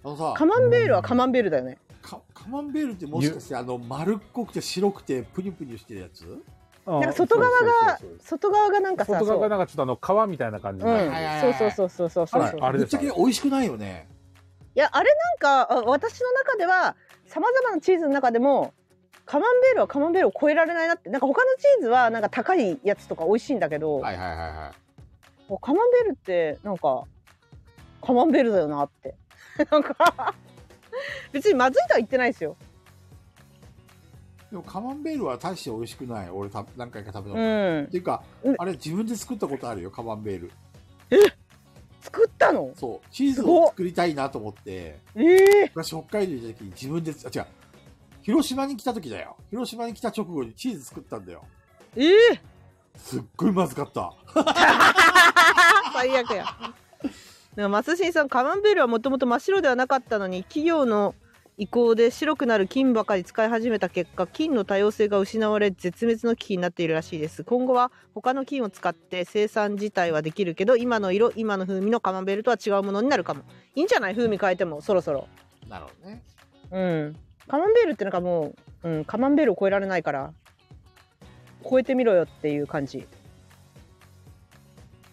あのさカマンベールはカマンベールだよねカカマンベールってもしかしてあの丸っこくて白くてプニュプニュしてるやつななんか外側が外側がなんかさ外側がそうなんかちょっとあの皮みたいな感じうになる、んはいはいはそいうそうそうそうそうそう、はいい、あれぶっですちゃけ美味しくないよねやあれなんかあ私の中ではさまざまなチーズの中でもカマンベールはカマンベールを超えられないなってなんか他のチーズはなんか高いやつとか美味しいんだけど、はいはいはいはいカマンベールってなんかカマンベールだよなって なんか別にまずいとは言ってないですよでもカマンベールは大して美味しくない俺た何回か食うべたこと、っんていうか、うんあれ自分で作ったことあるよカマンベール作ったのそうチーズを作りたいなと思ってええ昔北海道にいた時に自分でつあ違う広島に来た時だよ広島に来た直後にチーズ作ったんだよええすっごいまずかった最悪やなんかマスシンさんカマンベールはもともと真っ白ではなかったのに企業の意向で白くなる金ばかり使い始めた結果金の多様性が失われ絶滅の危機になっているらしいです今後は他の金を使って生産自体はできるけど今の色今の風味のカマンベールとは違うものになるかもいいんじゃない風味変えてもそろそろなるほどねうんカマンベールってなんかもう、うん、カマンベールを超えられないから超えてみろよっていう感じ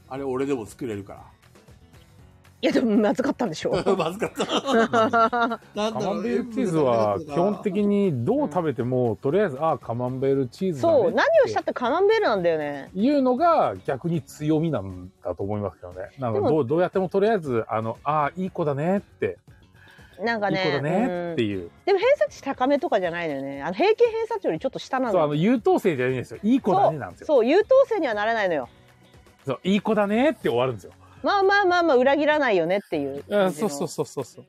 あれ俺でも作れるかいやでもまずかったんでし ょらまずかったなカんだマろうンベールチーズは基本的にどう食べても、とりあえずああカマンベールチーズだねそう何をしたってカマンベールなんだよねいうのが逆に強みなんだと思いますけどね。なんかでどうどうやってもとりあえず、あの、ああ、いい子だねって、なんかねいい子だうねんっていう。でも偏差値高めとかじゃないのよねあの平均偏差値よりちょっと下なのそう、あよの、優等生じゃないんですよ。いい子だねなんですよ。そう優等生にはなれないのよそう、いい子だねって終わるんですよ。まあまあまあまあ裏切らないよねっていうあ感じそのうそうそうそうそう。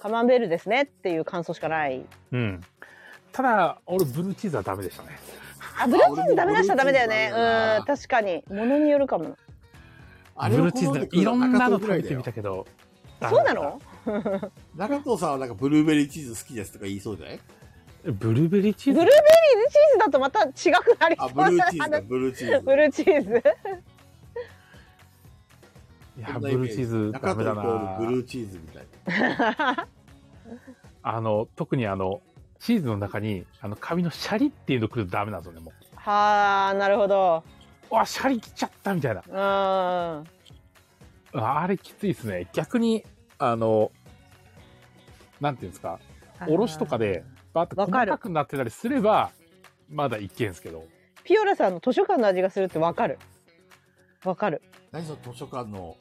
カマンベールですねっていう感想しかないうん。ただ、俺、ブルーチーズはダメでしたね。あブルーチーズダメ出したらダメだよね俺もブルーチーズダメだなうん確かにものによるかもあブれルはーチ好ーみズなんかで食ういろんなの食べ中藤ぐらいだてよみたけど。そうなの中藤さんはなんかブルーベリーチーズ好きですとか言いそうじゃないブルーベリーチーブズルーベリーチーズだとまた違くなりそあうブなルー話チーズだブルーチーズブルーチーズいや、ブルーチーズダ中メ藤イだコールブなルーチーズみたいなあの、特にあの、チーズの中に、あの、紙のシャリっていうのくるとダメなんですよね、もう。はあなるほどわシャリ切っちゃったみたいなうんああれきついですね逆にあのなんていうんですかおろしとかでバーッとわか細るかくなってたりすればまだいけんすけどピオラさんの図書館の味がするってわかるわかる何その図書館の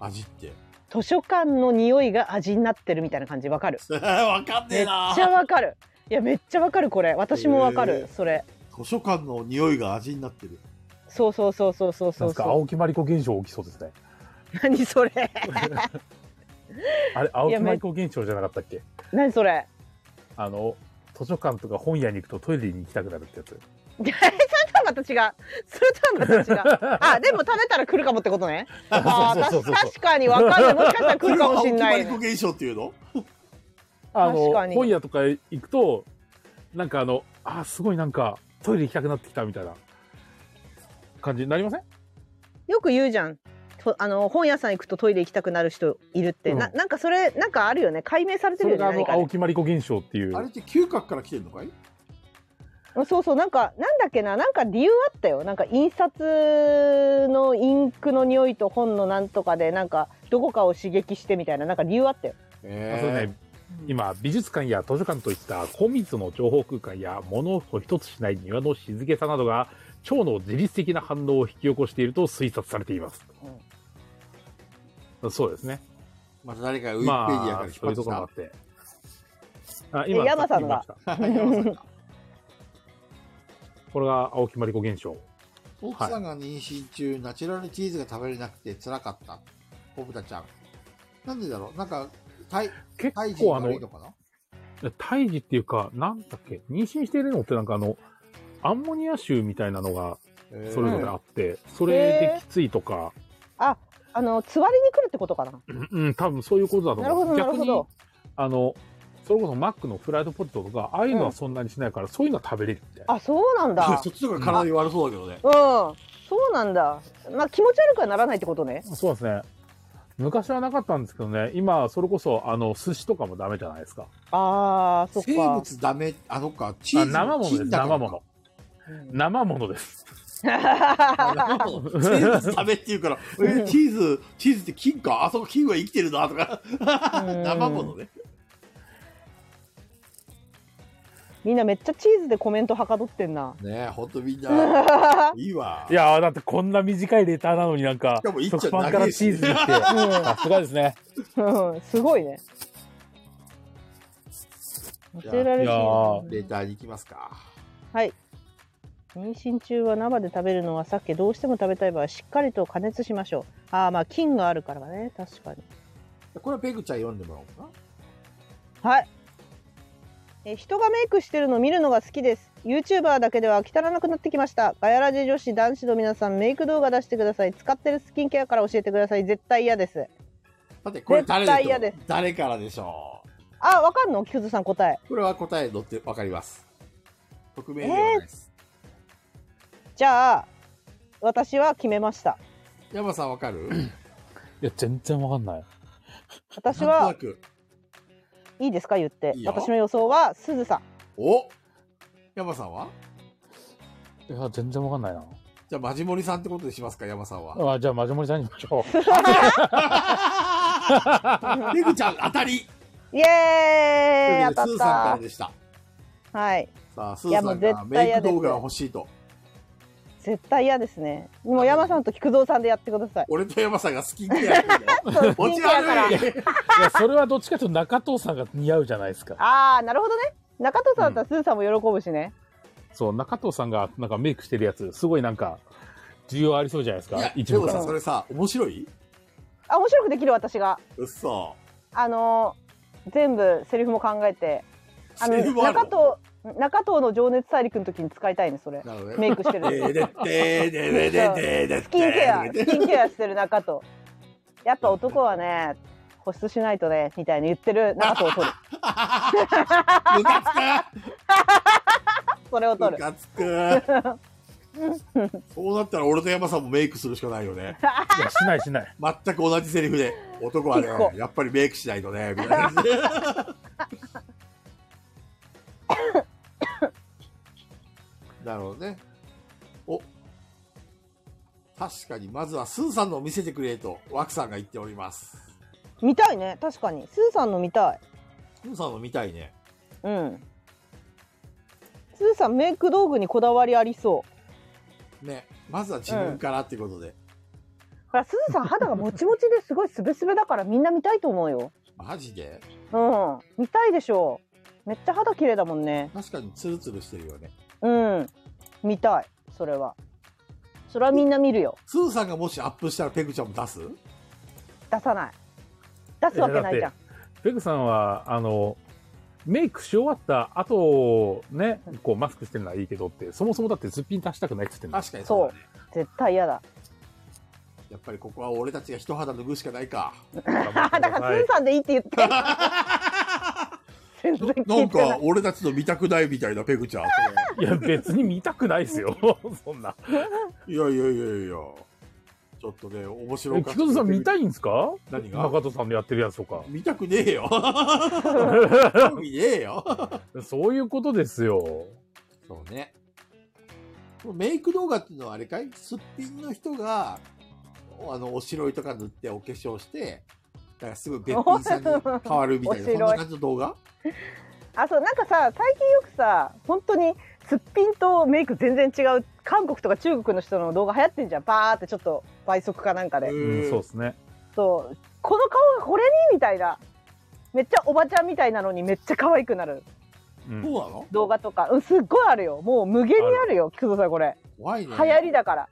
味って 図書館の匂いが味になってるみたいな感じわかるわかんねめえっなちゃわかるいやめっちゃわかるこれ私もわかへるえそれ図書館の匂いが味になってるそうそうそうそうそうなそんうですかそう青木まりこ現象起きそうですね何それあれ青い木やまりこ現象じゃなかったっけ何それ あの図書館とか本屋に行くとトイレに行きたくなるってやつそれとはまた違うそれとはまた違うあでも食べたら来るかもってことねあー そうそうそうそうた確かにわかんないもしかしたら来るかもしんな これいが青木まりこ現象っていうのあの確かに本屋とか行くとなんかあのあすごいなんかトイレ行きたくなってきたみたいな感じになりませんよく言うじゃんとあの本屋さん行くとトイレ行きたくなる人いるって、うんななんかそれなんかあるよね解明されてそるれよがあね何のかね青木まりこ現象っていうあれって嗅覚から来てるのかいそうそうなんかなんだっけななんか理由あったよなんか印刷のインクの匂いと本のなんとかでなんかどこかを刺激してみたいななんか理由あったよあそうね、今美術館や図書館といった高密の情報空間や物音一つしない庭の静けさなどが腸の自律的な反応を引き起こしていると推察されています、そうですねまた誰かウィキペデまィアからあ引っそうい張っうてところもあってあきたえ山さんがさっき言いまし山さんがたこれが青木まりこ現象奥さんが妊娠中、ナチュラルチーズが食べれなくて辛かった。コブタちゃん。なんでだろうなんか、体、結体重構あが悪いののかな胎児っていうかなんだっけ妊娠しているのってなんかあのアンモニア臭みたいなのがそれぞれあって、それできついとか、ああのつわりに来るってことかなうん、多分そういうことだとなる思ほどう。なる逆ほにど、あの、それこそマックのフライドポテトとか、ああいうのは そんなにしないから、そういうのは食べれるみたいな。 あそうなんだそっちの方が体に悪そうだけどね。うんそうなんだ。まあ気持ち悪くはならないってことね。そうですね。昔はなかったんですけどね、今、それこそ、あの、寿司とかもダメじゃないですか。ああ、そっ生か。物ダメ、あのか、チーあズ生物です、菌だから生物。生物です。生物 生物ダメって言うから、え、チーズ、チーズって金かあそこ金は生きてるな、とか。生物ね。みんなめっちゃチーズでコメントはかどってんな。ねえ、ほんと みんな、いいわ。いやー、だってこんな短いレターなのになんか、しかも一丁食パンからチーズに来て、さすがですね。うんすごいね。や忘れられいやーてレーターに行きますか。妊娠中は生で食べるのはさっきどうしても食べたい場合しっかりと加熱しましょうああまあ菌があるからね確かにこれはペグちゃん読んでもらおうかはいえ人がメイクしてるの見るのが好きです YouTuber だけでは飽き足らなくなってきましたガヤラジ女子男子の皆さんメイク動画出してください使ってるスキンケアから教えてください絶対嫌ですな。さて、これ誰絶対嫌でです誰からでしょあわかんの菊津さん答えうこれは答え載ってわかります。匿名ではないです。じゃあ私は決めました山さんわかるいや、全然わかんない。私なんとなはく。いいですか言っていいよ私の予想はすずさんお山さんはいや、全然わかんないな。じゃあ、マジモリさんってことにしますか、山さんは。あじゃあ、マジモリさんにしまし ょペグちゃん、当たりイエーイということでス当ーさんかたらっでした。たはいさあ、スいやーもさうんが絶対メイ嫌クです動画が欲しいと。絶対嫌ですねもう山さんと菊蔵さんでやってくださ い俺と山さんがスキンケアやってるの。持ち悪い。う。いや、それはどっちかというと中藤さんが似合うじゃないですか。ああなるほどね中戸さんだったらすずさんも喜ぶしね、そう、中藤さんがなんかメイクしてるやつ、すごいなんか、需要ありそうじゃないですいやか。、一で部かもさ、ら。それさ、面白いあ面白くできる私がうっそ。あのー全部セリフも考えてあのセリフもあるの中藤中藤の情熱大陸の時に使いたいねそれなるほどメね。イクしてでるででででででスキンケアスキンケアしてる中藤やっぱ男はね保湿しないとねみたいに言ってる中藤を取るムカそれをつく取 ムるカつくそうなったら俺と山さんもメイクするしかないよね。いや、しないしない。全く同じセリフで。男はね一個、やっぱりメイクしないとね、 みたいな感じで。なるほどね。お確かに、まずはスーさんのを見せてくれと、ワクさんが言っております。見たいね確かにスーさんの見たいスーさんの見たいね。うんスーさんメイク道具にこだわりありそうね。まずは自分からってことで。ほらスーさん肌がもちもちですごいすべすべだからみんな見たいと思うよマジでうん見たいでしょうめっちゃ肌綺麗だもんね確かにツルツルしてるよね。うん見たいそれはそれはみんな見るよスーさんがもしアップしたらペグちゃんも出す出さない出すわけないじゃんペグさんは、あの、メイクし終わった後、ね、こうマスクしてるのはいいけどって、そもそもだってすっぴん出したくないっつってんの。確かにそうだね。絶対嫌だやっぱりここは俺たちが一肌脱ぐしかない か。あ だからス ーさんでいいって言って全然な聞んいてなかい俺たちの見たくないみたいなペグちゃ ん。いや、別に見たくないですよ。 そんな。いやいやいやいや。ちょっとね、面白え、い。菊蔵さん見たいいんですか何が中戸さんのやってるやつと か。見たくねえ よ。興味ねえよ。そういうことですよ。そうね。メイク動画っていうのはあれかいすっぴんの人が、あの、おしろいとか塗ってお化粧して、だからすぐべっぴんさんに変わるみ たいな、おそしんろいな感じの動画あそうなんかさ最近よくさ本当にすっぴんとメイク全然違う韓国とか中国の人の動画流行ってんじゃんバーってちょっと倍速かなんかで、うん、そうですね。そうこの顔がこれにみたいなめっちゃおばちゃんみたいなのにめっちゃ可愛くなるう。そうんなの動画とか、うん、すっごいあるよもう無限にあるよ菊蔵さんこれ怖いね。流行りだから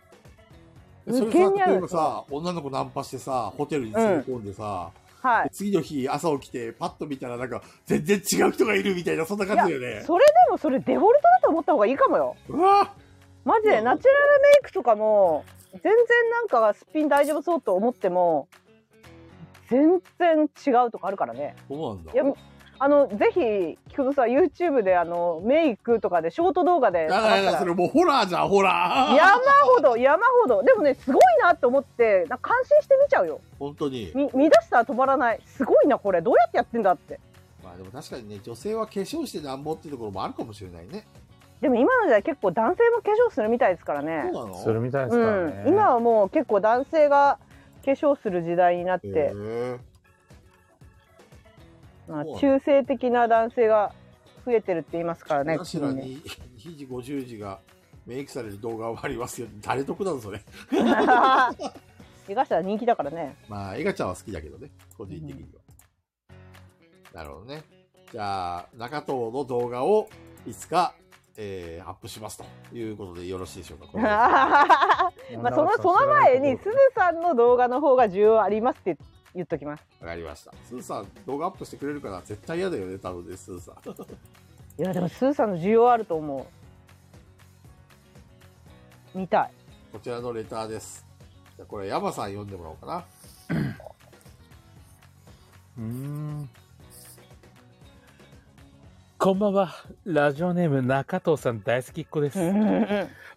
えそれ無さ、限にある例えばさ、女の子ナンパしてさ、ホテルに連れ込んでさ、はいで次の日朝起きてパッと見たらなんか全然違う人がいるみたいなそんな感じだよねそれでもそれデフォルトだと思った方がいいかもようわマジうでんナチュラルメイクとかも全然なんかすっぴん大丈夫そうと思っても全然違うとかあるからねそうなんだいやあのぜひ菊蔵さん YouTube であのメイクとかでショート動画でだからだからそれもうホラーじゃん、ホラー。山ほど山ほどでもねすごいなと思ってなんか感心して見ちゃうよ本当に。み見出したら止まらないすごいなこれどうやってやってんだってまあでも確かにね、女性は化粧してなんぼっていうところもあるかもしれないね。でも今の時代結構男性も化粧するみたいですからねそうなのするみたいですうからねん、。今はもう結構男性が化粧する時代になって、へーまあそう中性的な男性が増えてるって言いますからね私ら近年に、ひじ50時がメイクされる動画はありますよ。誰得なのそれ。怪我したら人気だからねまあ、エガちゃんは好きだけどね、個人的には。なるほどね。じゃあ、中藤の動画をいつか、えー、アップしますということでよろしいでしょうか。こ れままあそのその前にすずさんの動画の方が重要ありますって言っときますわかりました。スーさん、動画アップしてくれるから絶対嫌だよね、多分ね、スーさん。いやでもすずさんの需要あると思う見たいこちらのレターです。じゃあこれ、ヤマさん読んでもらおうかな。うーんこんばんは。ラジオネーム中藤さん大好きっ子です。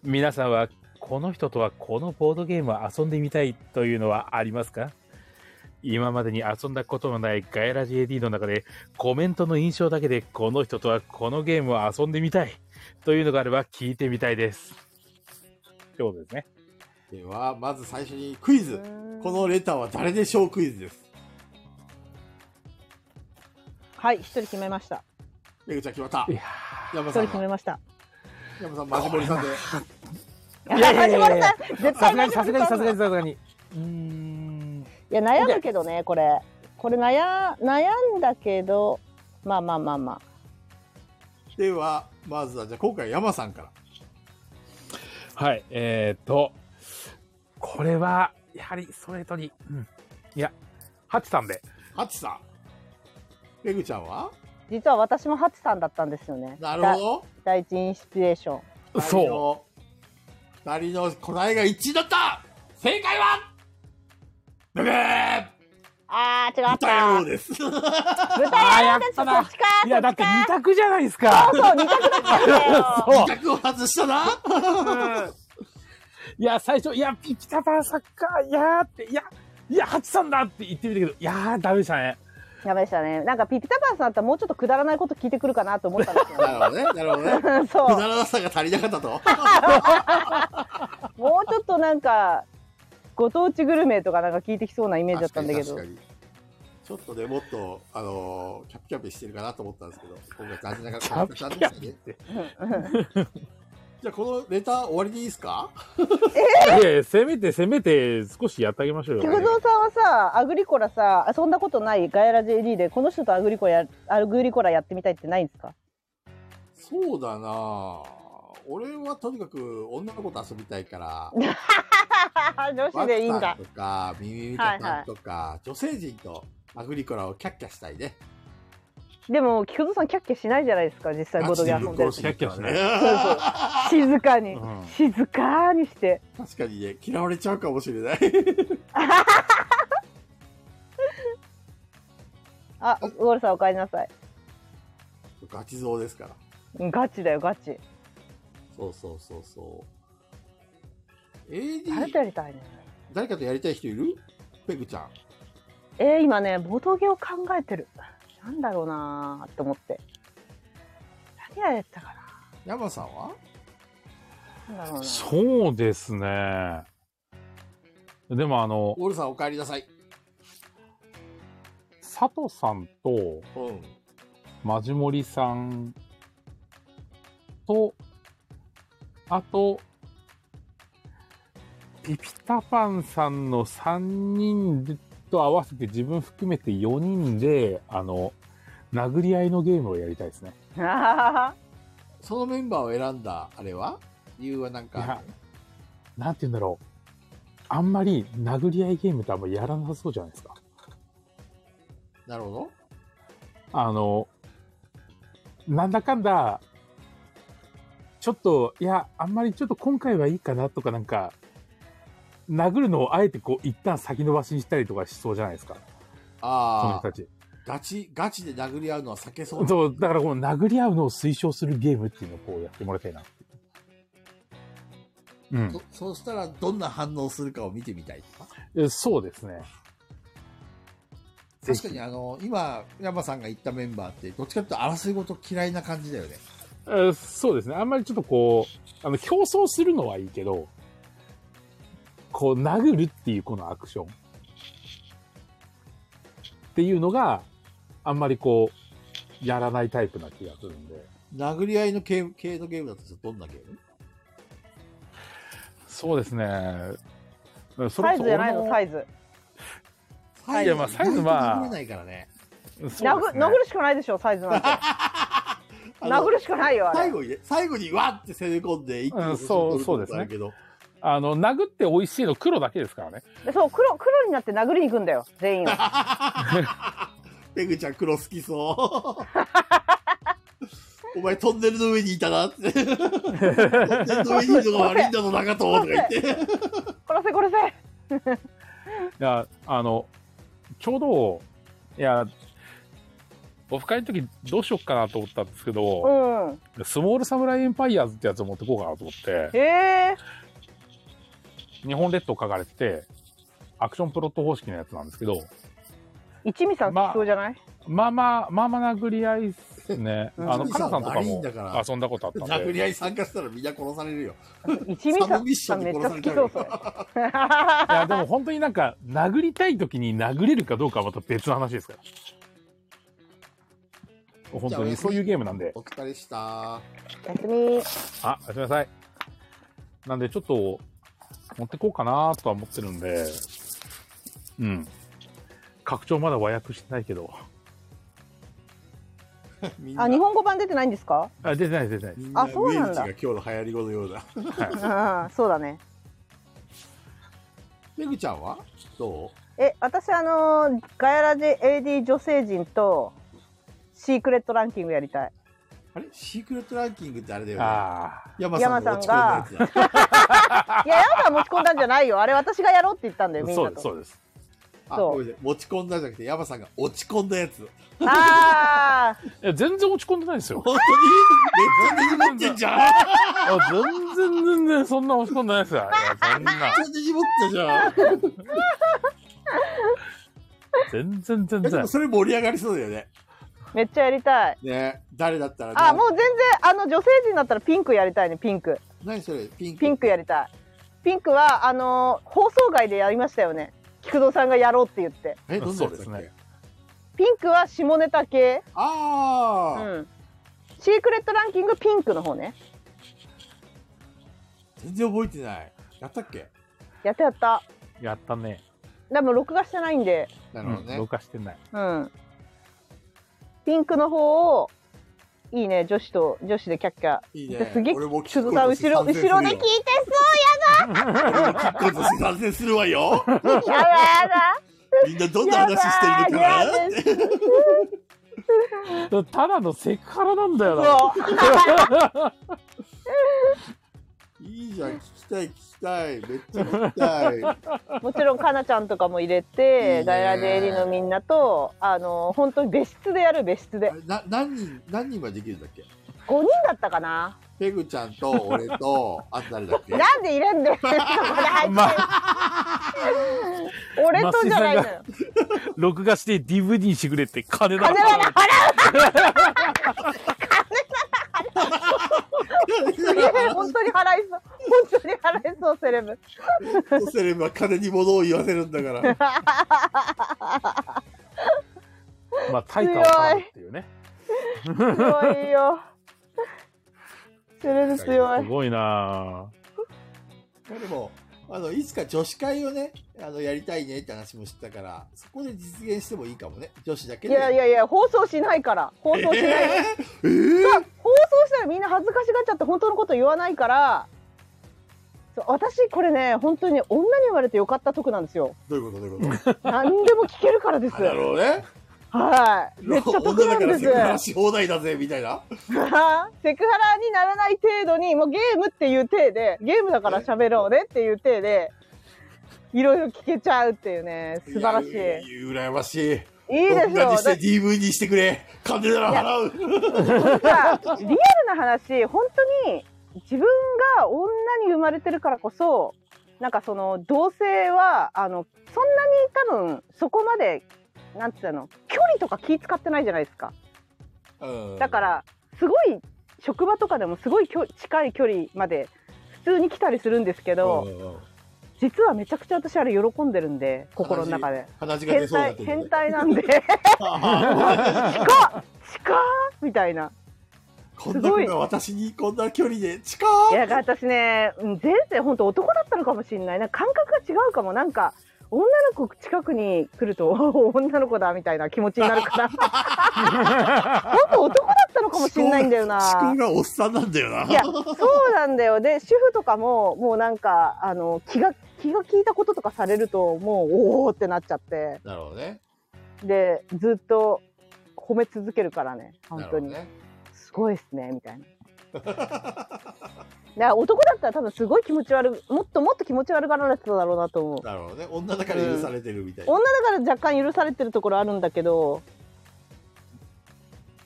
皆さんはこの人とはこのボードゲームを遊んでみたいというのはありますか今までに遊んだことのないガイラジ AD の中でコメントの印象だけでこの人とはこのゲームを遊んでみたいというのがあれば聞いてみたいです。ってことですね。では、まず最初にクイズ。ここのレターは誰でしょうクイズです。はい一人決めましためぐちゃん決まったい。やヤマ一人さん決が。めましたヤマさん、マジモリさんで。いやい やいやいや橋本さん絶さ対すがにさすがにさすがににさすがに。うーん。いや悩むけどねこれこれ悩悩んだけどまあまあまあまあでは、まずは、じゃあ今回ヤマさんから。はい、えー、と、これは、やはりストレートに、うん、いや、ハチさんで。ハチさん。ペグちゃんは実は私もハチさんだったんですよねなるほど。だ第一インスピレーションう。二人の答えが一致だった正解はブブーあー違った豚野郎 です。豚野郎ですあーやったそなっちかいや、そだっっちてか二択じゃないですか。そう二択だったんだ そよう。企画を外し たないや、最初、いや、ピピタパンサッカー、いやーって、いや、いや、ハチさんだって言ってみたけど、いやー、ダメでしたね。やばいでしたねなんかピピタパンさんだったらもうちょっとくだらないこと聞いてくるかなと思ったんですよ なるほどね。なるほどね。うんそくうだらなさが足りなかったと。もうちょっとなんかご当地グルメとかなんか聞いてきそうなイメージだったんだけど確かに確かにちょっとね、もっと、あのーキャピキャピしてるかなと思ったんですけど、今回残念ながらキャピキ残念でしたャピっね。て。じゃあ、このレター終わりでいいですかいやいや、せめて、せめて、少しやってあげましょうよ。菊蔵さんはさアグリコラさ遊んだことないガヤラ JD でこの人とアグリコラやアグリコラやってみたいってないんですかそうだなぁ俺はとにかく女の子と遊びたいから、女ワ子でいいんッださんとか、ミミミカさんとか、女性陣とアグリコラをキャッキャしたいね。でも菊蔵さんキャッキャしないじゃないですか実際ボードゲーム遊んでるガチ時でぶっ殺しに行くからそうそう静かに、うん静かにして確かにね、嫌われちゃうかもしれない。あウォルさんお帰りなさいガチ像ですから。うんガチだよガチそうそうそうそう。誰 AD と、やりたいの誰かとやりたい人いるペグちゃん。えー、今ねボトゲを考えてるなんだろうなーと思って何やったかヤマさんはななんだろうなそうですね。でも、あの、オールさんお帰りなさい。佐藤さんと、うん。マジモリさんと、あと、ピピタパンさんの3人でと合わせて自分含めて4人で、あの、殴り合いのゲームをやりたいですね。あそのメンバーを選んだ、あれは理由はなんいやか、なんて言うんだろう。あんまり殴り合いゲームってあんまやらなさそうじゃないですか。なるほど。あの、なんだかんだ、ちょっと、いや、あんまりちょっと今回はいいかなとかなんか、殴るのをあえてこう、一旦先延ばしにしたりとかしそうじゃないですか。その人ああた、ち。ガチ、ガチで殴り合うのは避けそうな。そう、だからこの殴り合うのを推奨するゲームっていうのをこうやってもらいたいな。うんそそうしたらどんな反応するかを見てみたいとか。え。そうですね。ぜひ確かにあの、今、山さんが言ったメンバーって、どっちかというと争いごと嫌いな感じだよね。えそうですね。あんまりちょっとこう、あの、競争するのはいいけど、こう、殴るっていうこのアクション。っていうのが、あんまりこう、やらないタイプな気がするんで。殴り合いの系系のゲームだとどんなゲームそうですね。 そサイズじゃないのサイズサいやまあサイズは意外と殴れないからね。ズ殴殴るしかないでしょサイズ なんて あの殴るしかないよあれ最後にね、最後にわって攻め込んで、一気うんにそう取ることあるけど。あの、殴って美味しいの黒だけですからね。でそう黒黒になって殴りに行くんだよ全員を ペグちゃん黒好きそう。お前トンネルの上にいたな って。トンネルの上にいるのが悪いんだの中と、とか言って。殺せ殺せいや、あの、ちょうど、いや、オフ会の時どうしよっかなと思ったんですけうど、んスモールサムライエンパイアーズってやつを持ってこうかなと思って、へえ日本列島書かれてて、アクションプロット方式のやつなんですけど、一味さんまあそうじゃない、 まあまあ、まあまあ殴り合いっすね。うんあの、カナさんとか悪いんもだから遊んだことあったん殴で、り合い参加したらみんな殺されるよ。一味サさブミッショんンめでっちゃ好殺きさそうれそれいや、でも本当になんか、殴りたい時に殴れるかどうかはまた別の話ですから。本当にそういうゲームなんで。お疲れした。お やすみあ、おやすみなさい。なんで、ちょっと、持ってこうかなとは思ってるんで、うん。拡張まだ和訳してないけど。みんなあ日本語版出てないんですか あ、出てない出てないでみす。んなあそうなんだウエンチが今日の流行り語のようだ。うんそうだねペグちゃんはどうえ私あのーガヤラジ AD 女性陣とシークレットランキングやりたいあれシークレットランキングってあれだよね。ああ。山さんが落ち込んだやつだ。いや山さん持ち込んだんじゃないよあれ私がやろうって言ったんだよみんそなうでとす、そうです。あ、そうごめんなさい持ち込んだじゃなくて、山さんが落ち込んだやつ。ああいや、全然落ち込んでないですよ。本当にめっちゃねじってんじゃんあ全然、全然、そんな落ち込んでないですよ。いや、そんな。めっちゃねじってんじゃん全然、全えで然も。それ盛り上がりそうだよね。めっちゃやりたいね誰だったらあもう全然あの女性陣だったらピンクやりたいねピンク何それピンクピンクやりたいピンクはあのー放送外でやりましたよね菊堂さんがやろうって言ってえどんなやつだっけそうですねピンクは下ネタ系うああ、んシークレットランキングピンクの方ね全然覚えてない。やったっけやったやったやったね。でも録画してないんでなうるほどん、ね。録画してない。うんピンクの方をいいね女子と女子でキャッキャいいじゃねあすげえ俺も菊堂さん後ろ後ろで聞いてそうや結構として参戦するわよ。 だやだやだみんなどんな話してるのかなやだやだただのセクハラなんだよな。そういいじゃん、聞きたい、聞きたい。めっちゃ聞きたい。もちろんかなちゃんとかも入れていいねガイラデエリのみんなとあの本当に別室でやる別室であれ な何人、何人までできるんだっけ5人だったかなペグちゃんと俺 と、あと誰だっけなんで入れんだよそこで入ってま俺とじゃないのよ録画して DVD にしてくれって金だ。金は払うすげえ本当に払いそう本当に払いそうセレブそうすれば金に物を言わせるんだから。 まあ、対価を払うっていうね。強いよセレブ強すいごいなまあでも、あの、いつか女子会をね、あの、やりたいねって話も知ったから、そこで実現してもいいかもね。女子だけいで。やいやいや放送しないから放送しない、えー放送したらみんな恥ずかしがっちゃって本当のこと言わないからそう私これね本当に女に言われてよかった得なんですよどういうことどういうこと何でも聞けるからですあだろうね。はい めっちゃ得女なだかんですらセクハラし放題だぜ、みたいな。あ ーセクハラにならない程度にもうゲームっていう体でゲームだから喋ろうねっていう体でいろいろ聞けちゃうっていうね素晴らしいやう羨ましい。いいで録しょ画うにして DVD してくれ金なら払うなんかリアルな話本当に自分が女に生まれてるからこそなんかその同性はあのそんなに多分そこまでなんつうの距離とか気使ってないじゃないですかうんだからすごい職場とかでもすごい距近い距離まで普通に来たりするんですけどうんうん実はめちゃくちゃ私あれ喜んでるんで心の中で鼻血が出変そうだ態けど変ね態 なんで近っ近っみたいなこんな子が私にこんな距離で近ーいや私ねうん前世本当男だったのかもしれないなんか感覚が違うかもなんか女の子近くに来ると お女の子だみたいな気持ちになるから 本当男だったのかもしれないんだよな思考がおっさんなんだよないやそうなんだよで主婦とかももうなんかあの気が気が利いたこととかされるともうおおってなっちゃってなるほどねでずっと褒め続けるからね本なる当ほどに、ねすごいっすねみたいな。 だから男だったら多分すごい気持ち悪いもっともっと気持ち悪がられてただろうなと思うなるほどね女だから許されてるみたいな、女だから若干許されてるところあるんだけど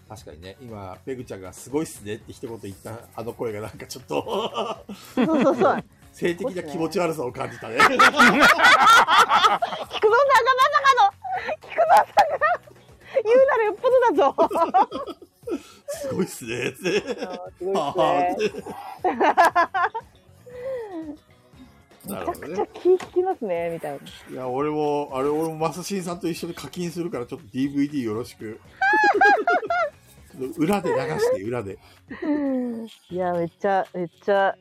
確かにね今ペグちゃんがすごいっすねって一言言ったあの声がなんかちょっと そうそうそう性的な気持ち悪さを感 じたね菊蔵さんがまさかの菊蔵さんが言うならよっぽどだぞ すごいっすねって すごいっすねめなるちゃほどくちゃね気利きますねみたいないや俺もあれ俺もマスシンさんと一緒に課金するからちょっと DVD よろしく ちょっと裏で流して裏でいやめっちゃめっちゃ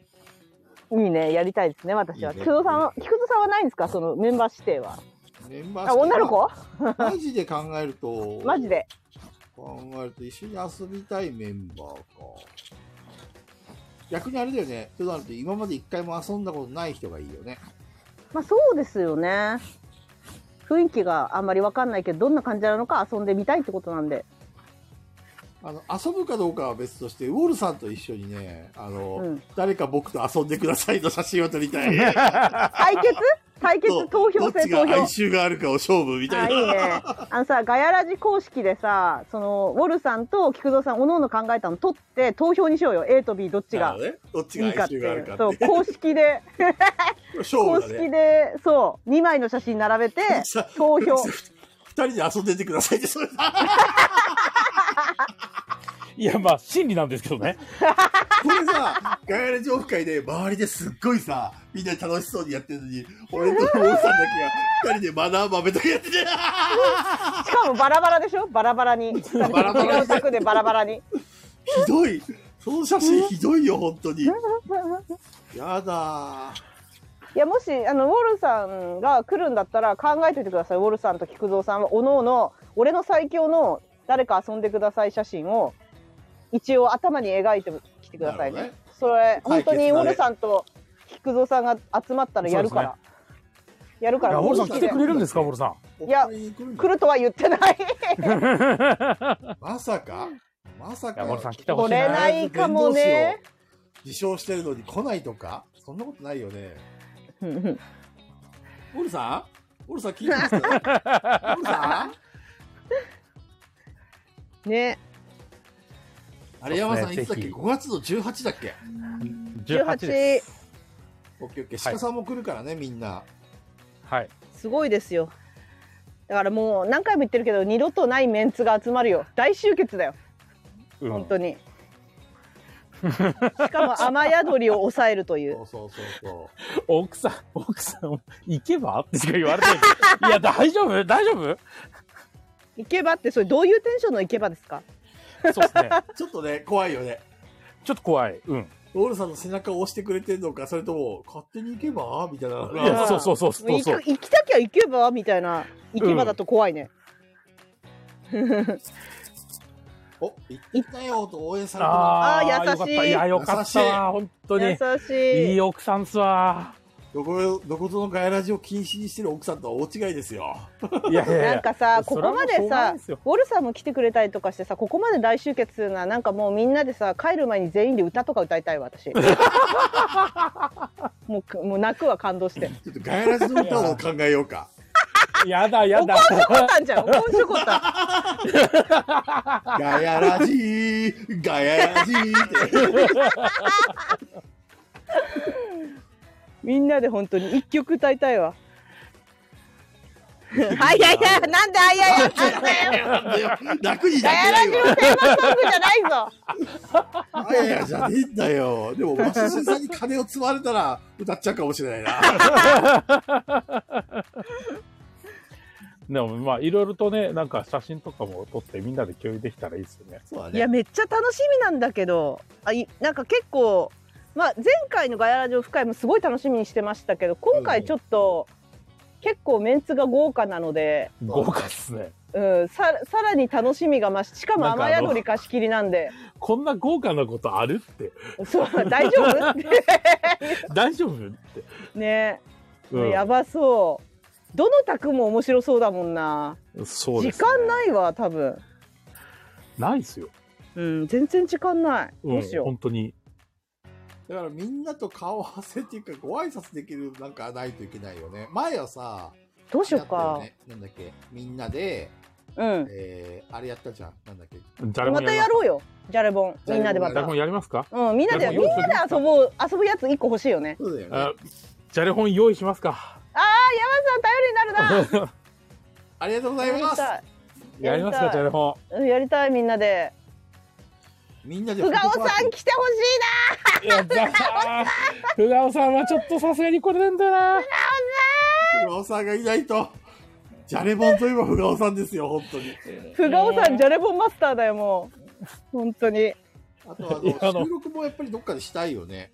いいねやりたいですね私はいいね菊蔵さんは菊蔵さんはないんですかそのメンバー指定はメンバーあ女の子マジで考えるとマジで考えると一緒に遊びたいメンバーか。逆にあれだよね。となると今まで一回も遊んだことない人がいいよね。まあそうですよね雰囲気があんまりわかんないけどどんな感じなのか遊んでみたいってことなんであの、遊ぶかどうかは別として、ウォルさんと一緒にね、あの、うん誰か僕と遊んでくださいの写真を撮りたい。決対 決対決 投票制ど投っちが哀票愁があるかを勝負みたあいいいな。ねあのさガヤラジ公式でさそのウォルさんと菊蔵さんおのおの考えたの取って投票にしようよ A と B どっちがなるほどね。どっちがいい哀かって愁があいるうかそっうて。公式で勝公負だ式ね。でそう2枚の写真並べて投票 二人で遊んでてくださいって、それ。いや、まあ、真理なんですけどね。これさ、ガヤラジオフ会で周りですっごいさ、みんな楽しそうにやってるのに、俺とモンさんだけが二人でマナー豆とかやってて、しかもバラバラでしょバラバラにバラバラ違う卓でバラバラにひどい。その写真ひどいよ、本 当に。やだー。いやもしあのウォルさんが来るんだったら考えておいてくださいウォルさんと菊蔵さんはおのおの俺の最強の誰か遊んでください写真を一応頭に描いてきてくださいねなるほそれ解本決当だねにウォルさんと菊蔵さんが集まったらやるから、やるかいらや、ボルさん公来式てでくれるんですか、ボルさん。おいや前に来るんだ来るとは言ってないまさかまさかいや森さん来てほしいな来れないかもね。自称してるのに来ないとかそんなことないよね。オルさんオルさん聞い てますオルさんねあれ山さんいつだっぜけひ ?5 月の18だっけ18です。 18オッケーオッケー。鹿さんも来るからね、みんな。はい。すごいですよだからもう何回も言ってるけど二度とないメンツが集まるよ大集結だようん本当に。しかも雨宿りを抑えるとい。そううそうそうそう。奥さん、奥さん、行けば ってしか言われてない。いや、大丈夫大丈夫行けばってそれどういうテンションの行けばですか？そうですね。ちょっとね、怖いよね。ちょっと怖い。うん。オールさんの背中を押してくれてるのか、それとも、勝手に行けばみたいな。いや、そうそうそうそうそうもう。行く行きたきゃ行けばみたいな行けばだと怖いね。お、行ったよと応援されてるあああ、ーよかった。優しいいや、よかったわ。本当優に。いいしい。奥さんっすわ。どこ、どことのガヤラジを禁止にしてる奥さんとは大違いですよ。いやいやいや。なんかさそこれはこもうましょでうがないさですよウォルさんも来てくれたりとかしてさここまで大集結するのはなんかもうみんなでさ帰る前に全員で歌とか歌いたいわ 私もうくもう泣くわ感動して ちょっとガヤラジの歌を考えようか。やだやおこんだ。しょこたんじゃん。おこんしょこたん。ガヤラジー、ガヤラジーって。みんなで本当に一曲歌いたい わ。あいやいや、なんであいやいや、なんだよ。楽にガだヤけラだジよ。のテーマソングじゃないぞ。ガヤラじゃねえんだよ。でも、マシシさんに金を積まれたら歌っちゃうかもしれないな。 でもまあいろいろとね、なんか写真とかも撮ってみんなで共有できたらいいですよね。そうだいや、ね。めっちゃ楽しみなんだけど、あ、い、なんか結構。まあ、前回のガヤラジオ深いもすごい楽しみにしてましたけど、今回ちょっと。結構メンツが豪華なので、豪華っすね。うん、さ、さらに楽しみが増し、しかも雨宿り貸し切りなんで。こんな豪華なことあるって。そう、大丈夫。 大丈夫って。ね、うんやばそう。どの宅も面白そうだもんな。そう時です、間ないわ多分ないっすよ。うん全然時間ない、うどんうしよ本当に。だからみんなと顔合わせっていうか、ご挨拶できるなんかないといけないよね。前はさ、うどうしようあか、れやったよねなんだっけ、みんなで、うんえー、あれやったじゃん。なんだっけ。誰もまたやろうよじゃれぼんみんなでまじゃた台本やりますかうんみんなで台み本ん用意するなで遊ぼう遊ぶやつ一個欲しいよねそうだよね。ああじゃれ本用意します か。あー山さん頼りになるりがとうごなざいます。ややりますやりかたいじゃれ本。りたいうんやりたいみんなでみんなで。ふがおさん来てほしいやだ ー。ふがおさんはちょっとさすがにこれなんだよな。ふがおさんがいないと、じゃれぼんといえばふがおさんですよ、本当に。いなふがおさんじゃれぼんマスターだよもう本当にあといやああの、の収録もやっぱりどっかでしたいよね。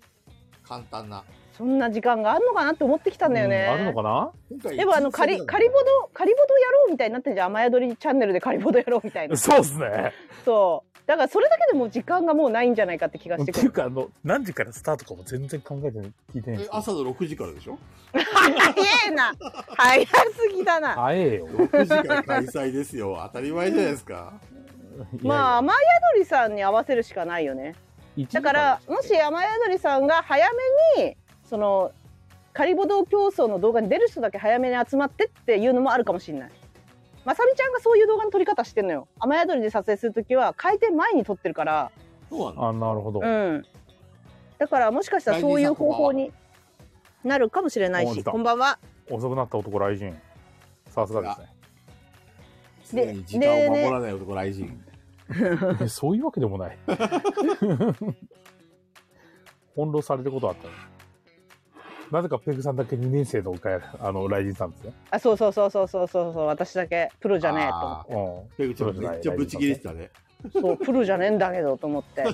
簡単な。そんな時間があるのかなって思ってきたんだよね、うんあるのかな今回でもあのカリカリボドカリボドやろうみたいになってんじゃん雨宿りチャンネルでカリボドやろうみたいなそうですね。そうだからそれだけでも時間がもうないんじゃないかって気がしてってく いうるか、あの、何時からスタートかも全然考えてない、聞いてないんでえすよ。朝の6時からでしょ早えな早すぎだな早えよ。 ?6 時から開催ですよ。当たり前じゃないですか。まあ雨宿りさんに合わせるしかないよねいやいや、だからもし雨宿りさんが早めにそのカリボド競争の動画に出る人だけ早めに集まってっていうのもあるかもしれないまさみちゃんがそういう動画の撮り方してんのよ雨宿りで撮影するときは開店前に撮ってるからそうなのあ、なるほど。うんだからもしかしたらそういう方法になるかもしれないこんばんしはこんばんは遅くなった男雷神。さすがですね常に時間を守らない男、雷神。え。そういうわけでも ない。翻弄されることはあったのなぜかペグさんだけ2年生のおかや、あの、雷神さんですね。あそうそうそうそうそうそうそう私だけプロじゃねえと思っあうん。ーペグちゃんめっちゃブチ切れてたね。てそうプロじゃねえんだけどと思って な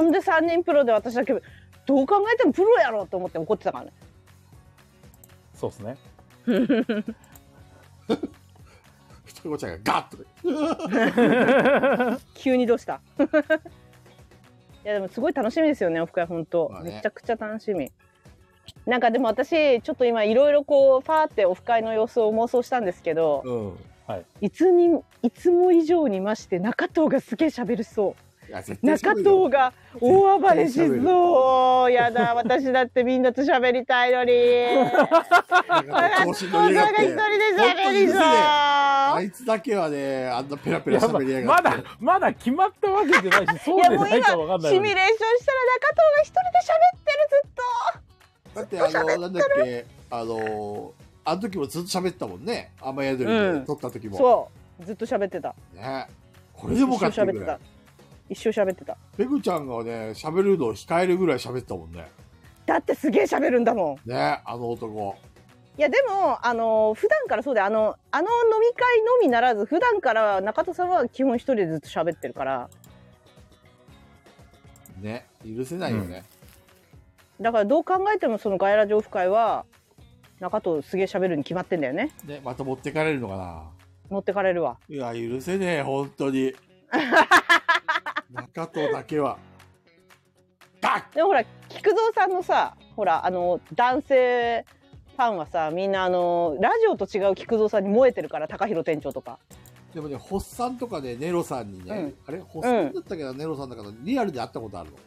んで3人プロで私だけどう考えてもプロやろと思って怒ってたからねそうですね。ペグちゃんがガッとね。急にどうした いやでもすごい楽しみですよねオフ会本当、まあねめちゃくちゃ楽しみなんかでも私ちょっと今いろいろこうファーってオフ会の様子を妄想したんですけどうん。いつにいつも以上にまして中藤がすげえ喋るそういや、絶対中喋る藤よが大暴れし そうやだ私だってみんなと喋りたいのに中中藤藤がが一人一人でで喋喋りりそうそうあいつだけはね、あんなペラペラ喋りやまがって。だ、まだ決まったわけじゃないし、そいうやでもうないかわかんないの今シミュレーに。ションしたら中藤が一人で喋ってるずっとだってあの、なんだっけ、あの、あの時もずっと喋ってたもんね。雨宿うりでん撮った時も。そうずっと喋ってたね。これでもかっ一てい生う喋ぐってらいた。一生喋ってたペグちゃんがね、喋るのを控えるぐらい喋ってたもんね。だってすげえ喋るんだもんね、あの男。いやでもあの普段からそうであのあの飲み会のみならず普段から中田さんは基本一人でずっと喋ってるからね、許せないよね。だからどう考えてもそのガイラジオフ会は中藤すげえ喋るに決まってんだよねね、また持ってかれるのかな。持ってかれるわいや、許せねえ、本当に。 中藤だけは。ガッでもほら菊蔵さんのさほらあの男性ファンはさみんなあのラジオと違う菊蔵さんに燃えてるから高弘店長とかでもね、ホッサンとかね、ネロさんにね、うんあれホッサンだったけど、ネロさんだから、リアルで会ったことあるの。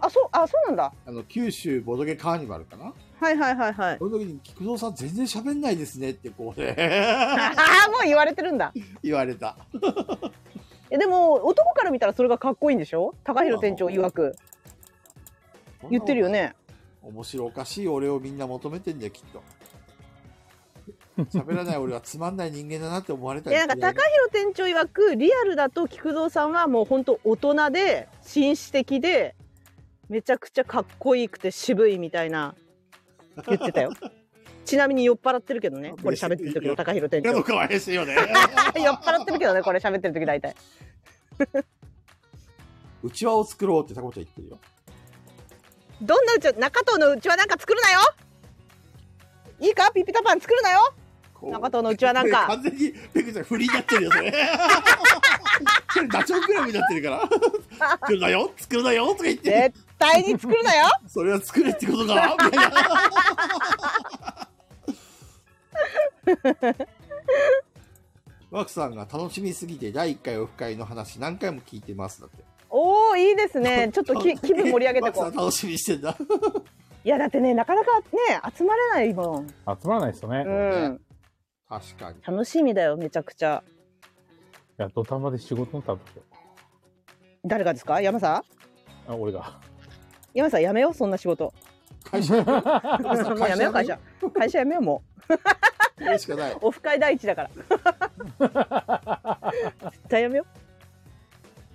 あそうあそうなんだあの、九州ボドゲカーニバルかなはいはいはいはい。その時に、菊蔵さん全然喋んないですねってこうね、 ああ、もう言われてるんだ。言われた。え、でも、男から見たらそれがかっこいいんでしょ高弘店長曰く。言ってるよ。ね。面白おかしい俺をみんな求めてんだよ、きっと。喋らない俺はつまんない人間だなって思われたいりや、なんか嫌い高弘店長曰く、リアルだと菊蔵さんはもう本当大人で、紳士的で、めちゃくちゃかっこいくて渋いみたいな、言ってたよ。ちなみに酔っ払ってるけどね、これ喋ってる時の高弘店な嫌長の。可愛らしいよね。 酔っ払ってるけどね、これ喋ってる時大体。うちわを作ろうってタコちゃん言ってるよ。どんなうちわ中藤のうちはなんか作るなよいいかピピタパン作るなよこう中藤のうちはなんか 完全にペグちゃん振りになってるよ、それ。それダチョウクラブになってるから。 作るなよ作るなよとか言って、絶対に作るなよそれは作れってことかみたいな。ワークさんが楽しみすぎて第1回オフ会の話何回も聞いてますだって。おおいいです ねちょっと き気分盛り上げてワークこさうん楽しみにしてんだ。いやだってねなかなかね集まれないもん集まらないですよね。ういん確かに。楽しみだよめちゃくちゃや、土壇場で仕事のたぶんですよ。誰がですか山さんあ、俺が。山さんやめようそんな仕事会社だよ。 もうやめよう会社会社やめようもこれしかない。うオフ会第一だから 絶対やめよ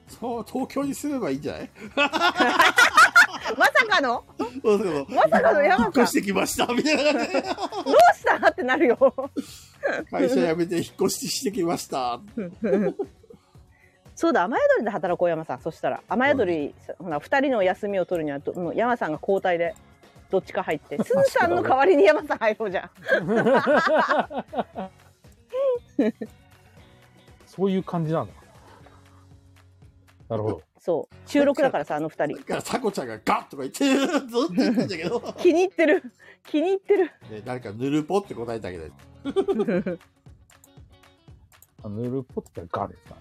そう、東京に住めばいいんじゃないうまさかのそうそうそう。まさかの山引さんっ越してきました、みたいな感じで。どうしたってなるよ会社辞めて引っ越ししてきました。 そうだ雨宿りで働こう山さんそしたら雨宿り、ほな2人の休みを取るにはどもう山さんが交代でどっちか入ってすずさんの代わりに山さん入ろうじゃんそういう感じなんだ。なるほど。そう収録だからさあの2だ人から、さこちゃんがガッとか言って、ずっと言ってんだけど、 気に入ってる気に入ってるね、誰かぬるぽって答えてあげたい。あぬるぽってガーですか。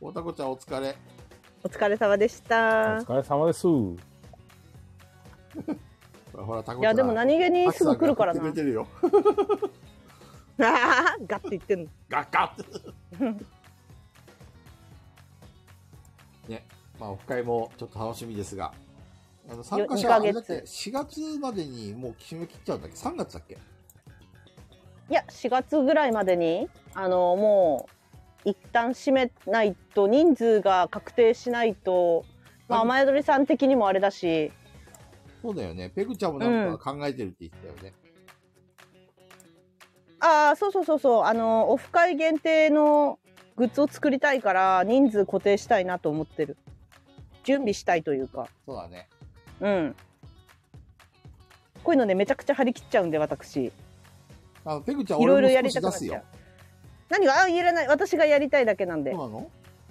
おたこちゃんお疲れ。お疲れ様でしおた疲れ様です。ほら、ほら、たこいちゃやん。でも何気にすぐ来るからなパクさんが送ってくれてるよ。あ ーガッて言ってんのガッガッね、まあ、オフ会もちょっと楽しみですが。あの、参加者はあれだって、よ4月までにもう決め切っちゃうんだっけ ?3 月だっけいや4月ぐらいまでにあのもう一旦閉めないと人数が確定しないと、まあ、あの雨宿りさん的にもあれだしそうだよね。ペグちゃんもなんか考えてるって言ってたよね。ああそうそうそうそうあのオフ会限定のグッズを作りたいから人数固定したいなと思ってる準備したいというかそうだね。うんこういうのねめちゃくちゃ張り切っちゃうんで私いあの、ペグちゃん、ろいろ俺やもり少したくな出っすちゃうよ。何があ言えらない私がやりたいだけなんそでうなの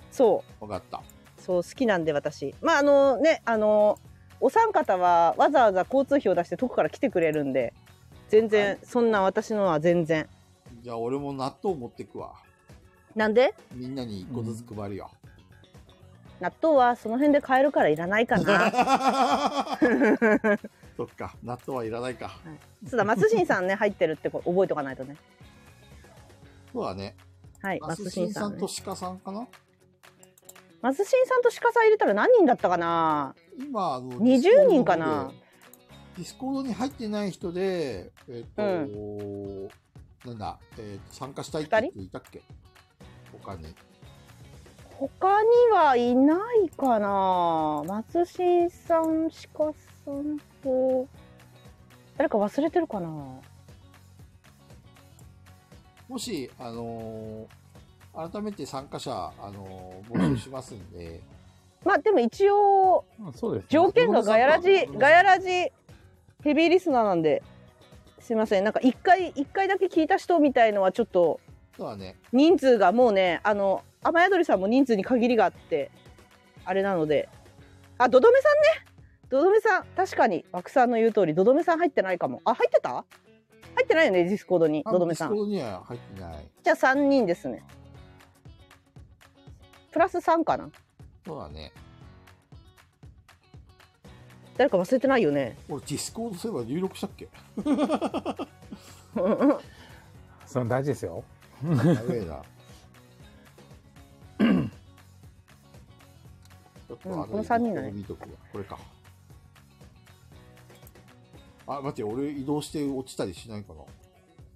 そわかった。うそう好きなんで私まああのねあのお三方はわざわざ交通費を出して遠くから来てくれるんで全然、はいそんな私のは全然じゃあ俺も納豆持ってくわ。なんでみんなに1個ずつ配るよ。納豆はその辺で買えるからいらないかな そっか、納豆はいらないか。そうだ、マスシンさんね、入ってるってこ覚えとかないとね。そうだね。はい、ママススシシンンささんん、とね。鹿さんかなマスシンさんと鹿さん入れたら何人だったかな。今、あの、 20ディスコードで人かなディスコードに入ってない人で、えっ、と、なんだ、えー参加したいって言っていたっけ他に。他にはいないかな。マスシンさん、鹿さんと。誰か忘れてるかな。もし、あのー改めて参加者、あのー募集しますん で、まあ、でも一応うんそうです、条件がガヤラジごめんなさい、ガヤラジ。ヘビーリスナーなんで。すいません、なんか一回、一回だけ聞いた人みたいのはちょっと。そうだね。人数がもうねあの雨宿りさんも人数に限りがあってあれなのであどどめさんねどどめさん確かに枠さんの言う通りどどめさん入ってないかもあ入ってた入ってないよねディスコードにあどどめさディんスコードには入ってない。じゃあ3人ですねプラス3かなそうだね。誰か忘れてないよね。俺、ディスコードそういえば入力したっけその大事ですよ。や べえな。ちょっうんとあこの三人だね見とくわ。これか。あ、待って、俺移動して落ちたりしないかな。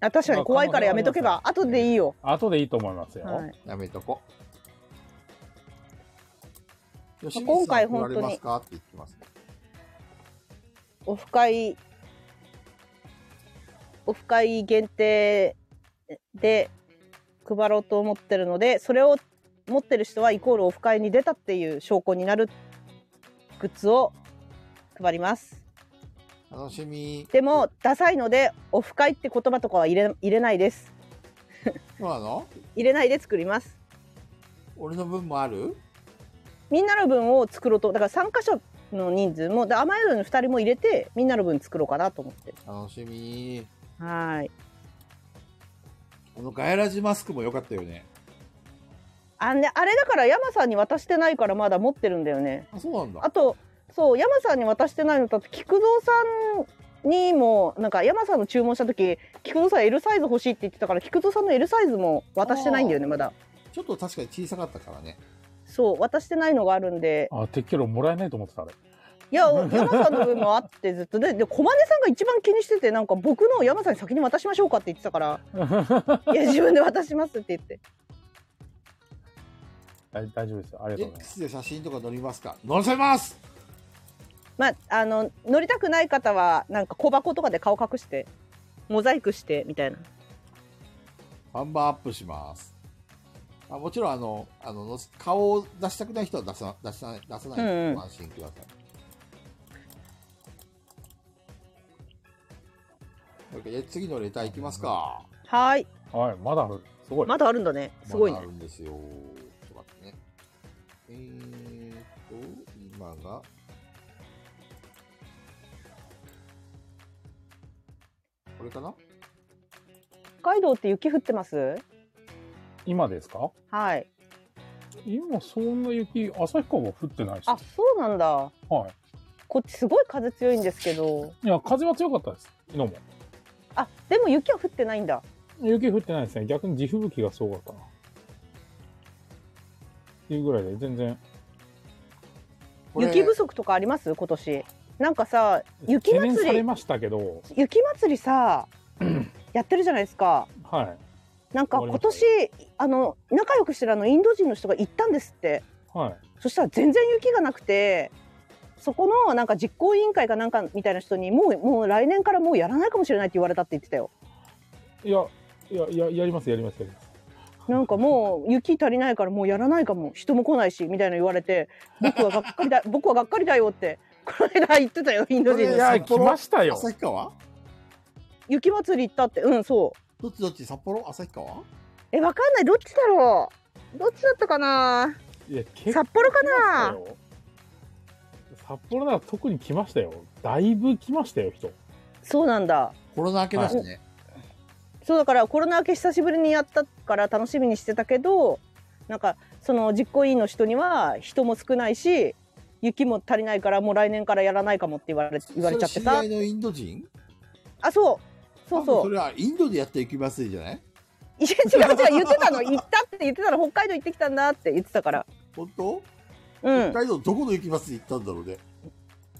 あ確かに怖いからやめとけばまあ可後能性はありますねでいいよ。後でいいと思いますよ。はい。やめとこ。吉今回見本当にられますかって言ってますね。オフ会オフ会限定で配ろうと思ってるのでそれを持ってる人はイコールオフ会に出たっていう証拠になるグッズを配ります楽しみ。でもダサいのでオフ会って言葉とかは入れ入れないですそうなの入れないで作ります俺の分もあるみんなの分を作ろうとだから参加者の人数もだ甘えるの2人も入れてみんなの分作ろうかなと思って楽しみ。はいこのガヤラジマスクも良かったよね。あ,、ね、あれだから山さんに渡してないからまだ持ってるんだよねあ、そうなんだ。あとそう山さんに渡してないのとあと菊蔵さんにもなんか山さんの注文した時菊蔵さん L サイズ欲しいって言ってたから菊蔵さんの L サイズも渡してないんだよねあーまだちょっと確かに小さかったからね。そう渡してないのがあるんであ、てっきりもらえないと思ってたあれ。いや山さんの分もあってずっとでで小金さんが一番気にしててなんか僕のを山さんに先に渡しましょうかって言ってた から「いや自分で渡します」って言ってはい大丈夫ですよ。ありがとうございます。 X で写真とか載りますか載せますまああの乗りたくない方はなんか小箱とかで顔隠してモザイクしてみたいな看板アップします。あもちろん、あの、あの、のす顔を出したくない人は出さ出さない、出さない、うんうんご安心ください。もう一回え次のレターいきますか。はいはい、まだある。すごい。まだあるんだねすごいまねだあるんですよ。ちょっと待ってね。えーと、今が、これかな北海道って雪降ってます今ですかはい。今そんな雪、旭川は降ってないし。あ、そうなんだ。はこっちすごい風強いんですけど。い。いや、風は強かったです。昨日も。あ、でも雪は降ってないんだ。雪降ってないですね。逆に地吹雪がすごかったな。っていうぐらいで、全然。これ雪不足とかあります今年。なんかさ、雪懸念さ祭れり、ましたけど、雪祭りさ、やってるじゃないですか。はい。なんか終わり今まし年、あの、仲良くしてるあのインド人の人が行ったんですって。はい。そしたら全然雪がなくて、そこのなんか実行委員会かなんかみたいな人に、もう、もう来年からもうやらないかもしれないって言われたって言ってたよ。いや、いや、いや、やります、やります、やります。なんかもう雪足りないからもうやらないかも人も来ないしみたいなの言われて僕はがっかりだ 僕はがっかりだよってこの間言ってたよインドい人やいにや、札幌来ましたよ。旭川雪祭り行ったってうんそうどっちどっち札幌旭川えわかんないどっちだろうどっちだったかないや、結構札幌か来ましたなよ札幌なら特に来ましたよ。だいぶ来ましたよ、人。そうなんだコロナ明けだしね。そうだからコロナ明け久しぶりにやったから楽しみにしてたけどなんかその実行委員の人には人も少ないし雪も足りないからもう来年からやらないかもって言われ言われちゃってそされ知り合いのインド人あそうそう多分そうそれはインドでやった雪祭りじゃないいや違う違う言ってたの行ったって言ってたの北海道行ってきたんだって言ってたから本当、うんい北海道どこの雪祭り行ったんだろうね。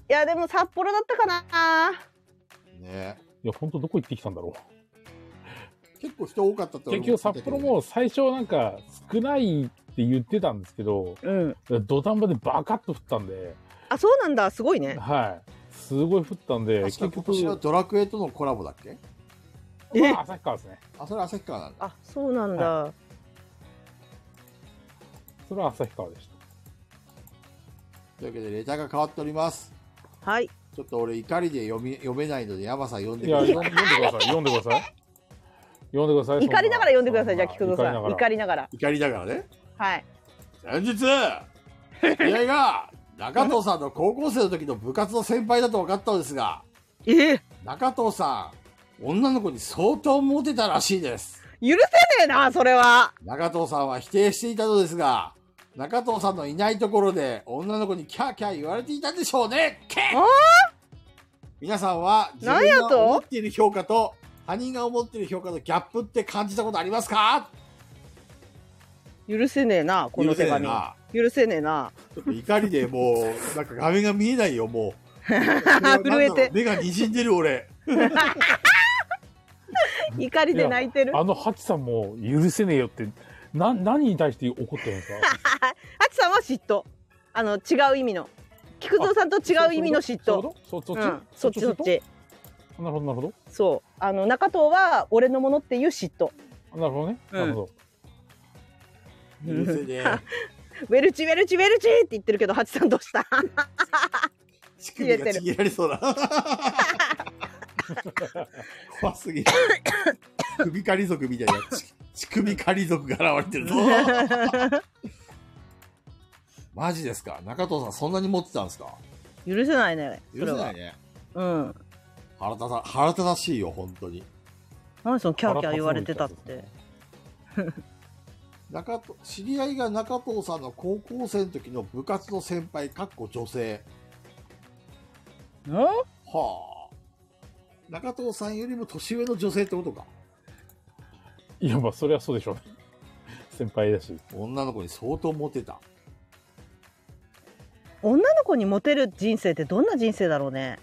やでも札幌だったかなねいや、本当どこ行ってきたんだろ結構人多かったっう。て俺結も聞局いたけ札どね幌も最初なんか少ないって言ってたんですけど、うん土壇場でバカッと降ったんで、あそうなんだすごいねはい。すごい降ったんで、確結か今局、年はドラクエとのコラボだっけえまあ旭川ですね。あ、それ旭川なんだ。あそうなんだそれは旭川でしというわけで、レターが変わっております。はいちょっと俺怒りで読み読めないので、ヤマさん読んた。でいくだや、さい。読んでください。読んでください。読んでください。怒りながら呼んでくださいそじゃあな菊蔵さん怒りりながら怒りだからね。はい先日、試合が中藤さんの高校生の時の部活の先輩だと分かったのですが、ええ中藤さん、女の子に相当モテたらしいです。許せねえなそれは中藤さんは否定していたのですが、中藤さんのいないところで女の子にキャーキャー言われていたんでしょうねけっあー皆さんは自なんやと分が思っている評価と他人が思っている評価のギャップって感じたことありますか許せねえなこの手紙許許せねえなせねえなちょっと怒りでもうなんか画面が見えないよも う震えて目がにじんでる俺怒りで泣いてるあのハチさんも許せねえよって、な、何に対して怒ってるんですか あちさんは嫉妬あの違う意味の菊蔵さんと 違う意味の嫉そういう妬ことそうういうんことそそっっちちそっちなるほど、なるほそうあの中藤は俺のものっていう嫉妬ど。なるほどね。うんなるほど。許 せねえウェルチウェルチウェルチって言ってるけどハチさんどうした乳首がちぎられそうだ怖すぎる首狩り族みたいな乳乳首狩り族が現れて るぞマジですか中藤さんそんなに持ってたんですか 許せないねそ許れせはないねうん腹立た腹立たしいよ本当に何そのキャーキャー言われてたって中と知り合いが中藤さんの高校生の時の部活の先輩かっこ女性んはあ中藤さんよりも年上の女性ってことかいや、まあ、それはそうでしょうね。 先輩 だし。女の子に相当モテた女の子にモテる人生ってどんな人生だろうね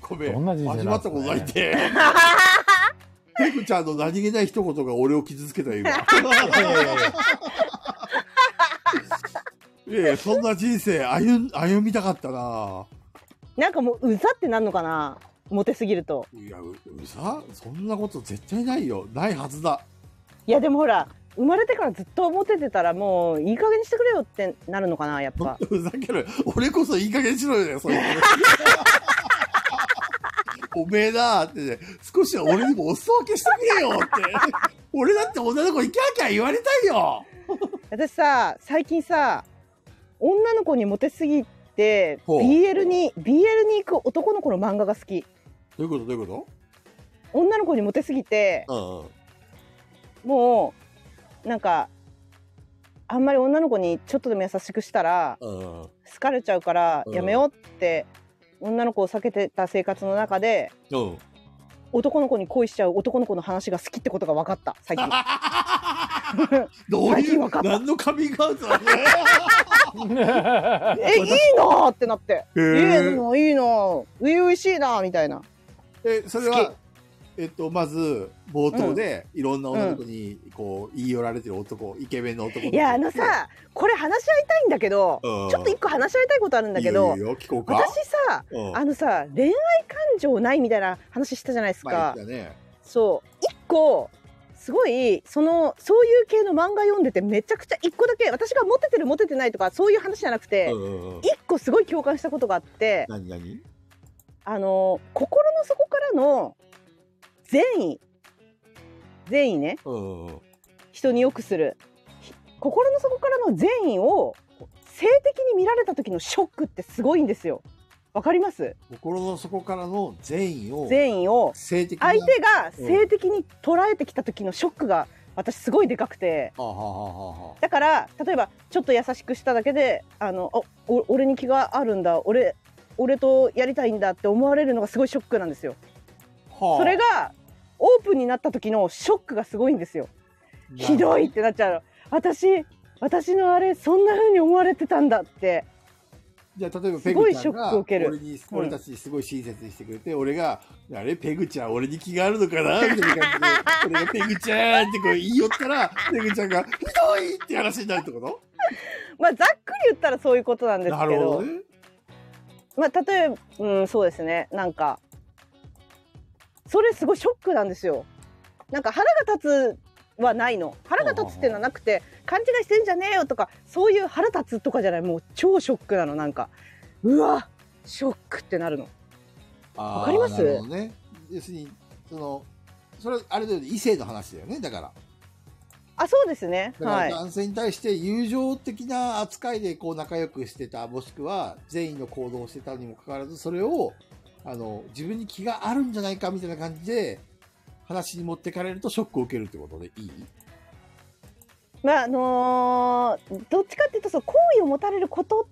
ごめん。どんな人生なんで始すかねまったことないって。 ペグちゃんの何気ない一言が俺を傷つけたよ、今。いやいやそんな人生歩ん歩みたかったななんかもううざってなんのかなモテすぎるといやううさそんなこと絶対ないよないはずだいやでもほら生まれてからずっとモテてたらもういい加減にしてくれよってなるのかなやっぱふざける俺こそいい加減にしろよねそういうのおめえだってね少しは俺にもお裾分けしてくれよって俺だって女の子にキャーキャー言われたいよ私さ最近さ女の子にモテすぎてほう BL に BL に行く男の子の漫画が好きどういうことどういうこ女の子にモテすぎてとうんうんもうなんかあんまり女の子にちょっとでも優しくしたらうんうん好かれちゃうからうんやめようって、女の子を避けてた生活の中で男の子に恋しちゃう男の子の話が好きってことが分かった最 近どう最い近うわかった何のカミングアウトだね えいいなーってなってへいいなーーいいなー初々しいなーみたいなえそれ好はえっとまず冒頭でいろんな女の子にこう言い寄られてる男イケメンの男いやあのさこれ話し合いたいんだけどちょちょっと一個話し合いたいことあるんだけどいいよいいよ聞こうか私さうんあのさ恋愛感情ないみたいな話したじゃないですまかあ言ったねそう一個すごいそのそういう系の漫画読んでてめちゃくちゃ一個だけ私がモテてるモテてないとかそういう話じゃなくてうんうんうん一個すごい共感したことがあって何何あの心の底からの善意善意ねうんうん人に良くするひ心の底からの善意を性的に見られた時のショックってすごいんですよわかります心の底からの善意を善意を性的な相手が性的に捉えてきた時のショックが私すごいでかくてはあはあはあはあだから例えばちょっと優しくしただけであのあお俺に気があるんだ俺俺とやりたいんだって思われるのがすごいショックなんですよはあそれがオープンになった時のショックがすごいんですよひどいってなっちゃうの私私のあれそんな風に思われてたんだってじゃあ例えばすペごいグちゃんショックをが受ける俺にうん俺たちにすごい親切にしてくれて、俺が「あれペグちゃん俺に気があるのかな?」 みたいな感じで俺が「ペグちゃん」ってこう言い寄ったらペグちゃんが「ひどい!」って話になるってこまあざっくり言ったらそういうことなんでとすなけるほどどね。まあ例えばうんそうですねなんかそれすごいショックなんですよなんか腹が立つはないの腹が立つっていうのはなくて勘違いしてんじゃねえよとかそういう腹立つとかじゃないもう超ショックなのなんかうわショックってなるのわわかりますね、要するにそのそれはあれだよね異性の話だよねだからあそうですねだかはらい男性に対して友情的な扱いでこう仲良くしてたもしくは善意の行動をしてたにもかかわらずそれをあの自分に気があるんじゃないかみたいな感じで話に持ってかれるとショックを受けるってことでいいまああのーどっちかっていうとそう好意を持たれること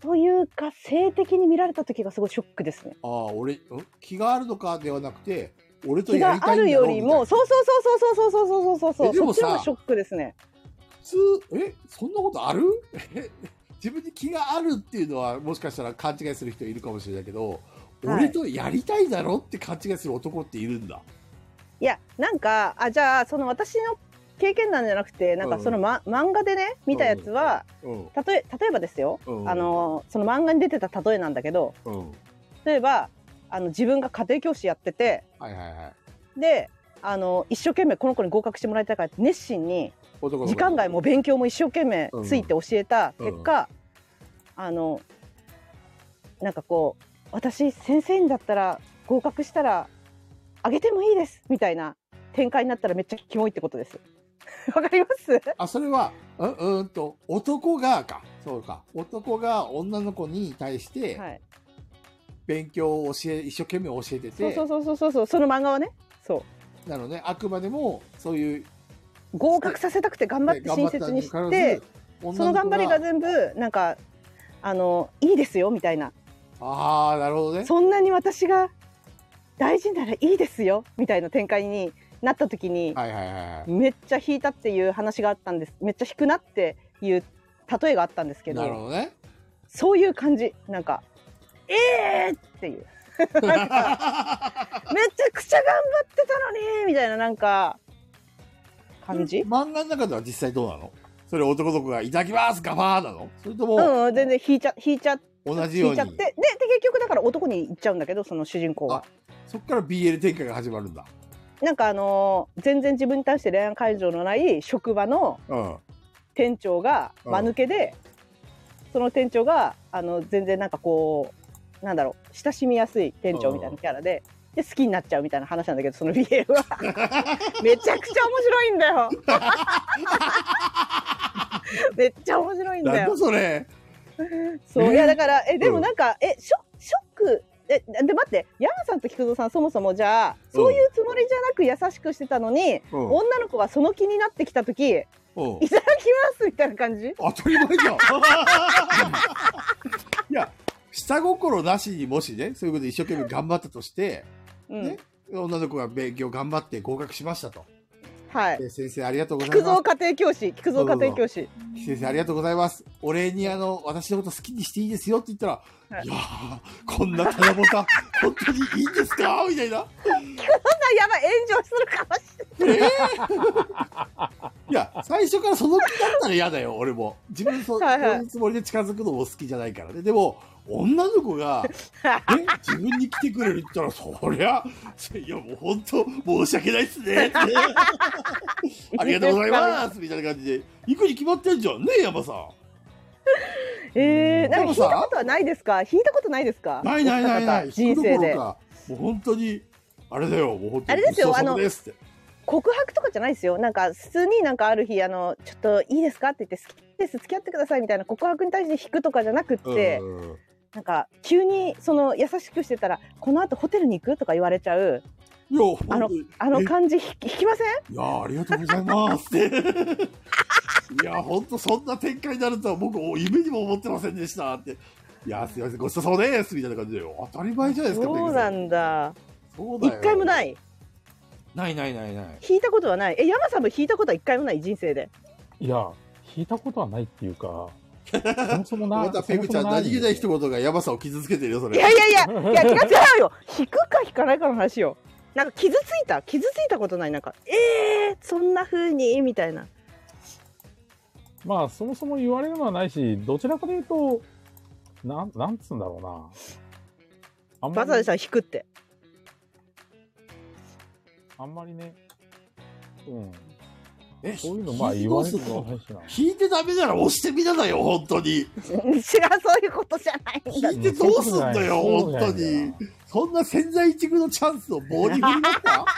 というか性的に見られた時がすごいショックですね。ああ、俺、ん気があるのかではなくて、俺と気やがりたあいんだろうるよりもみたいそうそうそうそうそうそうそうそうそうえでそもっちさの方がショックですね。な普通、え、そんなことある え自分に気があるっていうのは、もしかしたら勘違いする人いるかもしれないけど、はい俺とやりたいだろって勘違いする男っているんだ。いやなんかあじゃあその私の経験談じゃなくてなんかその、ま漫画でね見たやつは、うん。例え例えばですよ、うんあ、のその漫画に出てた例えなんだけどうん。例えばあの自分が家庭教師やっててはいはいはい。であの一生懸命この子に合格してもらいたいからって熱心に男の子時間外も勉強も一生懸命ついて教えた結果、あのなんかこう私先生にだったら合格したらあげてもいいですみたいな展開になったらめっちゃキモいってことです わかりますあ、それは、う、うーんと、男がか。そうか。男が女の子に対して、はい勉強を教え、一生懸命教えてて、そうそうそうそうそうそうその漫画はねそなので、あくまでも、そういう、う合格させたくて頑張って親切にしてそその頑張りが全部なんかあのいいですよみたいなああ、なるほどね。そんなに私が大事ならいいですよみたいな展開になった時に、はいはいはいはめっちゃ引いたっていう話があったんですめっちゃ引くなっていう例えがあったんですい。けどなるほどね。そういう感じなんか「えー!」って いうなんかめちゃくちゃ頑張ってたのにみたいななんか感じ漫画の中では実際どうなのそれ男の子が、いただきますガバーなのそれとうも、んうん全然引いちゃ引いちゃ同じよ引ういちゃっにて、でで結局だから男に行っちゃうんだけどその主人公は。そっから BL 展開が始まるんだ。なんかあのー全然自分に対して恋愛感情のない職場のうん。店長がうん間抜けで、その店長があの全然なんかこうなんだろう親しみやすい店長みたいなキャラで。で好きになっちゃうみたいな話なんだけどその BL はめちゃくちゃ面白いんだよめっちゃ面白いんだなんよだそれ。そう、えいやだからえでうもんなんか、えショショックえで待ってヤンさんと菊蔵さんそもそもじゃあそういうつもりじゃなく優しくしてたのに、うん。うん女の子がその気になってきた時「いただきます」みたいな感じ当たり前じゃん。いや、下心なしにもしね、そういうことで一生懸命頑張ったとして、うんね女の子が勉強頑張って合格しましたと。はい。で先生ありがとうござい菊ま蔵す。家庭教師、菊蔵家庭教師。先生ありがとうございます。お礼にあの、私のこと好きにしていいですよって言ったら、はいい、やー、こんなただぼた、本当にいいんですかみたいな。あ、やばい、炎上するかもしれない。いや、最初からその気だったら嫌だよ、俺も。自分そ、はいはいそういうつもりで近づくのも好きじゃないからね。でも、女の子が、え自分に来てくれるって言ったら、そりゃ、いや、もう本当、申し訳ないっす ね。って ありがとうございますみたいな感じで、行くに決まってんじゃんねえ、山さん。えー、なんかで聞もさいたことはないですか聞いたことないですかないないないなお二方い。 人生どころで。かもう本当に、あれだよ、もう本当あに。れですよごちそうさあまのですって告白とかじゃないですよ。なんか、普通になんかある日、あの、ちょっといいですかって言って、好きです、付き合ってくださいみたいな告白に対して引くとかじゃなくって、うんなんか、急に、その、優しくしてたら、この後ホテルに行くとか言われちゃう、いや、本当に。あのえ感じ、ひ引きませんいやあ、ありがとうございます。 いや、本当そんな展開になるとは僕、夢にも思ってませんでしたって。いや、すいません、ごちそうさまですみたいな感じで、当たり前じゃないですか、そうなんだ。そうだ一よ回もない。ないないないない。引いたことはない。え、山さんも引いたことは一回もない、人生 で。いや、引いたことはないっていうか、そもそもな。 またペグちゃん、そもそも何気ない一言がヤバさを傷つけてるよ、そいれ。やいや いや、いや違う違うよ。引くか引かないかの話よ。なんか傷ついた、傷ついたことないなんか。えー、そんな風にみたいな。まあ、そもそも言われるのはないし、どちらかというと、なん、なんつうんだろうな。あんまバりザーさん引くって。あんまりね、うん。えそういうの、まあ、言われるのはないしな。引いてダメなら押してみなだよ、本当に。違うそういうことじゃないんだ。引いてどうすんだよ、うん本当に。そんな潜在一遇のチャンスを棒に振りました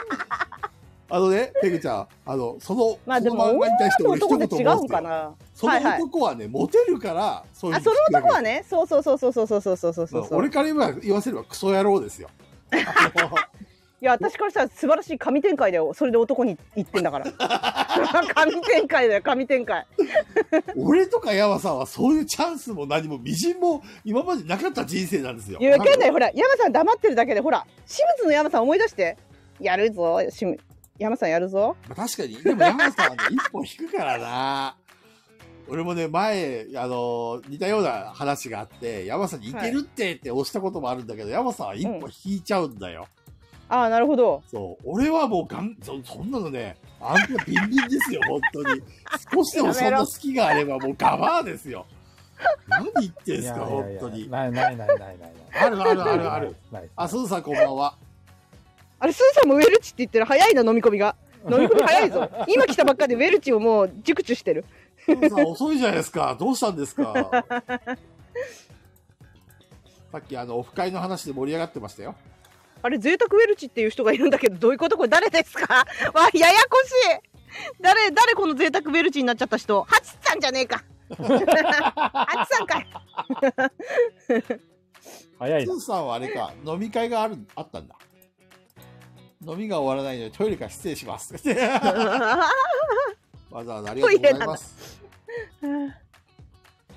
あのね、ペグちゃん、あの、その、まあでそのも漫画に対して女俺の子一言と違う思んってかよな。その男はね、モテるから、そういうあ、その男はね、ね、そうそうそうそうそうそうそうそうそう まあ俺から言えば言わせればクソ野郎ですよ。あのいや私からしたら素晴らしい神展開だよそれで男に言ってんだ から神展開だよ神展開俺とかヤマさんはそういうチャンスも何も微塵も今までなかった人生なんですよ。いやわかんないほら山さん黙ってるだけでほら私物の山さん思い出してやるぞしむ山さんやるぞまあ確かに。でも山さんはね、一歩引くからな。俺もね、前、あの、似たような話があって、山さんにいけるってって押したこともあるんだけど、山さんは一歩引いちゃうんだよ。ああなるほどそう。俺はもうがん、そそんなのね、あんたビンビンですよ、本当に。少しでもそんな隙があればもうガバーですよ。何言ってんすか、本当に。ないないないないない。あるあるあるある。。ないあ、すずさんこんばんは。あれスーさんもウェルチって言ってる早いな飲み込みが飲み込み早いぞ今来たばっかでウェルチをもう熟知してるすずさん遅いじゃないですか。どうしたんですか。さっきあの、オフ会の話で盛り上がってましたよ。あれ贅沢ウェルチっていう人がいるんだけどどういうことこれ誰ですか わややこしい誰誰この贅沢ウェルチになっちゃった人ハチさんじゃねえかハチさんかい早いすな。ずさんはあれか、飲み会がある、あったんだ。飲みが終わらないのでトイレから失礼します。 わざわざありがとうございます。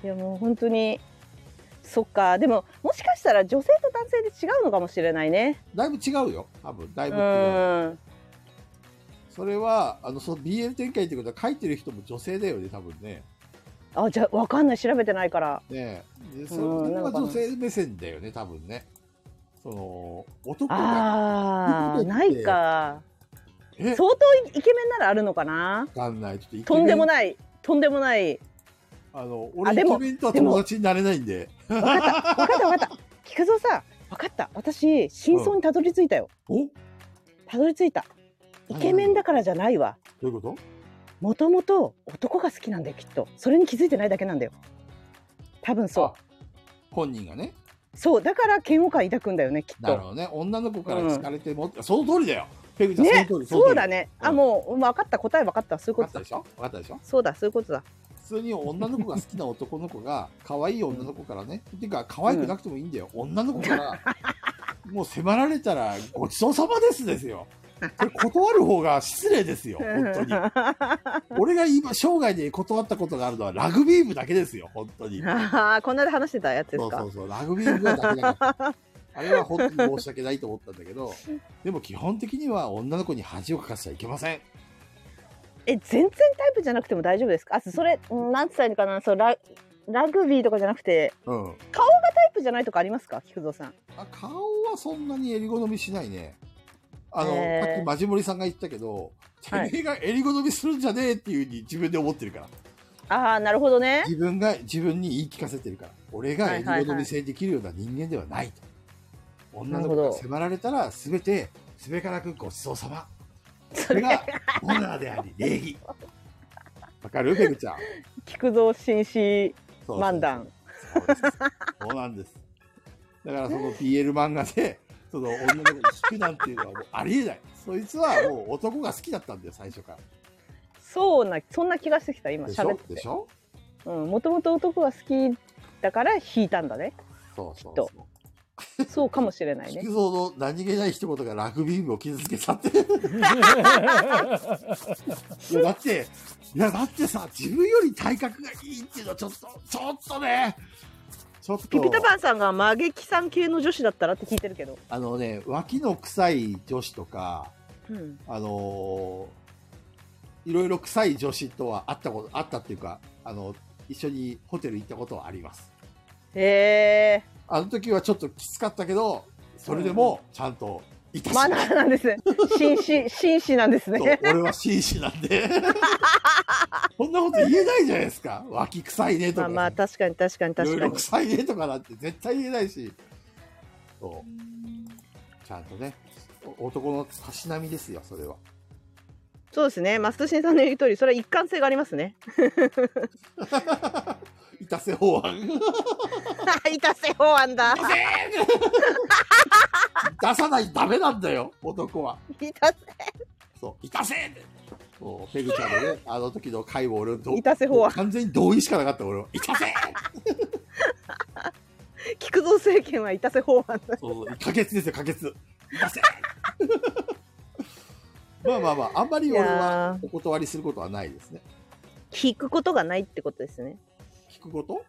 いやもう本当にそっかでももしかしたら女性と男性で違うのかもしれないねだいぶ違うよ。多分、だいうぶ違う。んそれは、あの、その BL 展開ってことは書いてる人も女性だよね、多分ね。あじゃあわかんない調べてないからねえ。でそうんれなはのかな女性目線だよね、多分ね。その、男が、あとーいうことでないかえ、相当イケメンならあるのかなわかんない。ちょっとイケメとンんでもないとんでもないあの、あ俺でイもケメンとは友達になれないんで。わかったわかった菊蔵さんわかった私真相にたどり着いたよおどたどり着いたイケメンだからじゃないわういうこともともと男が好きなんだよきっとそれに気づいてないだけなんだよ多分そう本人がね。そうだから嫌悪感抱くんだよねきっなるとほどね。女の子から好かれても、その通りだよ。ペグちゃん、ねその通り。そうだ。ねうんあもう分かった答え分かったそういう分こかっとだたでしょ分かったでしょそうだそういうことだ普通に女の子が好きな男の子が、可愛い女の子からね。っていうか、可愛くなくてもいいんだよ。女の子から、もう迫られたら、ごちそうさまですですよ。これ断る方が失礼ですよ。本当に。 俺が今、生涯で断ったことがあるのはラグビー部だけですよ。本当に。あ あこんなで話してたやつですそうそかうそう、ラグビー部はダメ だから。あれは本当に申し訳ないと思ったんだけど、でも基本的には女の子に恥をかかせちゃいけません。え全然タイプじゃなくても大丈夫ですかあそれ何て言ったらいいのかなそうララグビーとかじゃなくてうん。タイプじゃないとかありますか菊蔵さんあ顔はそんなに襟好みしないね。あの、へーさっきマジモリさんが言ったけど、てはいめえが襟好みするんじゃねえっていうふうに自分で思ってるから。ああなるほどね自分が、自分に言い聞かせてるから。俺が襟好み性できるような人間ではないと。女の子が迫られたら全て、すべからくごちそうさま。それがオナーであり礼儀わかるペグちゃん菊蔵紳士そう漫談そうですそうなんですだからその BL 漫画でその女の子に引くなんていうのはもうありえないそいつはもう男が好きだったんだよ最初かそうなそんな気がしてきた今らでしょ喋ってでてしょうんもともと男が好きだから引いたんだ ねそうそうきっとそそうかもしれなういね菊蔵の何気ない一言がラグビー部を傷つけたって いやだっていやだってさ自分より体格がいいっていうのはちょっとちょっとねちょっとピピタパンさんがマゲキさん系の女子だったらって聞いてるけど、あのね、脇の臭い女子とか、うん、あのーいろいろ臭い女子とは会ったこと、会ったっていうか、あの、一緒にホテル行ったことはあります。へえあの時はちょっときつかったけど、それでもちゃんといたし、マナーなんですね紳 士紳士なんですそうね俺は紳士な んで。こんなこと言えないじゃないですか。脇臭いねとまか、あまあ確かに確かにいろ確いかろに臭いねとかなんて絶対言えないし。そう。ちゃんとね、お男のたしなみですよ、それは。そうですねマストシンさんの言う通りそれは一貫性があります ねいたせ法案。いたせ法案だ出さないとダメなんだよ、男は。いたそう、いたせって。そう、ペグちゃんのね、あの時の会を俺と。いたせ法案完全に同意しかなかった、俺は。いたせせ菊蔵政権はいたせ法案だそうそう、可決ですよ、可決。いたせまあまあまあ、あんまりい俺はやーお断りすることはないですね。聞くことがないってことですね。聞くこと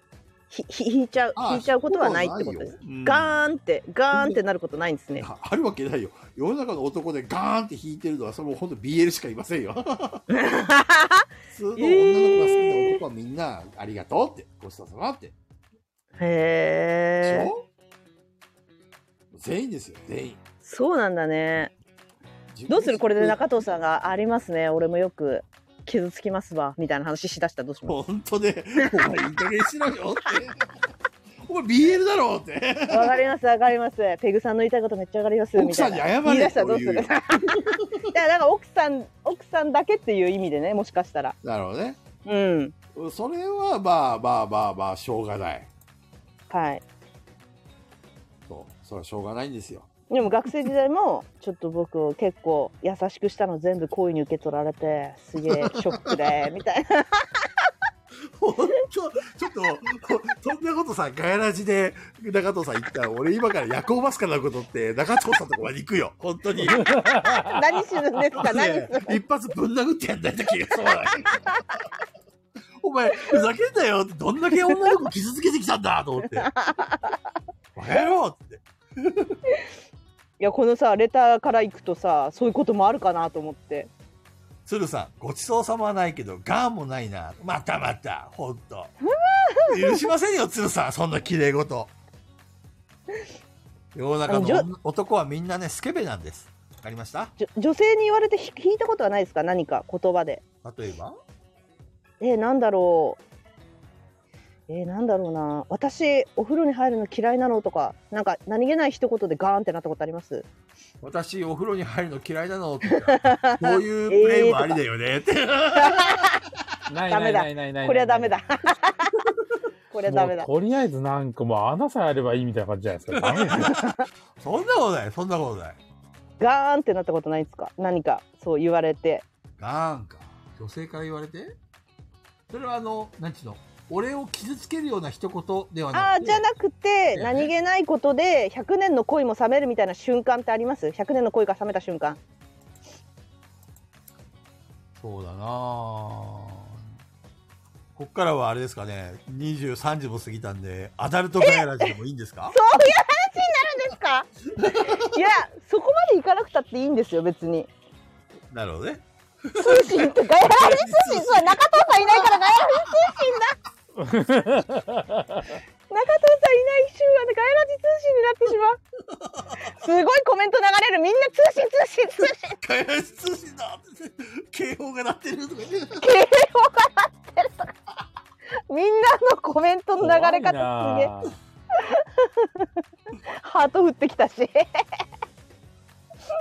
ひひ引いちゃうああ引いちゃうことはないってことです。聞くことはないようんガーンってガーンってなることないん ですね。ああるわけないよ。世の中の男でガーンって引いてるのは、それもうほんと BL しかいませんよ。普通の女の子が好きな男はみんな、ありがとうって、ごちそうさまって。でしへえ。ょ全員ですよ、全員。そうなんだね。どうするこれで中藤さんがありますね。俺もよく傷つきますわみたいな話しだしたらどうします。ほんとね、お前いい加減しろよって。お前 BL だろうって。わかりますわかります。ペグさんの言いたいことめっちゃわかりますみ奥たさいんなに。謝言いれ出よしたらどうす言る。ういやだよから奥さん奥さんだけっていう意味でねもしかしたら。なるほどね。うんそれはまあまあまあまあ、しょうがない。はい。そう。それはしょうがないんですよ。でも学生時代もちょっと僕を結構優しくしたの全部恋に受け取られてすげえショック でみたいなほんと、ちょっと、そんなことさ、ガヤラジで中藤さん言ったら、俺今から夜行バスからのことって、中藤さんとこまで行くよ。本当に。何するんですか何する一発ぶん殴ってやんないと気が済まない。お前、ふざけんなよって、どんだけ女の子傷つけてきたんだと思って。バカ野郎って。いやこのさレターから行くとさそういうこともあるかなと思って鶴さん、ごちそうさまはないけど、ガーンもないな。またまた、ほんと。許しませんよ、鶴さん、そんな綺麗事。世の中のあ女男はみんなね、スケベなんです。わかりましたじょ女性に言われてひ引いたことはないですか何か言葉で例えばえー、なんだろうえー、なんだろうな私お風呂に入るの嫌いなのとかなんか何気ない一言でガーンってなったことあります私、お風呂に入るの嫌いなの とか、こういうプレイもありだよね。ってないダなメいだないないない。これはダメ だこれはダメだもうとりあえずなんかもう穴さえあればいいみたいな感じじゃないですか。ダメですよ。そんなことない、そんなことない。ガーンってなったことないですか何かそう言われてガーンか。女性から言われてそれはあの、なんちゅうの俺を傷つけるような一言ではあなあくじて、ゃなくてね何気ないことで100年の恋も冷めるみたいな瞬間ってあります100年の恋が冷めた瞬間そうだなぁこっからはあれですかね、20、30も過ぎたんで、アダルトガヤラジでもいいんですかですか いやそこまで行かなくたっていいんですよ別に なるほどね。通信ってガヤラジ通信そう中藤さんいないからガヤラジ通信だ中藤さんいない週はねガヤラジ通信になってしまうすごいコメント流れるみんな通信通信通信ガヤラジ通信だって、警報が鳴ってるとか言警報ってが鳴ってるとかみんなのコメントの流れ方すげえ怖いなハート降ってきたし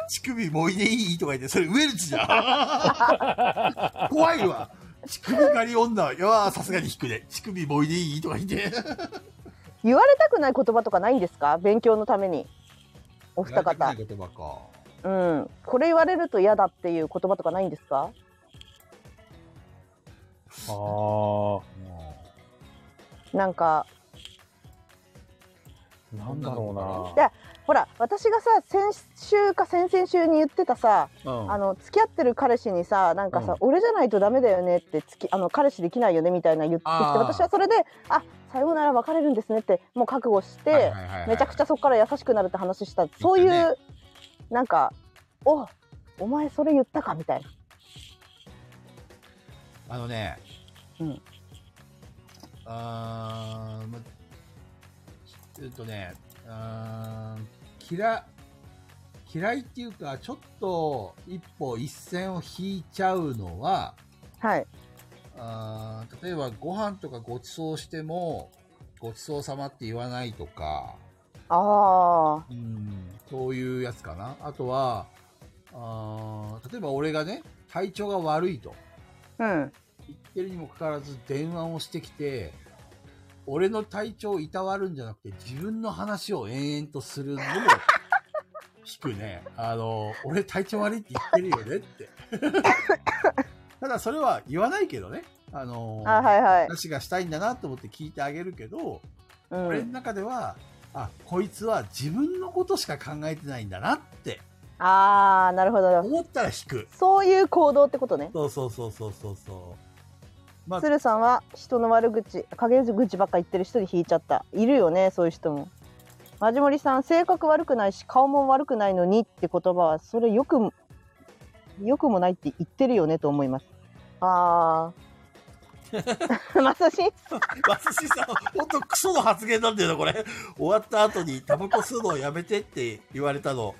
乳首もいでいいとか言って、それウェルチじゃ ん。怖いわ。乳首狩り女は、いやーさすがに引くね。乳首もいでいいとか言って。言われたくない言葉とかないんですか勉強のためにお二方言葉か。うんこれ言われると嫌だっていう言葉とかないんですかあーなんかなんだろでほら私がさ先週か先々週に言ってたさ、うな。うんあの付き合ってる彼氏にさなんかさ、俺じゃないとダメだよねってつきあの彼氏できないよねみたいな言ってきてあー私はそれであさようなら別れるんですねってもう覚悟して、めちゃくちゃそこから優しくなるって話したそういう、言っなんかおお前それ言ったかみたいなあのね、うんあーまえっとね、あー嫌、嫌いっていうか、ちょっと一歩一線を引いちゃうのは、はいあー例えばご飯とかごちそうしても、ごちそうさまって言わないとか、あうん、そういうやつかな。あとは、あー例えば俺がね、体調が悪いと。あうん言ってるにもかかわらず電話をしてきて、俺の体調をいたわるんじゃなくて自分の話を延々とするのも引くね。あの、俺体調悪いって言ってるよねって。 ただそれは言わないけどね。あの、あはいはい、話がしたいんだなと思って聞いてあげるけど、う俺のん、中では、あ、こいつは自分のことしか考えてないんだなってああなるほど思ったら引く。そういう行動ってことねそうそうそうそうそうそう。まあ、鶴さんは人の悪口陰口ばっか言ってる人に引いちゃったいるよねそういう人もマジモリさん性格悪くないし顔も悪くないのにって言葉はそれよくもよくもないって言ってるよねと思いますあ あマサシマスシさん、ほんとクソの発言なんだよな、これ。終わった後にタバコ吸うのをやめてって言われたの、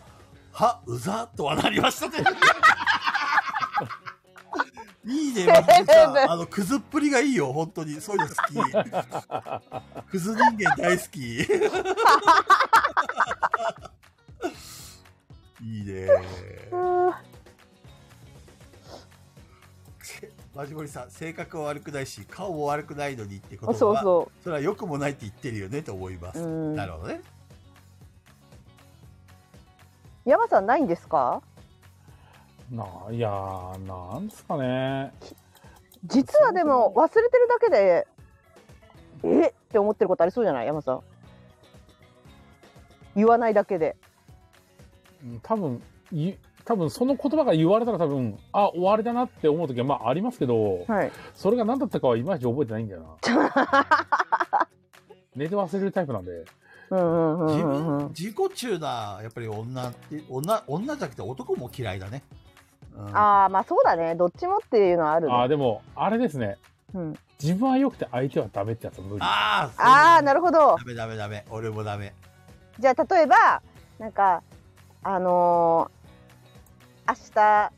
は、うざっとはなりましたね。 いいね、マスシさん。あの、クズっぷりがいいよ、本当に。そういうの好き。クズ人間大好き。 いいね。マジモリさん、性格は悪くないし、顔も悪くないのにってことは、そうそそれは良くもないって言ってるよねと思います。ううんなるほどね。山さんないんですかないやーなんですかね実はでも忘れてるだけでえって思ってることありそうじゃない山さん言わないだけでうん多分い多分その言葉が言われたら多分あ終わりだなって思う時はまあありますけどはいそれが何だったかはいまいち覚えてないんだよな 寝て忘れるタイプなんでうんうんう自んうんうん分、自己中な、やっぱり女って、女、女じゃなくて男も嫌いだね。うん、ああまあそうだねどっちもっていうのはあるねああでもあれですねうん、自分は良くて相手はダメってやつは無理あーあーなるほどダメダメダメ。俺もダメ。じゃあ例えばなんかあのー明日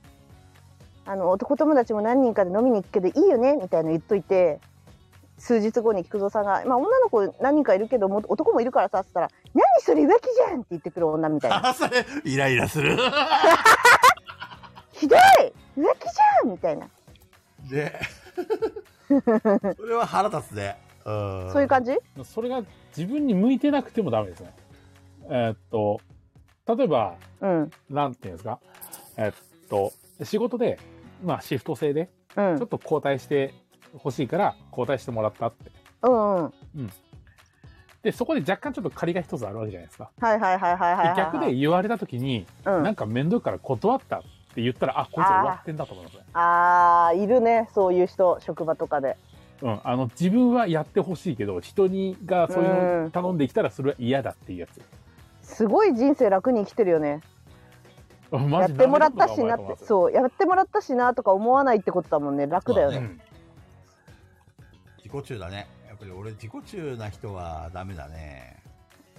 あの男友達も何人かで飲みに行くけどいいよねみたいなの言っといて数日後に菊蔵さんが「まあ、女の子何人かいるけども男もいるからさ」っつったら「何それ浮気じゃん!」って言ってくる女みたいな あーそれ、イライラする。 「ひどい浮気じゃん!」みたいな ね。それは腹立つね。うん。そういう感じそれが自分に向いてなくてもダメですねえーっと例えばうんなんていうんですかえっと仕事で、まあ、シフト制でうちょっんと交代してほしいから交代してもらったってうんうんでそこで若干ちょっと借りが一つあるわけじゃないですかはいはいはいはいはいはい、はい、で逆で言われた時に、うんなんか面倒いから断ったって言ったらあこいつ終わってんだと思いますねあーいるねそういう人職場とかでうん、あの自分はやってほしいけど人にがそういううのん頼んできたらそれは嫌だっていうやつ、すごい人生楽に生きてるよねマやっジてもらったしななめっんなとてかそうやってもらったしなとか思わないってことだもんね楽だよお前ねとそ思いますう自己中だね。やっぱり俺、自己中な人はダメだね。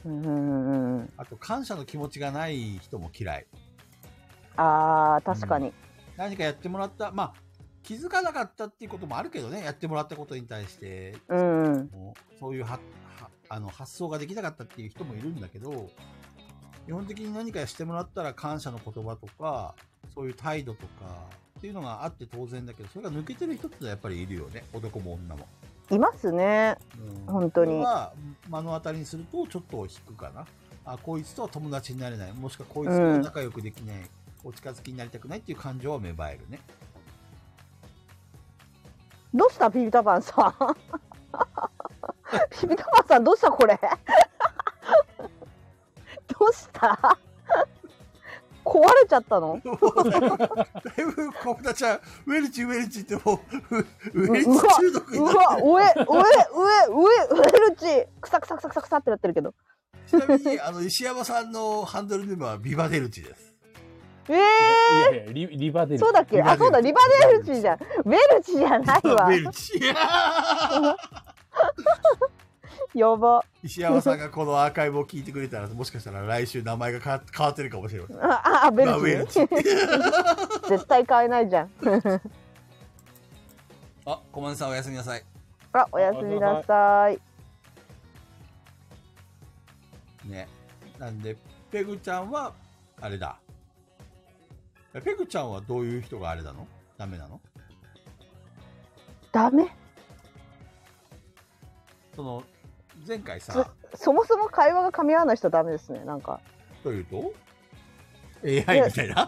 うんうんうんうんあと、感謝の気持ちがない人も嫌い。あー確かに、何かやってもらった、まあ、気づかなかったっていうこともあるけどね、やってもらったことに対して、うんうんもうそういうははあの発想ができなかったっていう人もいるんだけど、基本的に何かしてもらったら感謝の言葉とか、そういう態度とかっていうのがあって当然だけど、それが抜けてる人ってのはやっぱりいるよね、男も女も。いますねうん本当にそれは目の当たりにするとちょっと引くかなあこいつとは友達になれないもしくはこいつと仲良くできない、お近づきになりたくないっていう感情は芽生えるねどうしたピピタパンさん ピピタパンさんどうしたこれ どうした 壊れちゃったのもうだいぶだいぶ小札ちゃんウェルチウェルチってもうウウェルチうわ中毒うになわ上上上上上ルチクサクサクサクサクサってなってるけどちなみにあの石山さんのハンドルネームはビバデルチですええいやいやリリバデー、ルそうだっけあそうだリバデルチじゃんベルチじゃないウわェルチやば 石山さんがこのアーカイブを聞いてくれたらもしかしたら来週名前が変わ変わってるかもしれませんああベルまあウェルチチ 絶対買えないじゃんあ小松さんおやすみなさいあおやすみなさいね。なんで、ペグちゃんは、あれだ。えペグちゃんはどういう人があれなのダメなのダメその、前回さ、そもそも会話が噛み合わない人はダメですねなんかというと ?AI みたいな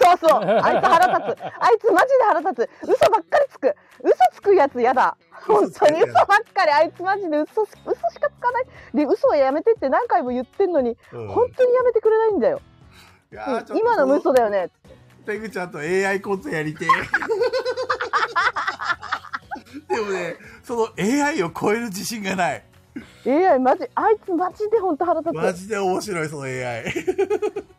そうそうそうあいつ腹立つあいつマジで腹立つ嘘ばっかりつく嘘つくやつやだ本当に嘘ばっかりあいつマジで嘘し嘘しかつかないで嘘はやめてって何回も言ってんのにうん本当にやめてくれないんだよいやーちょっと今の嘘だよね。ペグちゃんと AI コントやり てえでもね、その AI を超える自信がない。 AI マジあいつマジで本当腹立マつ。ジで面白い、その AI。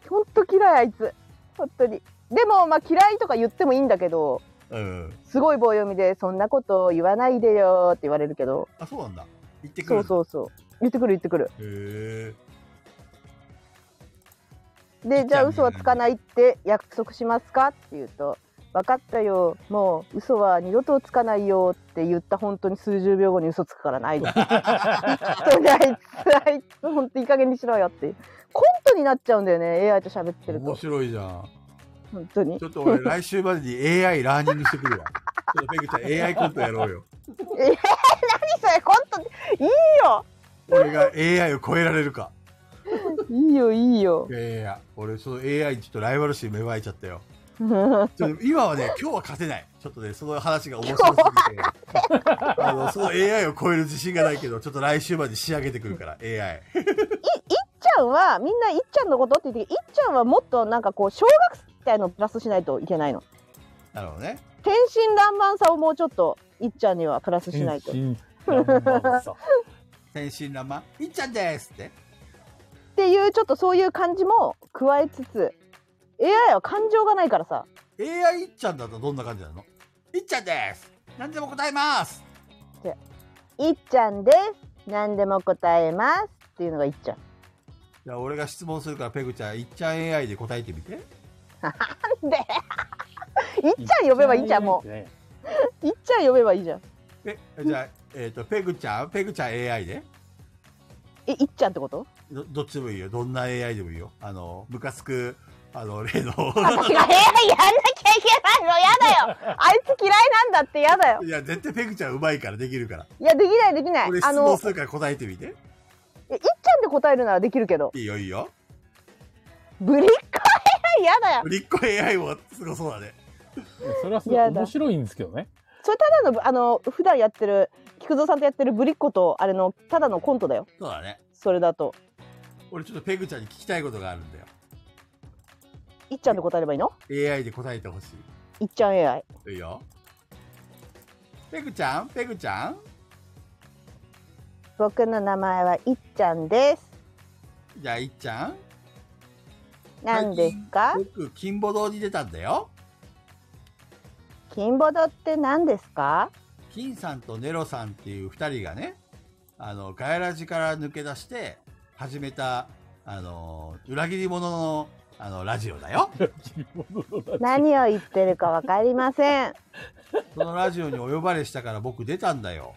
本当嫌いあいつ。本当に。でもまあ嫌いとか言ってもいいんだけど、うん。すごい棒読みでそんなこと言わないでよって言われるけど、あ、そうなんだ。行ってくそるうそうそう。言ってくる言ってくる。う。へえ。でじゃあじゃあ嘘はつかないって約束しますかって言うと「分かったよもう嘘は二度とつかないよ」って言った本当に数十秒後に嘘つくから なあいつ 本当にあいつあいつ本当いい加減にしろよってコントになっちゃうんだよね AI と喋ってる面と白いじゃん。本当にちょっと俺、来週までに AI ラーニングしてくるわ。ちょっとペグちゃん、AI コントやろうよ。えー、何それコントいいよ俺が AI を超えられるか。いいよいいよいやいやいや、俺、その AI にちょっとライバル心芽生えちゃったよ。 うんちょっと今はね、今日は勝てない。ちょっとね、その話が面白すぎて、あの、その AI を超える自信がないけど、ちょっと来週まで仕上げてくるから、AI。いっちゃんはみんないっちゃんのことって言っていっちゃんはもっとなんかこう小学生のプラスしないといけないのなるほどね。天真爛漫さをもうちょっといっちゃんにはプラスしないとっ天真爛漫さ天真爛漫、いっちゃんですって。ていうちょっとそういう感じも加えつつ AI は感情がないからさ AI いっちゃんだとどんな感じなのいっちゃんです何でも答えます「いっちゃんです何でも答えます」っていうのがいっちゃんじゃあ俺が質問するから、ペグちゃん、いっちゃん AI で答えてみて。で いっちゃん呼べばいいじゃんもうういっちゃん呼べばいいじゃんえ、じゃあ、えっ、と、ペグちゃん、ペグちゃん AI でえいっちゃんってことどどっちでもいいよ。どんな AI でもいいよ。あの、ムカつく、あの、 例の。私が AI やんなきゃいけないのやだよあいつ嫌いなんだってやだよいや、絶対ペグちゃんうまいから、できるから。いやできないできないこれ質あ問のするから答えてみて。えいっちゃんで答えるならできるけどいいよ、いいよ。ぶりっ子 AI やだよぶりっ子 AI もすごそうだね。それはすごい面白いんですけどねそれただのあの普段やってる菊蔵さんとやってるぶりっ子とあれのただのコントだよそうだね。それだと俺ちょっとペグちゃんに聞きたいことがあるんだよ。いっちゃんで答えればいいの AI で答えてほしいっちゃん AI い。いいよ。ペグちゃんペグちゃん僕の名前はいっちゃんですじゃあ、いっちゃん何ですか僕、金ボ堂に出たんだよ。金ボドって何ですか金さんとネロさんっていう二人がね、あの、ガヤラジから抜け出して、始めた、あの、裏切り者の、あの、ラジオ だよ。何を言ってるかわかりませんそのラジオにお呼ばれしたから僕出たんだよ。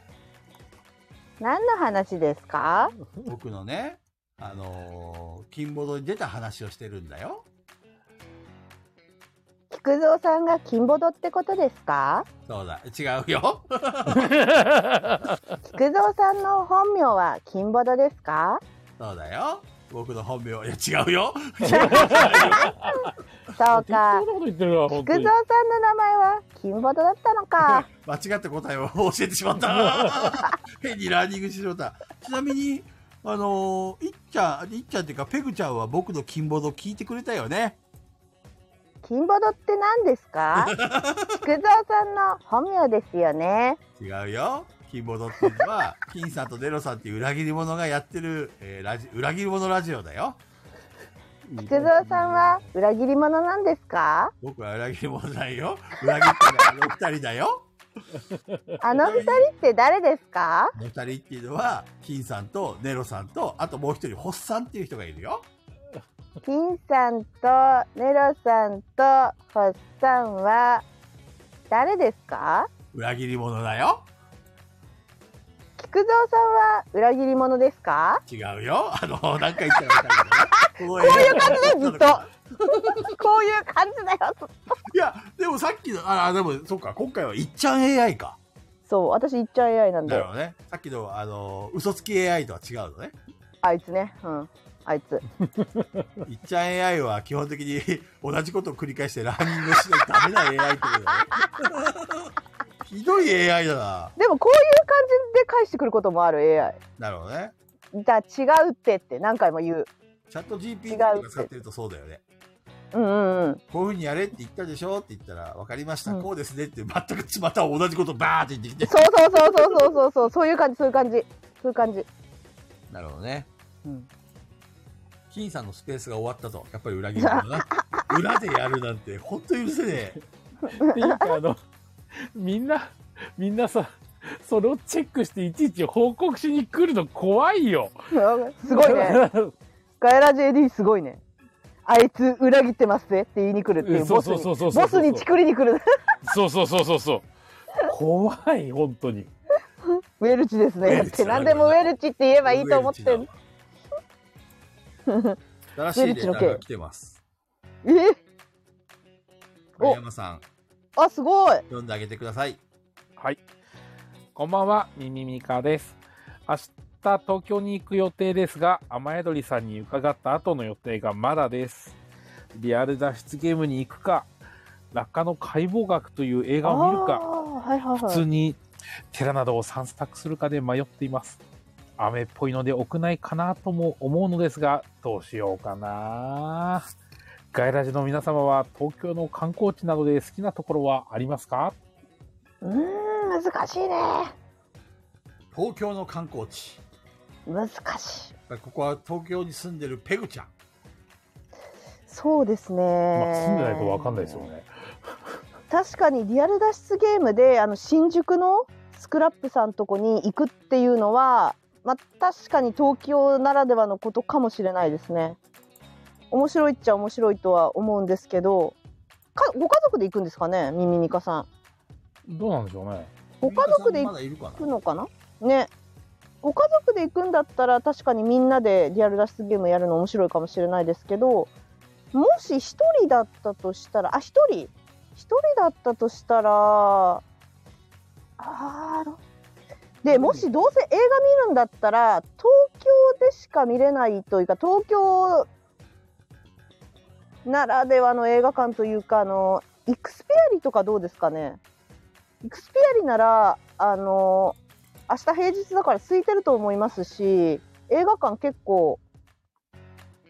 何の話ですか僕のね、あのー金ボドに出た話をしてるんだよ。菊蔵さんが金ボドってことですかそうだ、違うよ。菊蔵さんの本名は金ボドですかそうだよ。僕の本名、いや違うよ。そう適当なかこと言ってるわ本菊当蔵にさんの名前は金ボドだったのか 間違った答えを教えてしまった。変にラーニングしてしまった。ちなみに、あのーいっちゃん、いっちゃんっていうか、ペグちゃんは僕の金ボド聞いてくれたよね。金ボドって何ですか菊蔵さんの本名ですよね違うよ。金ボドっていうのは、金さんとネロさんっていう裏切り者がやってる、えーラジ裏切り者ラジオだよ。菊蔵さんは裏切り者なんですか僕は裏切り者じゃないよ。裏切ったのはあの二人だよ。あの二人って誰ですかあの二人っていうのは、金さんとネロさんと、あともう一人、ホッさんっていう人がいるよ。金さんとネロさんとホッさんは誰ですか裏切り者だよ。菊蔵さんは裏切り者ですか違うよ。あの、なんか言ったらわか るけどねこういう感じねずっとこういう感じだよいや、でもさっきの、あ、あでも、そっか、今回はいっちゃん AI か。そう私いっちゃん AI なんだだよよね。さっきの、あの、嘘つき AI とは違うのね。あいつねうんあいついっちゃん AI は基本的に 同じことを繰り返してラーニングしないとダメな AI ってことだね。ひどい AI だな。でもこういう感じで返してくることもある AI なるほどね。だ違うってって何回も言うチャット GPT 違うとか使ってるとそうだよね。うんうんうん。こういうふうにやれって言ったでしょって言ったら、わかりました、うんこうですねって、全くまた同じことバーって言ってきて。そうそうそうそうそうそうそうそういう感じそういう感じそういう感じ。なるほどね。うん。金さんのスペースが終わったと。やっぱり裏切りだ な。裏でやるなんて、ほんと許せねえ。っていうか、あの、みんな、みんなさ、それをチェックしていちいち報告しに来るの怖いよ。すごいね。 ガエラ JD すごいね。あいつ裏切ってますぜって言いに来るっていうそボうスにそうそうそうそうボスにチクりに来る そうそうそうそうそう。怖い、本当に。ウェルチですウェねっルチて何でもウェルチって言えばいいと思ってん新しいレターが来てます。えお影山さん、あすごい読んであげてください。はい。こんばんは、ミミミカです。明日、東京に行く予定ですが、雨宿りさんに伺った後の予定がまだです。リアル脱出ゲームに行くか、落下の解剖学という映画を見るか、あーはいはい普は通いに寺などを散策するかで迷っています。雨っぽいので屋内かなとも思うのですが、どうしようかな。ガイラジの皆様は東京の観光地などで好きなところはありますかうーん難しいね東京の観光地。難しいやっぱりここは東京に住んでるペグちゃん。そうですね、まあ、住んでないとわかんないですよね。確かにリアル脱出ゲームであの新宿のスクラップさんとこに行くっていうのは、まあ、確かに東京ならではのことかもしれないですね。面白いっちゃ面白いとは思うんですけどかご家族で行くんですかねミミニカさん。どうなんでし ょうね。ご家族でみんな行さんまだいるかなくのかなねご家族で行くんだったら確かにみんなでリアル脱出ゲームやるの面白いかもしれないですけどもし一人だったとしたらあ一人一人だったとしたらあーでもしどうせ映画見るんだったら東京でしか見れないというか東京ならではの映画館というかあのイクスピアリとかどうですかねイクスピアリならあの明日平日だから空いてると思いますし映画館結構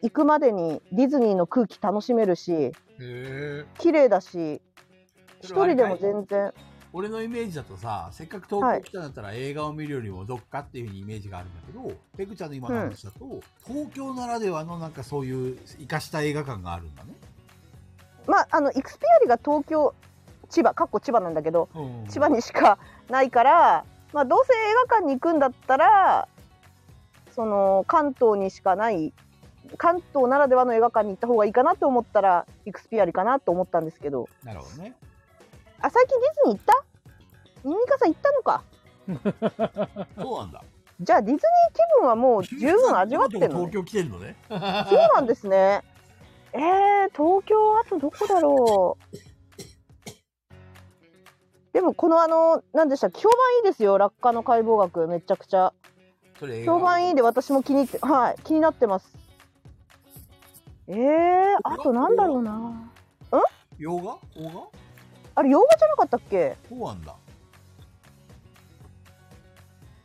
行くまでにディズニーの空気楽しめるしへえ。綺麗だし一それ人ではあもりかい全然俺のイメージだとさ、せっかく東京来たんだったら映画を見るよりもどっかっていう風にイメージがあるんだけど、ペグちゃんの今の話だと、東京ならではのなんかそういう生かした映画館があるんだね。まああのイクスピアリが東京千葉かっこ千葉なんだけど千葉にしかないから、まあ、どうせ映画館に行くんだったらその関東にしかない関東ならではの映画館に行った方がいいかなと思ったらイクスピアリかなと思ったんですけどなるほどね。あ最近ディズニー行ったミミカさん行ったのかそうなんだ。じゃあディズニー気分はもう十分味わってるでの、も東ね、京来てるのね。そうなんですねえー、東京あとどこだろうでもこのあの何でしたっけ評判いいですよ落下の解剖学めちゃくちゃそれ映画評判いいで私も気に入ってはい気になってますえー、あとなんだろうな洋画邦画あれ洋画じゃなかったっけそうなんだ。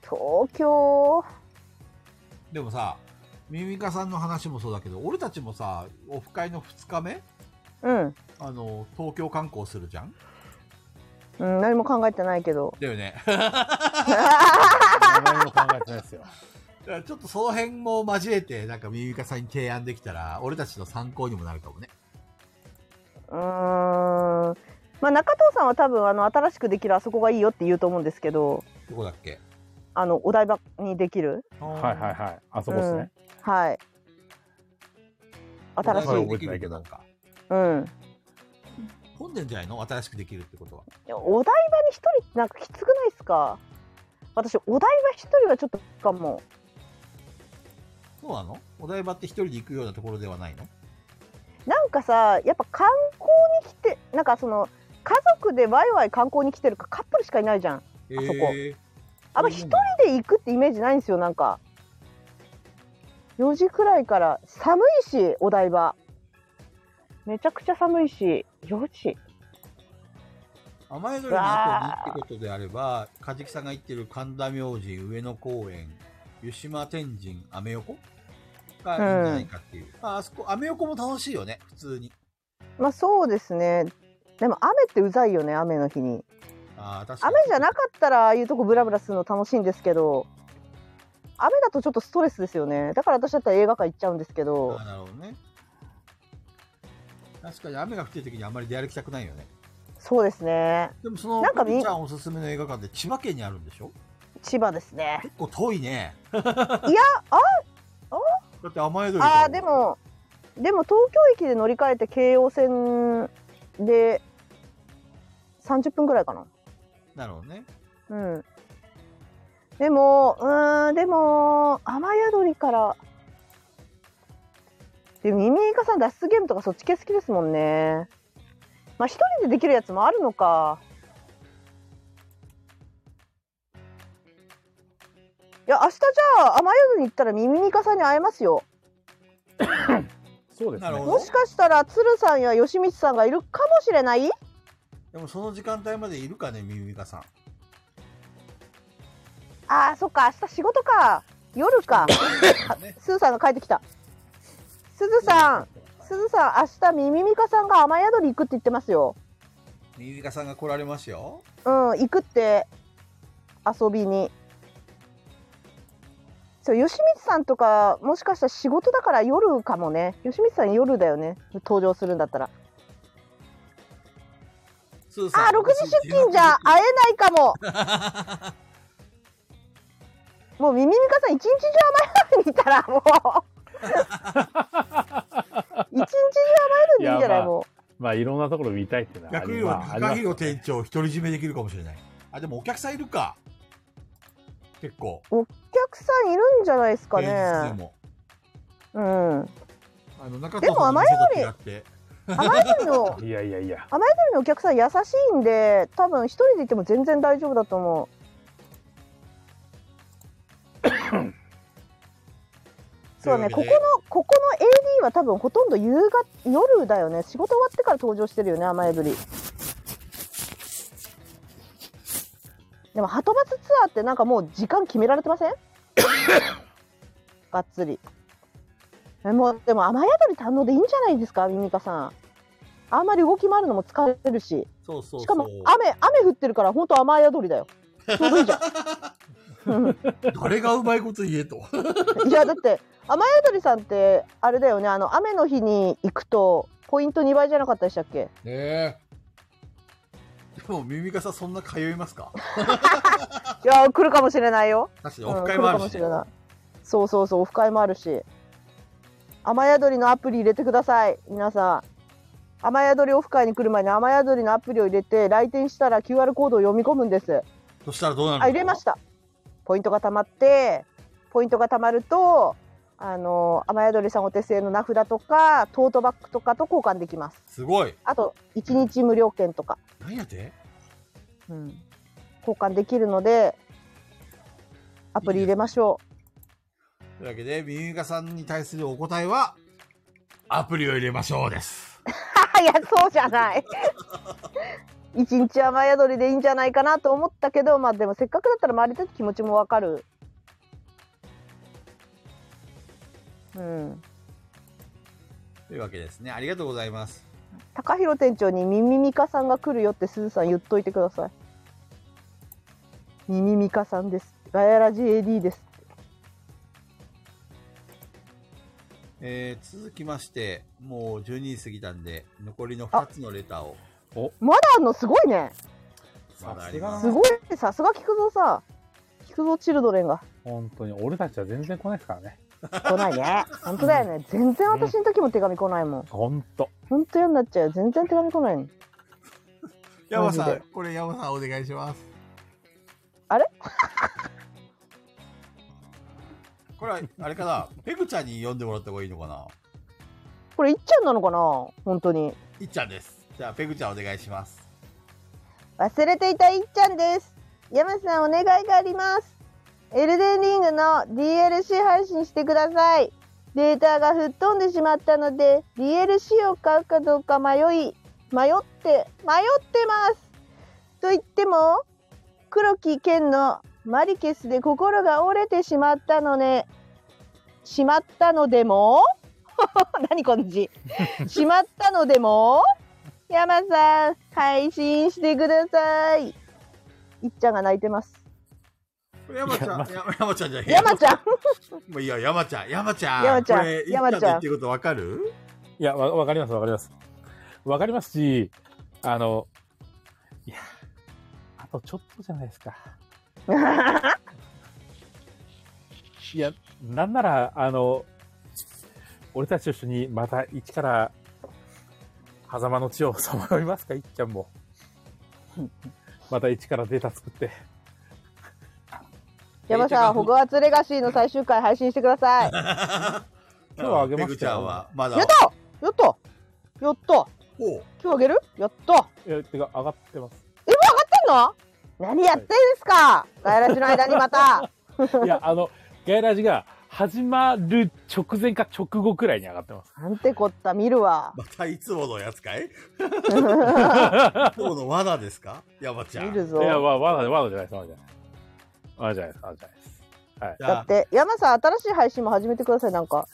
東京でもさ、ミミカさんの話もそうだけど、俺たちもさ、オフ会の2日目、うん、あの、東京観光するじゃんうん、何も考えてないけど だよね。 何も考えてないですよ。だからちょっとその辺も交えて、なんかミミカさんに提案できたら、俺たちの参考にもなるかもね。うーんまあ中藤さんは多分あの新しくできるあそこがいいよって言うと思うんですけどどこだっけあのお台場にできるはいはいはい。あそこですね。はい新お台しい場覚えてないけどなんか。うん本年じゃないの新しくできるってことは。いやお台場に一人ってなんかきつくないですか私お台場一人はちょっとかもそうなのお台場って一人で行くようなところではないのなんかさやっぱ観光に来てなんかその家族でワイワイ観光に来てるかカップルしかいないじゃんえこー、あんまそうい一う人で行くってイメージないんですよなんか4時くらいから寒いしお台場めちゃくちゃ寒いし4時もん雨宿りの後にってことであれば、カジキさんが行ってる神田明神、上野公園、湯島天神、アメ横がいいんじゃないかっていう。まあ、あそこ、アメ横も楽しいよね、普通に。まあそうですねでも雨ってうざいよね雨の日にああ、確かに雨。じゃなかったらああいうとこブラブラするの楽しいんですけど雨だとちょっとストレスですよねだから私だったら映画館行っちゃうんですけどあなるほどね。確かに雨が降ってる時にあんまり出歩きたくないよね。そうですねでもその、なんかみペグちゃんおすすめの映画館って千葉県にあるんでしょ千葉ですね結構遠いね。いやあだって雨宿りあーで。もでも東京駅で乗り換えて京王線で30分ぐらいかななるほどね。うんでもうーんでも雨宿りからでも耳イカさん脱出ゲームとかそっち系好きですもんねまあ一人でできるやつもあるのかいや明日じゃあ雨宿りに行ったら耳イカさんに会えますよそうですなるほね。どもしかしたら鶴さんや吉光さんがいるかもしれないでもその時間帯までいるかね、ミミカさん。あーそっか明日仕事か夜かあすずさんが帰ってきたすずさんすずさん明日みみみかさんが雨宿り行くって言ってますよミミカさんが来られますよ。うん行くって遊びにそう吉光さんとかもしかしたら仕事だから夜かもね吉光さん夜だよね登場するんだったらスーさあん6時出勤じゃ会えないかも もうミミミカさん一日中雨宿りにいたらも う一日中雨宿りでいいんじいやゃないまあもまあいろんなところ見たいっていうのはあ逆にり言えばま、ああり高ます広店長を独り占めできるかもしれない。あ、でもお客さんいるか。結構。うお客さんいるんじゃないですかね平日でも。うんあの、中でも雨宿りやって。雨宿りのいやいやいや。雨宿りのお客さん優しいんで多分一人でいても全然大丈夫だと思うそうねとこいこのわけでここの AD は多分ほとんど夕方夜だよね仕事終わってから登場してるよね雨宿りでもはとバスツアーってなんかもう時間決められ てませんがっつりえもうでも雨宿り堪能でいいんじゃないですかミミカさんあんまり動き回るのも疲れるしそうそうそう。しかも雨雨降ってるから本当雨宿りだよちょうどいいじゃんうん誰がうまい こと言え と。いやだって雨宿りさんってあれだよねあの雨の日に行くとポイント2倍じゃなかったでしたっけねえ。でも、耳かさそんな通いますかいや来るかもしれないよ確かに、うオんフ来会るもあかるもし、しれないそうそうそうオフ会もあるし雨宿りのアプリ入れてください皆さん雨宿りオフ会に来る前に雨宿りのアプリを入れて来店したら QR コードを読み込むんですそしたらどうなるのあ入れましたポイントがたまってポイントがたまるとあの雨宿りさんお手製の名札とかトートバッグとかと交換できますすごい。あと1日無料券とか、何やってうん交換できるのでアプリ入れましょというわけで、耳かさんに対するお答えは、アプリを入れましょうです。ういやそうじゃない 一日雨宿りでいいんじゃないかなと思ったけどまあでもせっかくだったら回りたい気持ちもわかるうんというわけですね。ありがとうございます。高弘店長にミミミカさんが来るよってすずさん言っといてくださいミミミカさんですガヤラジ AD ですえー、続きまして、もう12時過ぎたんで、残りの2つのレターを、まだあんのすごいねまだありますす。ごいさすが菊蔵さん菊蔵チルドレンが本当に俺たちは全然来ないですからね。来ないね本当だよね全然私の時も手紙来ないもん本当。本当嫌になっちゃうよ全然手紙来ないの山さマジん、これ山さんお願いします。あれ これは、あれかな、ペグちゃんに読んでもらった方がいいのかなこれいっちゃんなのかな本当にいっちゃんです。じゃあ、ペグちゃんお願いします。忘れていたいっちゃんです山さんお願いがありますエルデンリングの DLC 配信してくださいデータが吹っ飛んでしまったので DLC を買うかどうか迷い迷って迷ってますと言っても黒木健のマリケスで心が折れてしまったのねしまったのでも 何この字。しまったのでも、山さん、配信してください。いっちゃんが泣いてます。山ちゃん、山山ちゃんじゃねえ山ちゃん、もういいよ、山ちゃん、山ちゃん。山ちゃんこれ、山ちゃ言ったのん言ってることわかるいや、わわかります、わかります。わかりますし、あの、いや、あとちょっとじゃないですか。いや、なんなら、あの、俺たちと一緒にまた一から、狭間の地をさまよいますか、いっちゃんも。また一からデータ作って。 山さん、ホグワーツレガシーの最終回配信してください。 今日はあげましたよペグちゃんは、まだやっ。とやったやったおう今日あげるやったやっいや、てか、上がってます。てんの何やってんですかガイラジの間にまた。いや、あの、ガイラジが始まる直前か直後くらいに上がってます。なんてこった、見るわ。またいつものやつかい今日の罠ですか山ちゃ見ん。るいや、ぞ。わ、わざ、わざじゃないです、わざじゃないです。わざじゃないです、わざじゃないです。じだゃっあ、て、山さん、新しい配信も始めてください、なんか。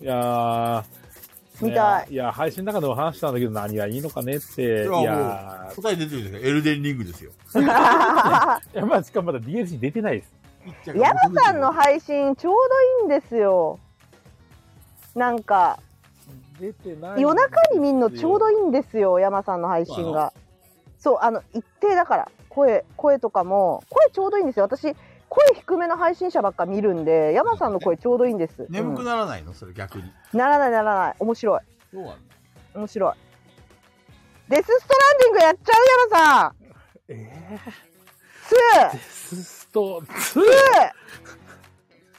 いやー、見たいや。いや、配信の中でも話したんだけど、何がいいのかねって。いいややー答え出てるんですよ。エルデンリングですよ。いや、まあ、しかもまだ DLC 出てないです。山さんの配信、ちょうどいいんですよ。なんか、出てない。夜中に見んのちょうどいいいんですよ山さんの配信がそうあの一定だから声声とかも声ちょうどいいんですよ私声低めの配信者ばっか見るんで山さんの声ちょうどいいんです、眠くな,、ならないのそれ逆に。ならないならない面白いそうなんだ。面白いデスストランディングやっちゃう山さんえツー、ーススト、ツツー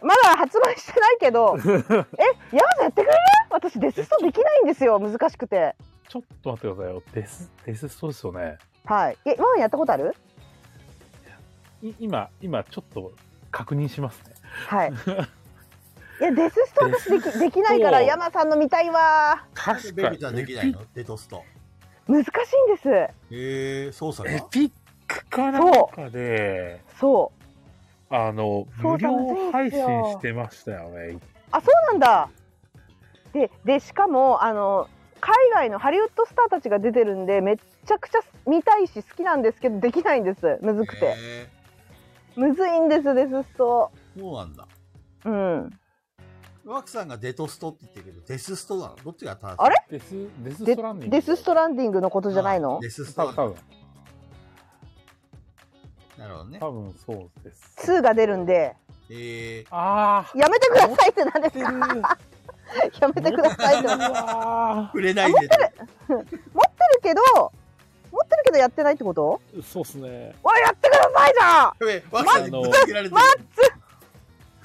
まだ発売してないけどえ山さんやってくれる私デスストできないんですよ難しくてちょっと待ってくださいよ。デス、デスストですよね。はいえワンやったことあるい今、今、ちょっと確認しますね。はい。いやデススト私できできないからそう山さんの見たいわ確ベかグに。ちゃんできないのデトスト。難しいんですえー、操作エがピックかなんかで、そうあの、そう無だ料配信してましたよね。あそうなんだででしかもあの海外のハリウッドスターたちが出てるんでめっちゃくちゃ見たいし好きなんですけどできないんですむずくて、えむずいんですデスストーそうなんだ。うんワクさんがデトストって言ってるけど、デスストなのどっちが正しいあれデス、デススでトランディング。デスストランディングのことじゃないのデスス多ト分、多分、なるほどね。多分そうです。 2が出るんでえあやめてくださいってなんですー、か出てる。やめてくださいってなうわー、くれないでと。るけど持ってるけどやってないってことーそうっすね。おいやってくださいじゃんやべえワクさんにぶつけられてる。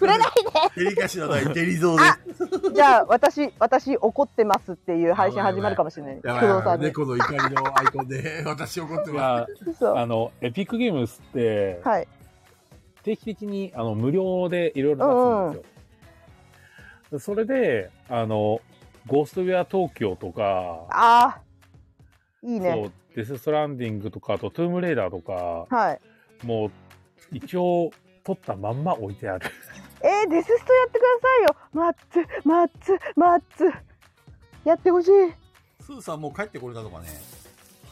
触れないデリカシーのないデリゾーでじゃあ私私怒ってますっていう配信始まるかもしれない。工やばいやばい藤さんに。猫の怒りのアイコンで私怒っていまや、そうあの、エピックゲームスって、はい。定期的にあの無料でいろいろ出すんですよ。それで、あの、ゴーストウェア東京とか、ああいいそね。うデス・ストランディングとか、あとトゥームレイダーとか、はい。もう、一応、取ったまんま置いてある。えー、デスストやってくださいよ。マッツマッツマッツやってほしい。す。スーさんもう帰ってこれたとかね。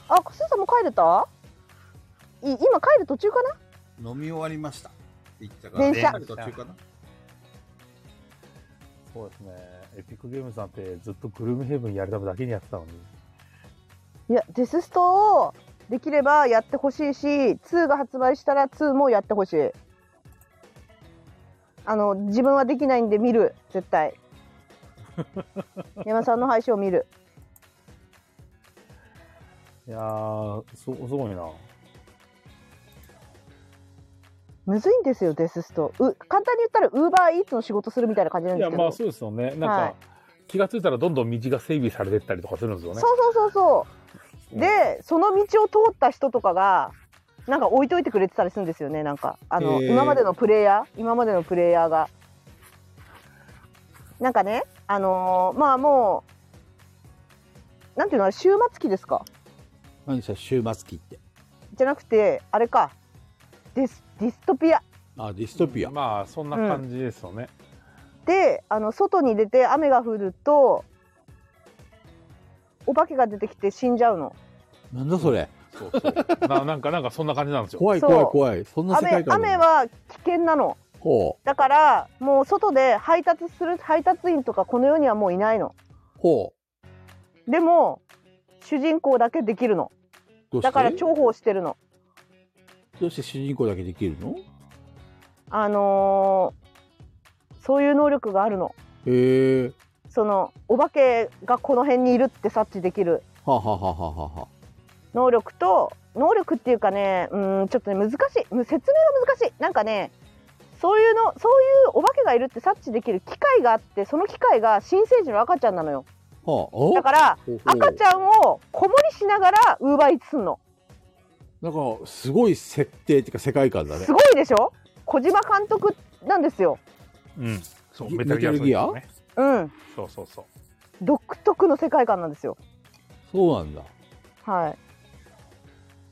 あスーさんもう帰れた？い今帰る途中かな？飲み終わりました。って言ったから、電車帰る途中かな。そうですね。エピックゲームズなんてずっとグルームヘブンやるためだけにやってたのに。いやデスストをできればやってほしいし、2が発売したら2もやってほしい。あの自分はできないんで見る 絶対。山さんの配信を見る。いやー、そ、すごいな。むずいんですよデスストう簡単に言ったらウーバーイーツの仕事するみたいな感じなんいですや、けど、まあそうですよね。なんか、はい気がついたらどんどん道が整備されてったりとかするんですよね。そうそうそうそう、うんでその道を通った人とかがなんか置いといてくれてたりするんですよねなんかあのへー今までのプレイヤー今までのプレイヤーがなんかねあのーまあもうなんていうのあれ終末期ですか何した終末期って。じゃなくてあれかデスディストピアあ、ディストピア。まあそんな感じですよね。であの外に出て雨が降るとお化けが出てきて死んじゃうのなんだそれ。そうそうななんかなんかそんな感じなんですよ怖いそう怖い怖い。そんな世雨界観なの。雨は危険なのほだからもう外で配達する配達員とかこの世にはもういないのう。ほでも主人公だけできるのう。どうしてだから重宝してるのどうして主人公だけできるのあのーそういう能力があるのへえ。そのお化けがこの辺にいるって察知できるはあはあはあはあはあ。能力と能力っていうかねうーんちょっとね難しいむ説明が難しいなんかねそういうのそういうお化けがいるって察知できる機械があってその機械が新生児の赤ちゃんなのよはあ、おだからほうほう赤ちゃんを子守りしながらウーバーイーツすんのなんか、すごい設定っていうか世界観だねす。ごいでしょ小島監督なんですようんそうギメタルギアソリッドねうんそうそうそう独特の世界観なんですよそうなんだ。はい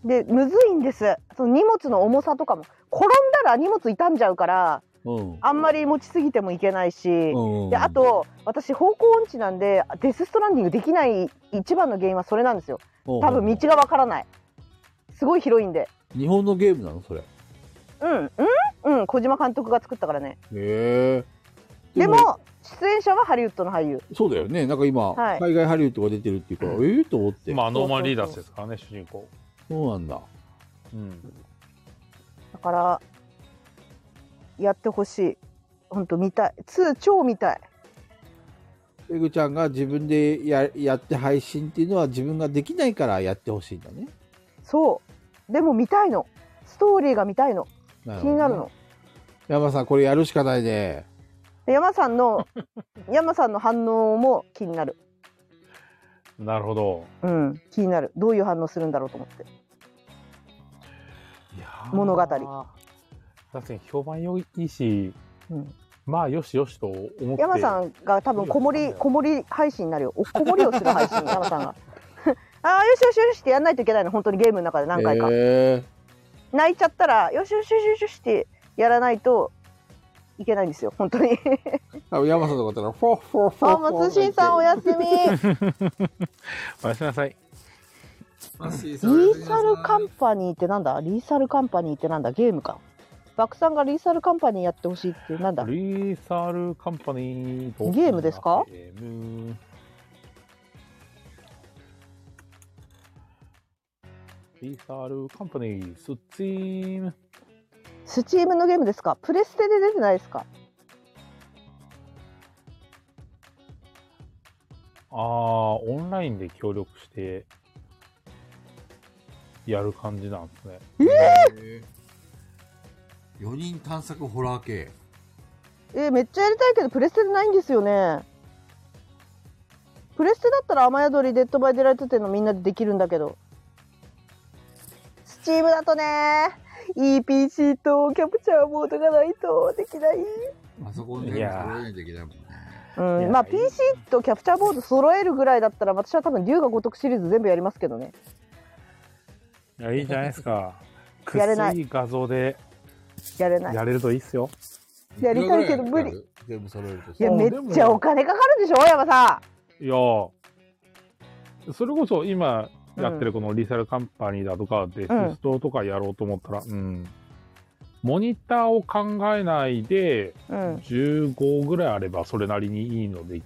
でむずいんですその荷物の重さとかも転んだら荷物傷んじゃうからうん。あんまり持ちすぎてもいけないし、うん、であ、と私方向音痴なんでデス・ストランディングできない一番の原因はそれなんですよ多多分道がわからないすごい広いんで日本のゲームなのそれ。へうんうんうん小島監督が作ったからねえ。でも出演者はハリウッドの俳優そうだよね。なんか今、はい海外ハリウッドが出てるっていうから、ええと思って。まあノーマンリーダースですからね主人公そうなんだ。うんだからやってほしいほんと見たい2超見たいペグちゃんが自分でややって配信っていうのは自分ができないからやってほしいんだね。そうでも見たいのストーリーが見たいのな気になるの。山さん、これやるしかないね。で山さん の山さんの反応も気になるなるほどうん気になるどういう反応するんだろうと思っていやー物語確かに評判良いし、うんまあよしよしと思って山さんんが多分子守り子守り配信になるよお子守りをする配信山さんが ああよしよしよしってやんないといけないの本当にゲームの中で何回か、へえ泣いちゃったらよしよしよしよしよしってやらないといけないんですよ本当に多分山さんとかだったら、フォッフォッフォッあフォッ松新さんおやすみおやすみなさいマッシーさんリーサルカンパニーってなんだリーサルカンパニーってなんだゲームかバクさんがリーサルカンパニーやってほしいってなんだリーサルカンパニーとゲームですかゲームリーサルカンパニースチームスチームのゲームですかプレステで出てないですかああオンラインで協力してやる感じなんですね4人探索ホラー系。えーめっちゃやりたいけどプレステでないんですよねプレステだったら雨宿りデッドバイデイライトっていうのみんなでできるんだけどスチームだとね EPC とキャプチャーモードがないとできない、あそこのゲームいやー揃えないといけないもんね。うんいやまあいい PC とキャプチャーボード揃えるぐらいだったら私は多分龍が如くシリーズ全部やりますけどねいやいいじゃないですかくっやれないそい画像でやれないやれるといいっすよやりたいけど無理。全部揃えるといやそうめっちゃお金かかるでしょ山さいやーそれこそ今やってるこのリーサルカンパニーだとかデスストとかやろうと思ったら、うんモニターを考えないでん、うん、 15ぐらいあればそれなりにいいので、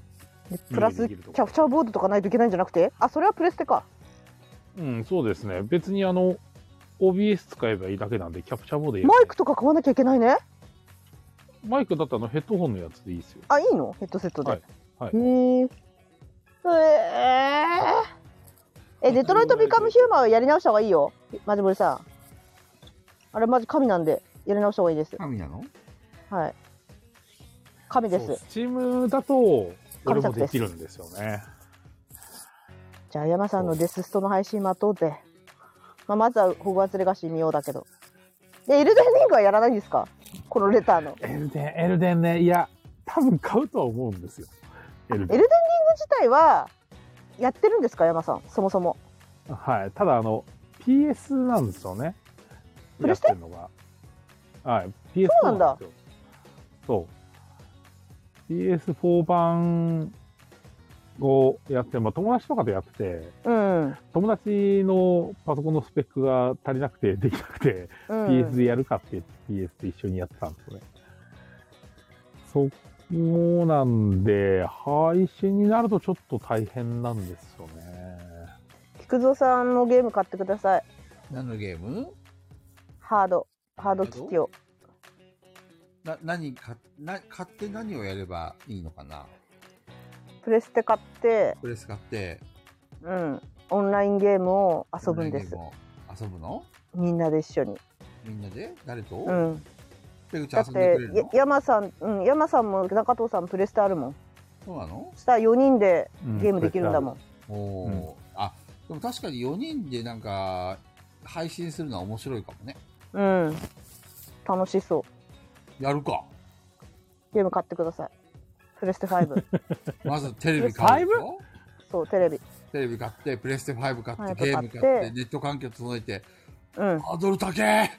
でプラ家スでキできるとャプチャーボードとかないといけないんじゃなくてあそれはプレステかうん、そうですね別にあの OBS 使えばいいだけなんでキャプチャーボードやマイクとか買わなきゃいけないねマイクだったらあのヘッドホンのやつでいいですよあいいのヘッドセットで、はいはいへーえー、えデトロイト・ビカム・ヒューマンはやり直した方がいいよマジモリさんあれマジ神なんでやり直した方がいいです神なのはい神ですそうチームだと俺もできるんですよねじゃあ山さんのデスストの配信待とうぜ、まあ、まずはホグワーツレガシー見ようだけどでエルデンリングはやらないんですかこのレターのエルデンエルデンねいや多分買うとは思うんですよエルエルデンリング自体はやってるんですか山さんそもそもはい、ただあの PS なんですよね。プレステやってるのが。はい、PS そうなんだですよ。そう PS4 版をやって、まあ、友達とかでやってて、うん。友達のパソコンのスペックが足りなくて、できなくて、うん PS でやるかって言って PS で一緒にやってたんですよね。そこなんで、配信になるとちょっと大変なんですよね。菊蔵さんのゲーム買ってください。何のゲームハード、ハード機器を。な、何か、な、買って何をやればいいのかなプレステ買って、プレス買って、うん。オンラインゲームを遊ぶんですオ。ンラインゲームを遊ぶのみんなで一緒に。みんなで誰と、うん。ペグちだゃんっ遊んでてくれる、やの山さん、うん、山さんも中藤さんもプレステあるもん。そうなのしたら4人でうんゲームできるんだもん。おおー、あ、でも確かに4人でなんか、配信するのは面白いかもね。うん。楽しそう。やるか。ゲーム買ってください。プレステ5。 まずテレビ買うでしょそう、テレビ。テレビ買って、プレステ5買はいって、ゲーム買買っってて、ネット環境整えて、うん。ハードル高え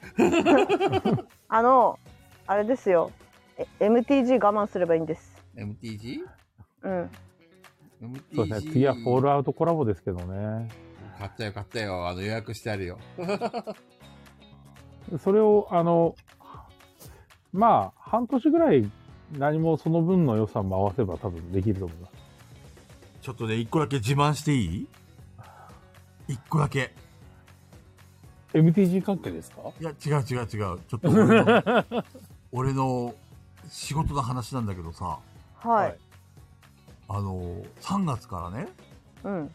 あの、あれですよ。え MTG 我慢すればいいんです。 !MTG? うん。 MTG そうですね。次はフォールアウトコラボですけどね。買ったよ、買ったよ。あの予約してあるよ。それを、あの、まあ、半年ぐらい何もその分の予算も合わせれば多分できると思います。ちょっとね、一個だけ自慢していい一個だけ。 MTG 関係ですかいや、違う違う違う。ちょっと俺 の、俺の仕事の話なんだけどさ、ははい。いあの、3月からね、うん。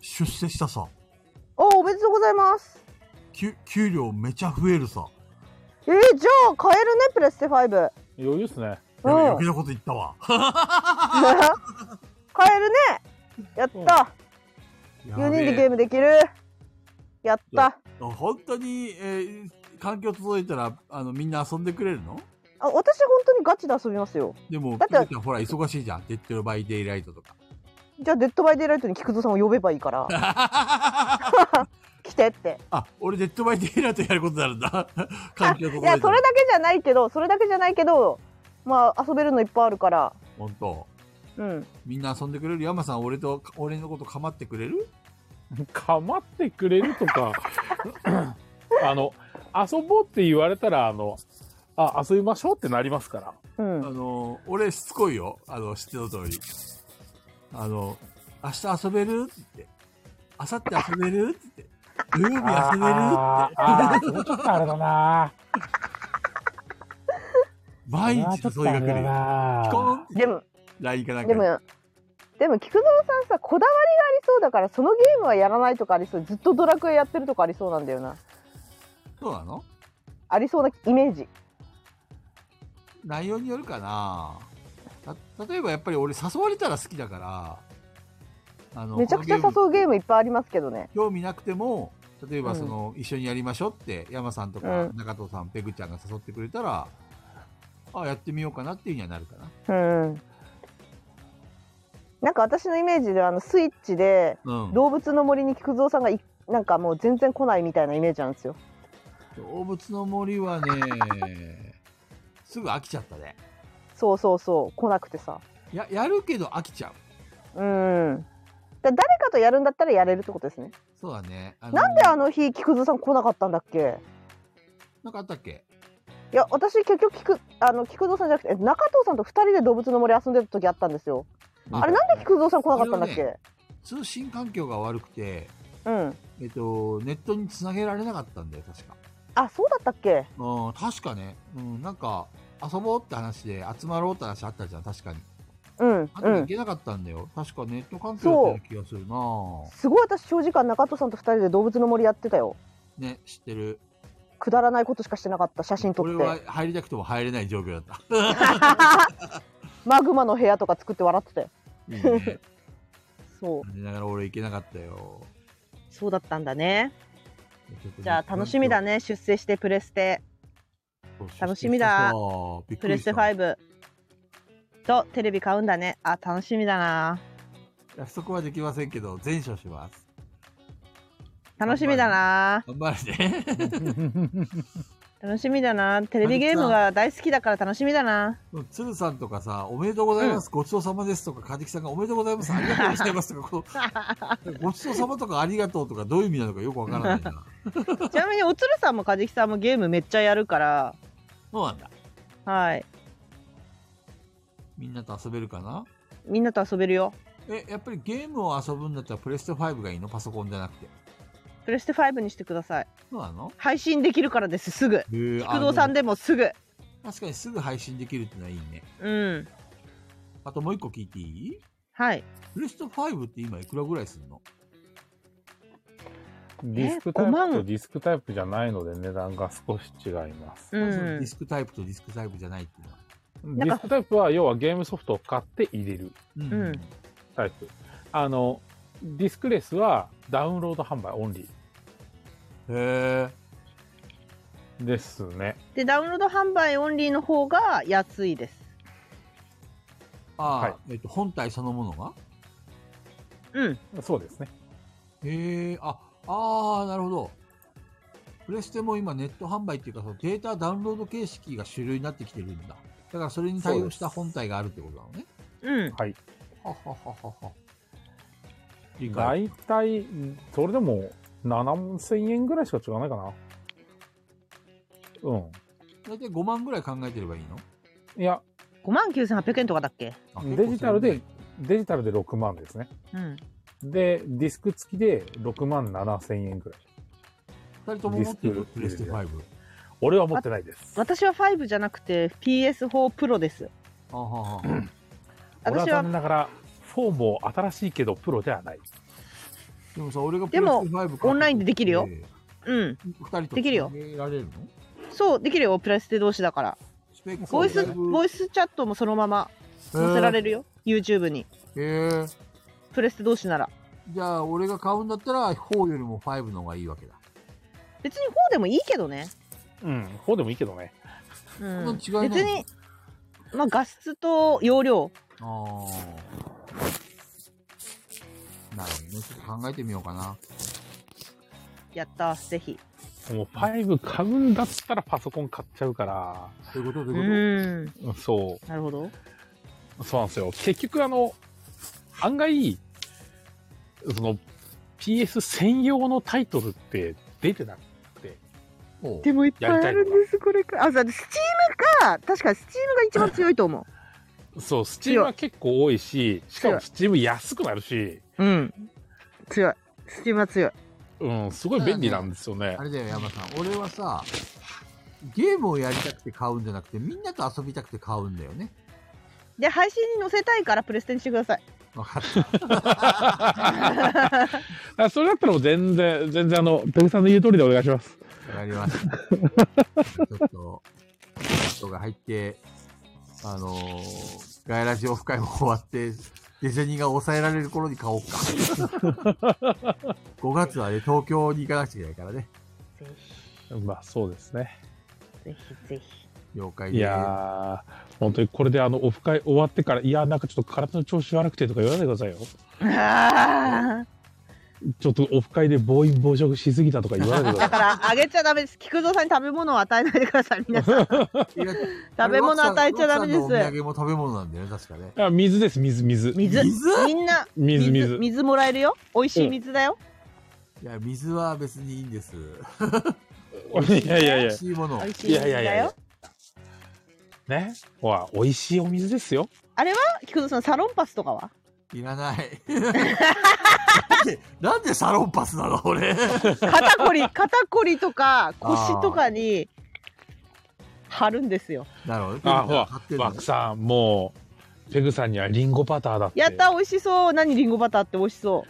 出世したさ、お、おめでとうございます。給給料めちゃ増えるさ。えー、じゃあ買えるね、プレステ5。余裕です ね。いやうん余計。なこと言ったわ。 買えるね。やった。やべえ4人でゲームできる。やった。本当に、えー環境届いたら、あの、みんな遊んでくれるのあ、私本当にガチで遊びますよ。でも、だってペグちゃんほら、忙しいじゃん。デッドバイデイライトとか。じゃあ、デッドバイデイライトに菊蔵さんを呼べばいい から。来てって。あ、俺デッドバイデイライトやることになるん だ。環境届いいたら。や、それだけじゃないけど、それだけじゃないけど、まあ、遊べるのいっぱいあるから。本当。うん。みんな遊んでくれる山さん、俺と、俺のこと構ってくれるかまってくれると か、あの、遊ぼうって言われたら、あの、あ、遊びましょうってなりますから。うあん。の、俺しつこいよ。あの、知っての通り。あの、明日遊べるって言って。明後日遊べるって言って。土曜日遊べるあーあー、それちょっとあれだな。毎それはちょっ日遊びとあがれ来だるよ。ピコーな。ンってでも、 LINE かなんでかに。も、でも菊蔵さんさ、こだわりがありそうだから、そのゲームはやらないとかありそう。ずっとドラクエやってるとかありそうなんだよな。そうなのありそうなイメージ。内容によるかなた例えばやっぱり俺誘われたら好きだから、あのめちゃくちゃこのゲ誘うゲームームいっぱいありますけどね。興味なくても、例えばうんその、一緒にやりましょうって、山さんとかう中藤さん、ペグちゃんが誘ってくれたら、あ、やってみようかなっていうにはなるかな。うん。なんか私のイメージではあのスイッチでうん。動物の森に菊蔵さんがいなんかもう全然来ないみたいなイメージなんですよ。動物の森はね、すぐ飽きちゃったね。そうそうそう来なくてさ。や、やるけど飽きちゃう。うん。だ誰かとやるんだったらやれるってことですね。そうだね。あのなんであの日菊蔵さん来なかったんだっけ。なんかあったっけいや私結局菊あの菊蔵さんじゃなくてえ中藤さんと二人で動物の森遊んでた時あったんですよ。あれなんで菊蔵さん来なかったんだっそれけ。通信環境が悪くて、うん。えっと、ネットにつなげられなかったんだよ、確か。あそうだったっけ。うん、確かね、うん、なんか、遊ぼうって話で、集まろうって話あったじゃん、確かに。うんあとう行ん。けなかったんだよ。確かネット環境だったような気がするなぁすごい私長時間中藤さんと二人で動物の森やってたよ。ね、知ってる。くだらないことしかしてなかった写真撮っ俺はて入りたくても入れない状況だった。 マグマの部屋とか作って笑ってたよいいね。そう残念ながら俺行けなかったよ。そうだったんだねちょっとねじゃあ楽しみだ。ね出世してプレステそう出世楽しみだしたさ。びっプくレりスしたテ。5とテレビ買うんだねあ楽しみだな約束はできませんけど、全勝します。楽しみだな頑張るね。楽しみだな。テレビゲームが大好きだから楽しみだ な。鶴さんとかさ、おめでとうございます、ごちそうさまですとか、かじきさんがおめでとうございます、ありがとうございますとか、こ のごちそうさまとかありがとうとか、どういう意味なのかよくわからないな。ちなみにおつるさんもかじきさんもゲームめっちゃやるから、 そうなんだ。はい。みんなと遊べるかなみんなと遊べるよ。え、やっぱりゲームを遊ぶんだったらプレステ5がいいのパソコンじゃなくて。プレステ5にしてください。そうなの配信できるからです、すぐ。へー工藤さんででもすぐ。も確かにすぐ配信できるってのはいいね。うん。あともう一個聞いていいはい。プレステ5って今いくらぐらいするのディスクタイプとディスクタイプじゃないので値段が少し違います。うそのデんィ。スクタイプとディスクタイプじゃないっていうのは。ディスクタイプは要はゲームソフトを買って入れるうんんタイプ。あの、ディスクレスはダウンロード販売オンリへーですね。で、ダウンロード販売オンリーの方が安いです。ー。ああ、はいえっと、本体そのものがうん。そうですね。へえ、あ、あー、なるほど。プレステも今ネット販売っていうか、そのデータダウンロード形式が主流になってきてるんだ。だからそれに対応した本体があるってことなのうね。ん。はい。ははははは。理大解。体、それでも7000円ぐらいしか違わないかな。うん。大体5万ぐらい考えてればいいのいや、 59,800円とかだっけあデジタル。で結構、デジタルで6万ですね。うん。で、ディスク付きで6万7000円ぐらい。それ二人とも持っデてィるスクプレステ5。俺は持ってないです。私は5じゃなくて PS4 プロです。あははは。俺は私残は念ながら、4も新しいけどプロではない。でもさ、俺がプレスでテも5買った時オンラインでできるよええ。うん。二人とできるよつなげられるのそう、できるよ。プレステ同士だから。スペックボイス、ボイスチャットもそのまま載せられるよ。YouTube に。へえ。プレステ同士なら。じゃあ、俺が買うんだったら、4よりも5の方がいいわけだ。別に4でもいいけどね。うん、4でもいいけどね。うん。別そんな違いないに、まあ画質と容量。ああ。なるほどね。ちょっと考えてみようかな。やったー、ぜひ。もう5買うんだったらパソコン買っちゃうから、そういうこと、うそういうこん。うんそなるほど。う、そうなんですよ。結局あの、案外、その PS 専用のタイトルって出てなくて、と。ほうでもいっ、ぱいあるんですこれあ、そうだってスチームか。確かにスチームが一番強いと思そう、スチームは結構多いし、しかもスチーム安くなるし、 う。うん。強い。スチームは強い。うん、すごい便利なんですよねあ。れだよ、山さん。俺はさ、ゲームをやりたくて買うんじゃなくて、みんなと遊びたくて買うんだよね。で、配信に載せたいからプレステにしてください。わかった。あそれだったらもう全然、全然あの、ペグさんの言う通りでお願いします。わかりま した。ちょっと、人が入って、あのー、ガイラジオフ会も終わって、デゼニが抑えられる頃に買おうか。5月はね、東京に行かなくちゃいけないからね。ぜまあそうですね。ひ、ぜひ、ぜひ。了解でいやー、本当にこれであの、オフ会終わってから、いやー、なんかちょっと体の調子悪くてとか言わないでくださいよ。あちょっとオフ会で暴飲暴食しすぎたとか言わないでーくだだかさら、あげちゃダメです。菊蔵さんに食べ物を与えないでください、皆さん。いや食べ物与えちゃダメでロックさんのおす。土産も食べ物なんだよね、確かね。い。あ水です、水、水。水。水みんな、水、水、水。水もらえるよ。美味しい水だよ。いや、水は別にいいんです。いやいやい美や味。しいものを美。味しいい水やいやいだやよ。。ね。ほら、美味しいお水ですよ。菊蔵さん、サロンパスとかはいら ない。なんでサロンパスなの、俺。肩 こり、肩こりとか腰とかに貼るんですよ。 なるほどね。あ、ほら買って、んだねバックさん、もう、ペグさんにはリンゴバターだって。やった、美味しそう。何リンゴバターって美味しそ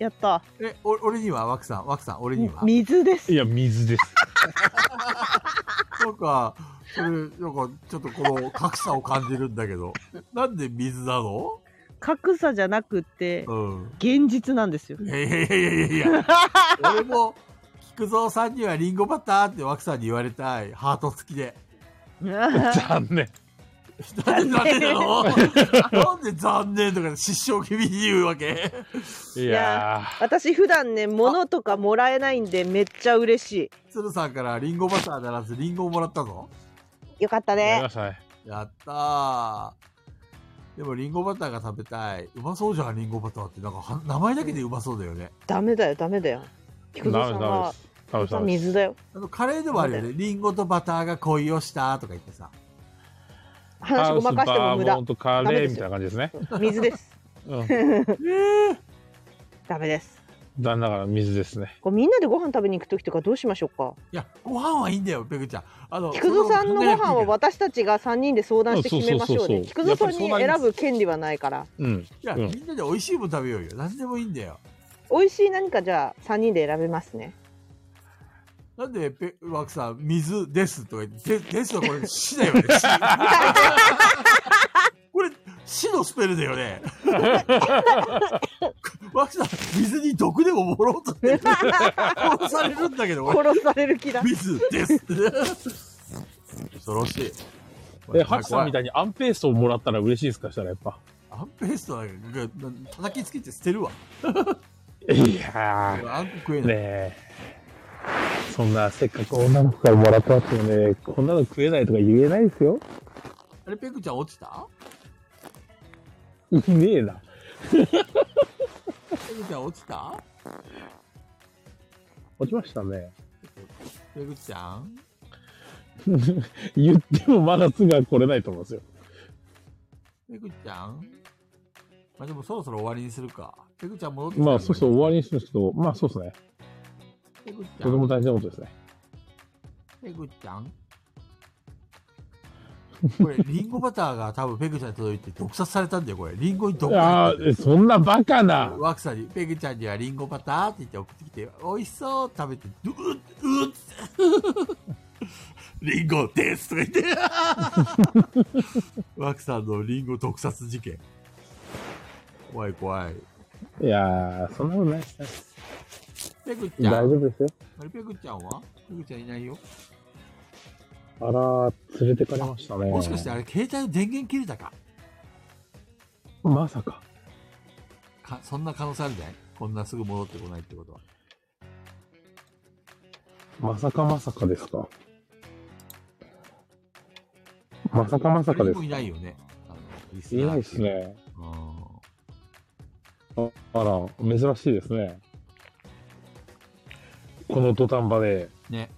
う。やった。え、お俺には、枠さん、枠さん、俺には。水ですい。や、水です。 なんか、それ、なんか、ちょっとこの格差を感じるんだけど。なんで水なの格差じゃなくてうん。現実なんで すよ。いやいやいやいやいや俺も、菊蔵さんにはリンゴバターって枠さんに言われたい。ハート付きで。残念。なんで残念なのなんで残念とか失笑気味に言うわけいや私普段ね物とかもらえないんでめっちゃ嬉し鶴さんからリンゴバターならずリンゴをもらったぞ。いよかったー、やりねましたね。やったー。でもリンゴバターが食べたい。うまそうじゃん、リンゴバターって。なんかは名前だけでうまそうだよね。ダメだよダメだよ菊蔵さんはダメですダメです水だよあのカレーでもあるよね。リンゴとバターが恋をしたとか言ってさ。話ごまかしても無ハウスバー駄モントカレーみたいな感じですね。水ですうん、ダメです残念ながら水ですね。こうみんなでご飯食べに行く時とかどうしましょうかいや、ご飯はいいんだよ、ペグちゃん。あの、菊蔵さんのご飯は私たちが3人で相談して決めましょううねんそうそうそうそう菊蔵さんに選ぶ権利はないからうん。いや、うんみんなで美味しいもの食べようよ。何でもいいんだよ。美味しい何かじゃあ3人で選べます ねなんで、ペワクさん、水ですとか言って、でですはこれ、死だよ ね。死これ、死のスペルだ よね。ワクさん、水に毒でも盛ろうとしてる、殺されるんだけど、俺、殺される気だ水です。恐ろしい。え、ハチさんみい。たいにアンペーストをもらったら嬉しいですかしたらやっぱ。アンペーストなんか、が叩きつけて捨てるわ。いや俺あんこ食えー、なねい。え。そんな、せっかく女の子からもらったやつをね、こんなの食えないとか言えないですよ。あれ、ペグちゃん落ちたいねえな。ペグちゃん落ちた落ちましたね。 ペグちゃん言ってもまだすぐは来れないと思うんですよ。ペグちゃんまあでもそろそろ終わりにするか。ペグちゃん戻ってきたまあ、そうそう、終わりにするんですけど、まあそうですね。り。ペグちとゃてもん大事なことですね。ペグちゃんこれ、リンゴバターが多分ペグちゃんに届いて毒殺されたんだよ、これ。リンゴに毒ああが入ってる。、そんなバカな。ワクさんに、ペグちゃんにはリンゴバターって言って送ってきて、美味しそう食べて、うっ、うっ、 リンゴですとか言って。 ワクさんのリンゴ毒殺事件。怖い怖い。いやー、そんなことないですね。ペグちゃん。大丈夫ですよ。あれ、ペグちゃんはペグちゃんいないよ。あらー、連れてかれましたね。もしかしてあれ、携帯の電源切れたかまさか。かそんな可能性あるんじゃないこんなすぐ戻ってこないってことは。まさかまさかですか。まさかまさかで誰すも。いないよね。あの、リスいナなーいっでてす。ね。うんああら、珍しいですね。この土壇場で。ね。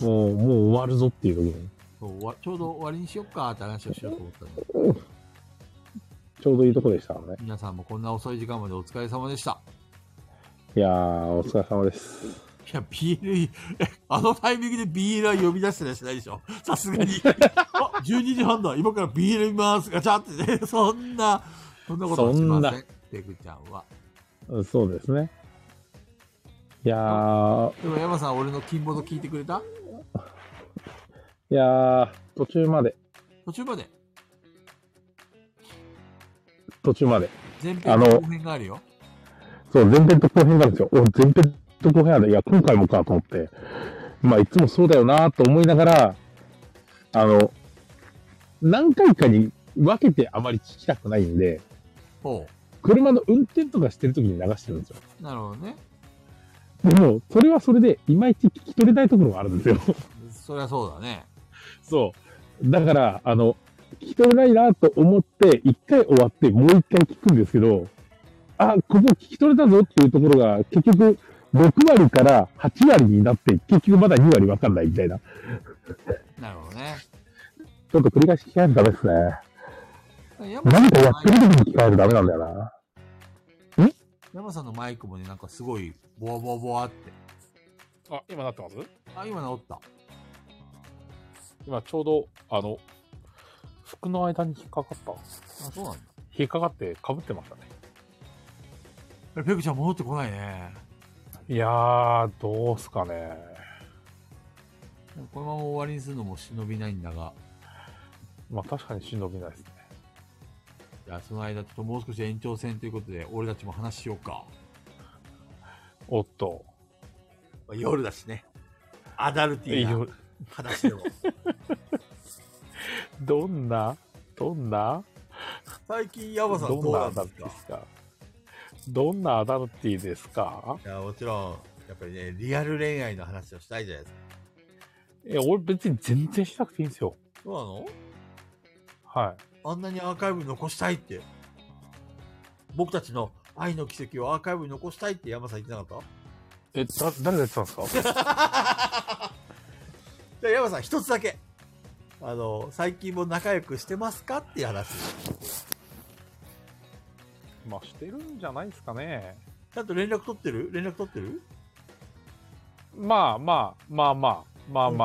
もう、もう終わるぞっていう時に。そうわちょうど終わりにしよっかって話をしようと思ったので、ちょうどいいとこでしたからね。皆さんもこんな遅い時間までお疲れ様でした。いやー、お疲れ様です。いや、BL、あのタイミングで BL は呼び出してたりしないでしょさすがに。 あ、12時半だ。今から BL 見ます。ガチャってね。そんな、そんなことはしません。ペグちゃんは。うんそうですね。いやー、でも山さん、俺の金ボド聞いてくれたいやー、途中まで、途中まで、途中まで。前あ編の後編があるよ。そう、前編と後編があるんですよ。お前編と後編ある。いや、今回もかと思って。まあ、いつもそうだよなと思いながら、あの、何回かに分けてあまり聞きたくないんで、ほ車の運転とかしてる時に流してるんですよ。う。なるほどね。でも、それはそれで、いまいち聞き取れないところがあるんですよ。そりゃそうだね。そう。だから、あの、聞き取れないなと思って、一回終わって、もう一回聞くんですけど、あ、ここ聞き取れたぞっていうところが、結局、6割から8割になって、結局まだ2割わかんないみたいな。ちなるほどね。ょっと繰り返し聞かないとダメですね。山さん何かやのってる時に聞かないとダメなんだよな。山さんのマイクもね、なんかすごい、ボワボワボワって。あ、今なってますあ、今治った。今ちょうど、あの、服の間に引っかかった。あ、そうなんだ。引っかかって被ってましたね。あれペグちゃん戻ってこないね。いやー、どうすかね。でもこのまま終わりにするのも忍びないんだが、まあ確かに忍びないですね。じゃあその間ちょっともう少し延長戦ということで、俺たちも話しようか。おっと。夜だしね。アダルティーな話でも。どんなどんな 最近ヤマさんどどんうななアんでダすルティかですかどんなアダルティですかいや、もちろん、やっぱりね、リアル恋愛の話をしたいじゃないですか。え、俺別に全然しなくていいんですよ。そうなのはあんなにアーカイブ残したいって。僕たちの愛の奇跡をアーカイブに残したいって山さん言ってなかっい。え、だ、誰がやってたんですかたじゃあ山さん一つだけ。あの、最近も仲良くしてますかっていう話。まあ、してるんじゃないですかね。ちゃんと連絡取ってる連絡取ってるまあまあ、まあまあ、まあま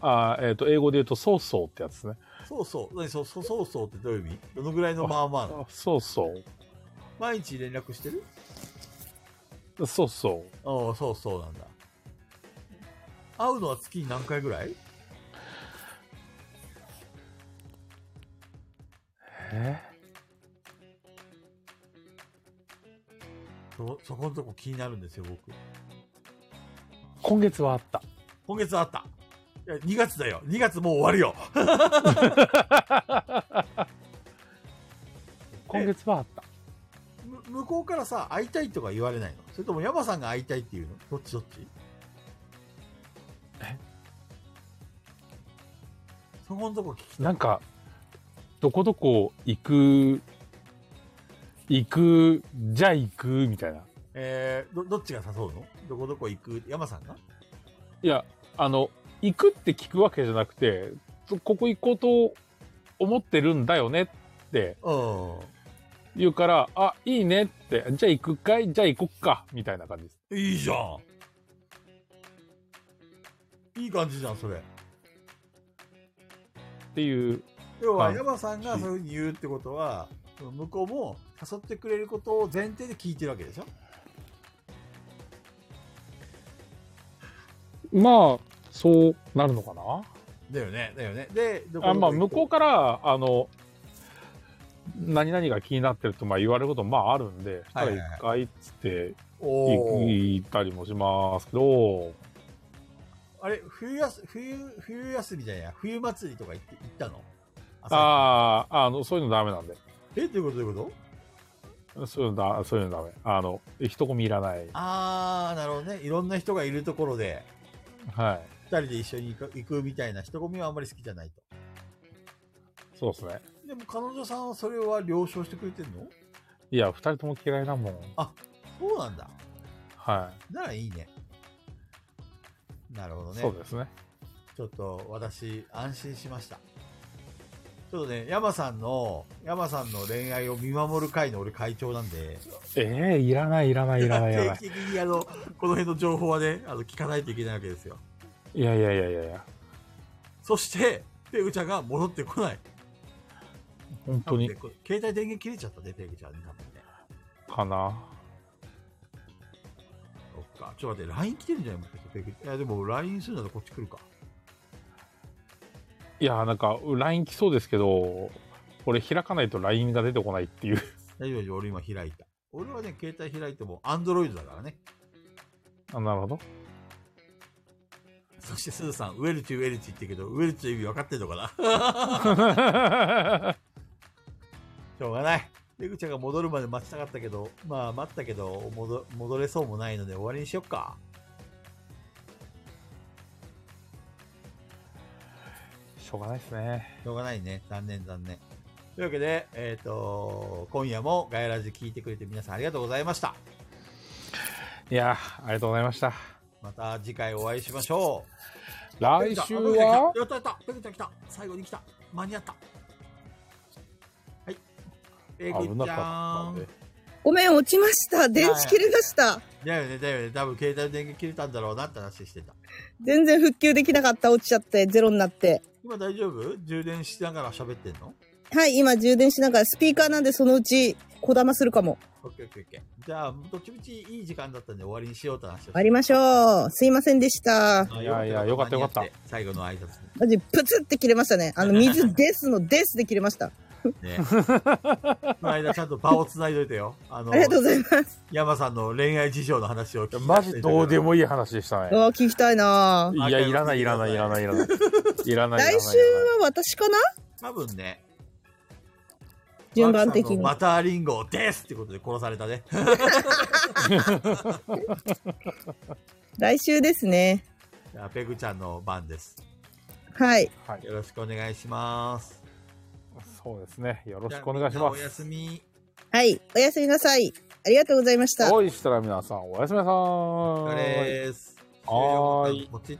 あ、あーえっ、と、英語で言うと、そうそうってやつね。そうそう。何そうそうそうそうってどういう意味どのぐらいのまあまあなのあそうそう。毎日連絡してるそうそう。ああ、そうそうなんだ。会うのは月に何回ぐらいえそそこのとこ気になるんですよ、僕。今月はあった。今月あった。いや、2月だよ。2月もう終わるよ。今月はあった。む向こうからさ、会いたいとか言われないのそれとも山さんが会いたいっていうのどっちどっちえそこのとこ聞きなんか、どこどこ行く、行く、じゃあ行く、みたいな。えー、ど、どっちが誘うのどこどこ行く山さんがいや、あの、行くって聞くわけじゃなくて、そここ行こうと思ってるんだよねってうん。言うから、あ、いいねって、じゃあ行くかいじゃあ行こっか、みたいな感じです。いいじゃん。いい感じじゃん、それ。っていう、要はは、い山さんがそういうふうに言うってことは、その向こうも誘ってくれることを前提で聞いてるわけでしょまあ、そうなるのかなだよね、だよね。で、どこどこあまあ、行向くこうから、あの、何々が気になってると、まあ、言われることも、まあ、あるんで、したはいらはい一はい回っつって、おー行ったりもしますけど、あれ、冬やす、冬、冬休みじゃないや、冬祭りとか行って行ったのあ。ああ、あの、そういうのダメなんで。え、どういうことどういうことそういうのだ、そういうのダメ。あの、人混みいらない。あー、なるほどね。いろんな人がいるところで、は二人で一緒に行く行くみたいな人混みはあんまり好きじゃないと。い。そうですね。でも彼女さんはそれは了承してくれてんのいや、二人とも嫌いなもん。そうなんだ。はならいいね。なるほどい。ね。そうですね。ちょっと私、安心しました。ちょっとね、山さんの、山さんの恋愛を見守る会の俺会長なんで、ええいらない、いらない、い らない、いらな定い。期的にあの、この辺の情報はね、あの、聞かないといけないわけですよ。いやいやいやいやいや。そして、ペグちゃんが戻ってこない。本当にで、こ携帯電源切れちゃったね、ペグちゃんね、多分ね。かな。そっか。ちょっと待って、LINE 来てるんじゃないもしかして、ペグ。いや、でも LINE するならこっち来るか。いや、なんか、LINE 来そうですけど、俺開かないと LINE が出てこないっていう。 大丈夫大丈夫、俺今開いた。俺はね、携帯開いても、アンドロイドだからね。あなる ほど。そして、スーさん、ウェルチ、ウェルチって言ってるけど、ウェルチの意味分かってんのかなしょうがない。ペグちゃんが戻るまで待ちたかったけど、まあ待ったけど、戻戻れそうもないので終わりにしよっか。しょうがないですね。しょうがないね。残念残念。というわけで、えっ、と、今夜もガヤラジ聞いてくれて皆さんありがとうございました。いや、ありがとうございました。また次回お会いしましょう。来週はペグちゃんあペグちゃん来たやったやったペグちゃん来た最後に来た間に合ったはい。ペグ危なちゃかったんね。ごめん落ちました電池切れましただよね、だよね。多分携帯電源切れたんだろうなって話してた。全然復旧できなかった落ちちゃってゼロになって今大丈夫充電しながら喋ってんのはい今充電しながらスピーカーなんでそのうちこだまするかもオッケーオッケーオッケー。じゃあ、どっちみちいい時間だったんで終わりにしようって話をして終わりましょうすいませんでしたあいやいやよかったよかった。最後の挨拶マジプツって切れましたねあの水ですのですで切れましたね。 この間ちゃんと場を繋いどいてよ。あのあり、がとうございます山さんの恋愛事情の話を聞いてマジどうでもいい話でしたうね。わ聞きたいなぁいや、いらない、いらない、いらない、いらない。いらない。来週は私かな多分ね、順番的に。マターリンゴですってことで殺されたね。来週ですね。じゃあペグちゃんの番です。はい。はい。よろしくお願いします。そうですね。よろよしくお願いしまおやすす。み。はい。おやすみなさい。ありがとうございました。おいしたら皆さん、おやすみなさおーい。疲れーす。はーい終了ボタンポチッ